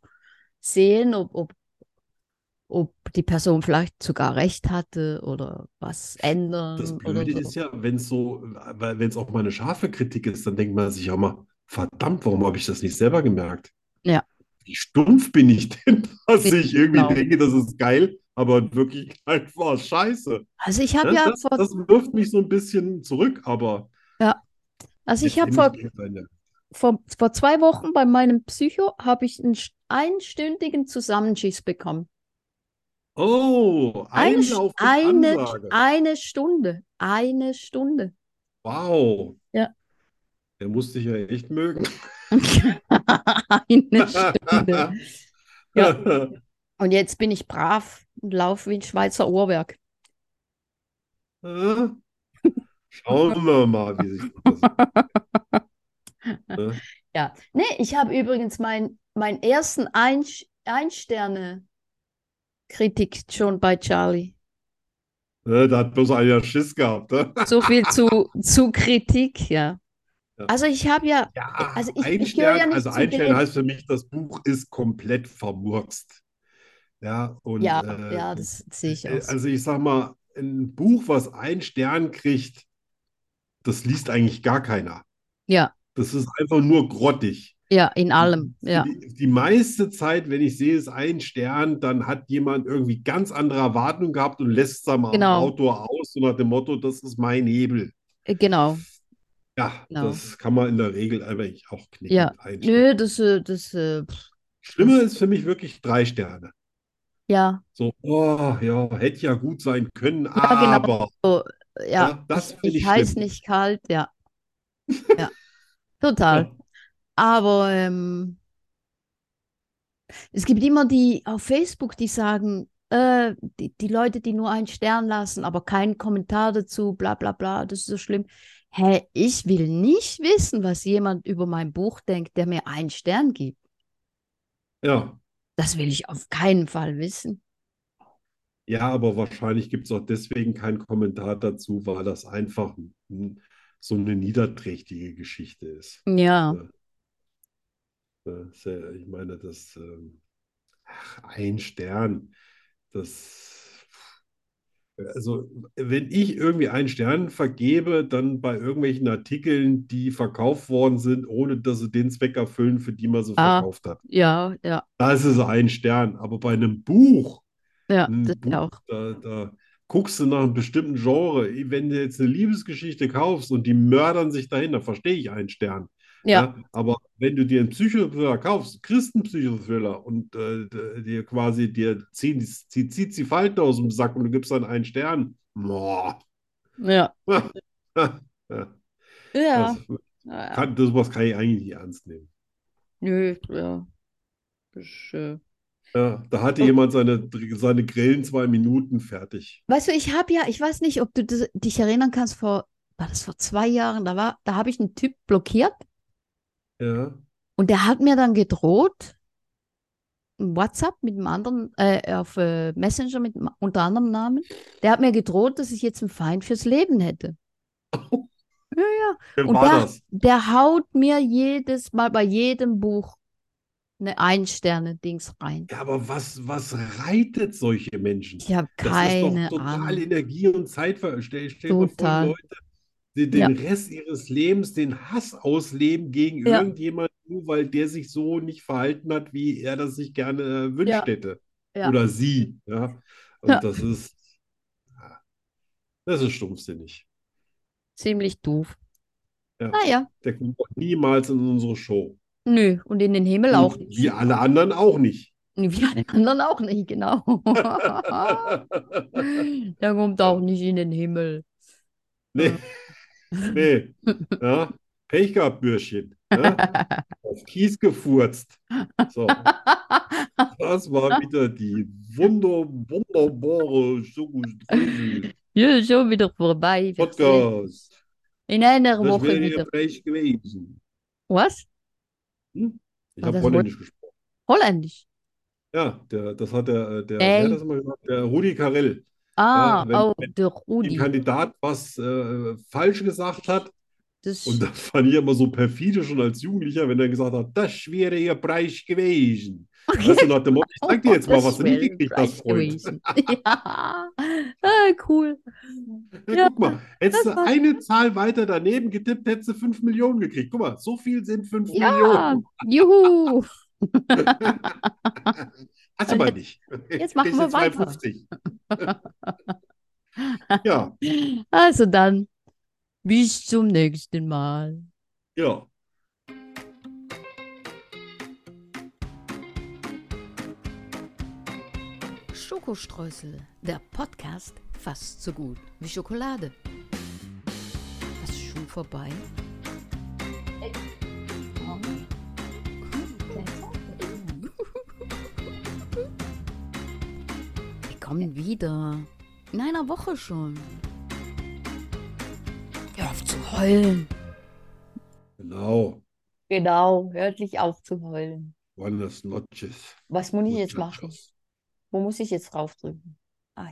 [SPEAKER 1] sehen, ob, ob, ob die Person vielleicht sogar recht hatte oder was ändern
[SPEAKER 2] Das
[SPEAKER 1] Mhm, oder
[SPEAKER 2] Blöde
[SPEAKER 1] so.
[SPEAKER 2] ist ja, wenn es so, weil wenn es auch mal eine scharfe Kritik ist, dann denkt man sich auch mal, verdammt, warum habe ich das nicht selber gemerkt?
[SPEAKER 1] Ja.
[SPEAKER 2] Wie stumpf bin ich denn, dass
[SPEAKER 1] Ja,
[SPEAKER 2] ich irgendwie
[SPEAKER 1] genau.
[SPEAKER 2] denke, das ist geil, aber in Wirklichkeit war es scheiße.
[SPEAKER 1] Also ich habe
[SPEAKER 2] Ne?
[SPEAKER 1] ja
[SPEAKER 2] Das,
[SPEAKER 1] vor,
[SPEAKER 2] das wirft mich so ein bisschen zurück, aber
[SPEAKER 1] also ich habe vor
[SPEAKER 2] letztendlich bringt es einen ja.
[SPEAKER 1] vor, vor zwei Wochen bei meinem Psycho habe ich einen st- einstündigen Zusammenschiss bekommen.
[SPEAKER 2] Oh,
[SPEAKER 1] Eine,
[SPEAKER 2] eine
[SPEAKER 1] St-
[SPEAKER 2] auf die Ansage.
[SPEAKER 1] eine, eine Stunde. Eine Stunde.
[SPEAKER 2] Wow.
[SPEAKER 1] Ja.
[SPEAKER 2] Der musste ich ja echt mögen.
[SPEAKER 1] eine Stunde. Ja. Und jetzt bin ich brav und laufe wie ein Schweizer Uhrwerk.
[SPEAKER 2] Äh, Schauen wir mal, wie sich das. Ne?
[SPEAKER 1] Ja. Nee, ich habe übrigens mein, meinen ersten ein Ein-Sterne-Kritik schon bei Charlie.
[SPEAKER 2] Ne, Da hat bloß einer Schiss gehabt. Ne?
[SPEAKER 1] So viel zu, zu Kritik, ja.
[SPEAKER 2] Ja.
[SPEAKER 1] Also ich habe ja,
[SPEAKER 2] Ja,
[SPEAKER 1] Also ich-
[SPEAKER 2] ein
[SPEAKER 1] ich gehöre ja
[SPEAKER 2] Stern,
[SPEAKER 1] nicht
[SPEAKER 2] also
[SPEAKER 1] zu
[SPEAKER 2] ein Stern
[SPEAKER 1] denen-
[SPEAKER 2] heißt für mich, das Buch ist komplett vermurkst. Ja, und
[SPEAKER 1] ja,
[SPEAKER 2] äh,
[SPEAKER 1] ja, das sehe ich
[SPEAKER 2] äh,
[SPEAKER 1] aus.
[SPEAKER 2] also ich sag mal, ein Buch, was ein Stern kriegt, das liest eigentlich gar keiner.
[SPEAKER 1] Ja.
[SPEAKER 2] Das ist einfach nur grottig.
[SPEAKER 1] Ja, in allem, ja.
[SPEAKER 2] Die, die meiste Zeit, wenn ich sehe, ist ein Stern, dann hat jemand irgendwie ganz andere Erwartungen gehabt und lässt es dann mal am
[SPEAKER 1] Genau.
[SPEAKER 2] Autor aus, so nach dem Motto, das ist mein Hebel.
[SPEAKER 1] Äh, Genau.
[SPEAKER 2] Ja,
[SPEAKER 1] Genau.
[SPEAKER 2] das kann man in der Regel eigentlich auch knicken.
[SPEAKER 1] Ja.
[SPEAKER 2] Ein Stern.
[SPEAKER 1] Nö, das, äh, das, äh, pff,
[SPEAKER 2] Schlimmer ist für mich wirklich drei Sterne.
[SPEAKER 1] ja,
[SPEAKER 2] So, oh, ja, hätte ja gut sein können,
[SPEAKER 1] Ja, genau.
[SPEAKER 2] aber
[SPEAKER 1] so, ja.
[SPEAKER 2] ja, das
[SPEAKER 1] Ich,
[SPEAKER 2] finde
[SPEAKER 1] ich
[SPEAKER 2] ich
[SPEAKER 1] heiß
[SPEAKER 2] schlimm.
[SPEAKER 1] nicht kalt, ja. Ja, total. Aber ähm, es gibt immer die auf Facebook, die sagen, äh, die, die Leute, die nur einen Stern lassen, aber keinen Kommentar dazu, bla bla bla, das ist so schlimm. Hä, ich will nicht wissen, was jemand über mein Buch denkt, der mir einen Stern gibt.
[SPEAKER 2] Ja,
[SPEAKER 1] Das will ich auf keinen Fall wissen.
[SPEAKER 2] ja, aber wahrscheinlich gibt es auch deswegen keinen Kommentar dazu, weil das einfach hm, so eine niederträchtige Geschichte ist.
[SPEAKER 1] Ja,
[SPEAKER 2] Ne? Ist ja- Ich meine, das ähm, ach, ein Stern, das also wenn ich irgendwie einen Stern vergebe, dann bei irgendwelchen Artikeln, die verkauft worden sind, ohne dass sie den Zweck erfüllen, für die man sie
[SPEAKER 1] Ah.
[SPEAKER 2] verkauft hat.
[SPEAKER 1] ja, ja,
[SPEAKER 2] Das ist ein Stern. Aber bei einem Buch,
[SPEAKER 1] ja,
[SPEAKER 2] ein
[SPEAKER 1] das
[SPEAKER 2] Buch,
[SPEAKER 1] auch.
[SPEAKER 2] da, da guckst du nach einem bestimmten Genre. Wenn du jetzt eine Liebesgeschichte kaufst und die mördern sich dahin, dann verstehe ich einen Stern.
[SPEAKER 1] Ja,
[SPEAKER 2] aber wenn du dir einen Psychothriller kaufst, Christenpsychothriller und äh, d- dir quasi dir ziehen, zieht, zieht die Falten aus dem Sack und du gibst dann einen Stern, boah.
[SPEAKER 1] ja,
[SPEAKER 2] Das,
[SPEAKER 1] ja. ja.
[SPEAKER 2] kann, das was kann ich eigentlich nicht ernst nehmen.
[SPEAKER 1] Nö, ja. Das ist, äh,
[SPEAKER 2] Ja, da hatte jemand seine, seine Grillen zwei Minuten fertig.
[SPEAKER 1] Weißt du, ich habe ja, ich weiß nicht, ob du das, dich erinnern kannst, vor, war das vor zwei Jahren, da war, da habe ich einen Typ blockiert
[SPEAKER 2] Ja,
[SPEAKER 1] und der hat mir dann gedroht, im WhatsApp mit einem anderen, äh, auf äh, Messenger mit einem unter anderem Namen, der hat mir gedroht, dass ich jetzt einen Feind fürs Leben hätte. Ja, ja.
[SPEAKER 2] wer
[SPEAKER 1] Und
[SPEAKER 2] war
[SPEAKER 1] der,
[SPEAKER 2] das?
[SPEAKER 1] der haut mir jedes Mal bei jedem Buch eine Ein-Sterne-Dings rein.
[SPEAKER 2] Ja, aber was, was reitet solche Menschen?
[SPEAKER 1] Ich habe
[SPEAKER 2] Das
[SPEAKER 1] keine
[SPEAKER 2] ist doch total
[SPEAKER 1] Ahnung.
[SPEAKER 2] Energie und Zeit. Stell, stell dir mal vor,
[SPEAKER 1] Total.
[SPEAKER 2] die Leute, die den Rest ihres Lebens den Hass ausleben gegen
[SPEAKER 1] Ja.
[SPEAKER 2] irgendjemanden, nur weil der sich so nicht verhalten hat, wie er das sich gerne äh, wünscht
[SPEAKER 1] Ja.
[SPEAKER 2] hätte.
[SPEAKER 1] Ja.
[SPEAKER 2] Oder sie. Ja. Und
[SPEAKER 1] Ja.
[SPEAKER 2] das ist, ja, das ist stumpfsinnig.
[SPEAKER 1] Ziemlich doof.
[SPEAKER 2] Ja.
[SPEAKER 1] Naja,
[SPEAKER 2] Der kommt doch niemals in unsere Show.
[SPEAKER 1] nö. Und in den Himmel auch nicht.
[SPEAKER 2] Wie alle anderen auch nicht.
[SPEAKER 1] Wie alle anderen auch nicht, genau. Ah. Der kommt auch nicht in den Himmel.
[SPEAKER 2] Nee.
[SPEAKER 1] Ähm.
[SPEAKER 2] Nee. Ja. Pech gehabt, Bürschchen. Ja. Auf Kies gefurzt. So, das war wieder die wunder, wunderbare Schokoströsel
[SPEAKER 1] Ja, schon wieder vorbei. Wir sehen uns
[SPEAKER 2] Podcast.
[SPEAKER 1] In einer
[SPEAKER 2] Das
[SPEAKER 1] Woche
[SPEAKER 2] wäre ja
[SPEAKER 1] wieder.
[SPEAKER 2] frech gewesen.
[SPEAKER 1] Was?
[SPEAKER 2] Hm? Ich
[SPEAKER 1] War
[SPEAKER 2] habe
[SPEAKER 1] das
[SPEAKER 2] Holländisch gesprochen.
[SPEAKER 1] Holländisch.
[SPEAKER 2] Ja, der, das hat der,
[SPEAKER 1] Ey.
[SPEAKER 2] der, wer hat das immer gesagt? Der Rudi Carell.
[SPEAKER 1] Ah,
[SPEAKER 2] wenn-
[SPEAKER 1] oh,
[SPEAKER 2] wenn
[SPEAKER 1] der
[SPEAKER 2] Den
[SPEAKER 1] Rudi.
[SPEAKER 2] Kandidat was äh, falsch gesagt hat.
[SPEAKER 1] Das,
[SPEAKER 2] Und das fand ich immer so perfide schon als Jugendlicher, wenn er gesagt hat, das wäre ihr Preis gewesen. Weißt du, nach dem Motto,
[SPEAKER 1] oh
[SPEAKER 2] ich zeig dir jetzt mal, was du nicht
[SPEAKER 1] wäre
[SPEAKER 2] gekriegt
[SPEAKER 1] reich
[SPEAKER 2] hast, Freund.
[SPEAKER 1] gewesen. Ja, ah, cool.
[SPEAKER 2] Ja, guck mal, hättest
[SPEAKER 1] das
[SPEAKER 2] du
[SPEAKER 1] war-
[SPEAKER 2] eine Zahl weiter daneben getippt, hättest du 5 Millionen gekriegt. Guck mal, so viel sind 5
[SPEAKER 1] Ja,
[SPEAKER 2] Millionen.
[SPEAKER 1] juhu.
[SPEAKER 2] Hast du aber nicht.
[SPEAKER 1] jetzt machen
[SPEAKER 2] Kriegst
[SPEAKER 1] wir
[SPEAKER 2] du
[SPEAKER 1] weiter.
[SPEAKER 2] 52. Ja,
[SPEAKER 1] Also dann, bis zum nächsten Mal.
[SPEAKER 2] ja.
[SPEAKER 3] Schokostreusel, der Podcast fast so gut wie Schokolade. Was ist schon vorbei? Wir kommen wieder. In einer Woche schon. Hör auf zu heulen.
[SPEAKER 2] Genau.
[SPEAKER 1] Genau, hört nicht auf zu heulen.
[SPEAKER 2] Buenas noches.
[SPEAKER 1] Was muss ich jetzt machen?
[SPEAKER 2] muchachos.
[SPEAKER 1] Wo muss ich jetzt draufdrücken?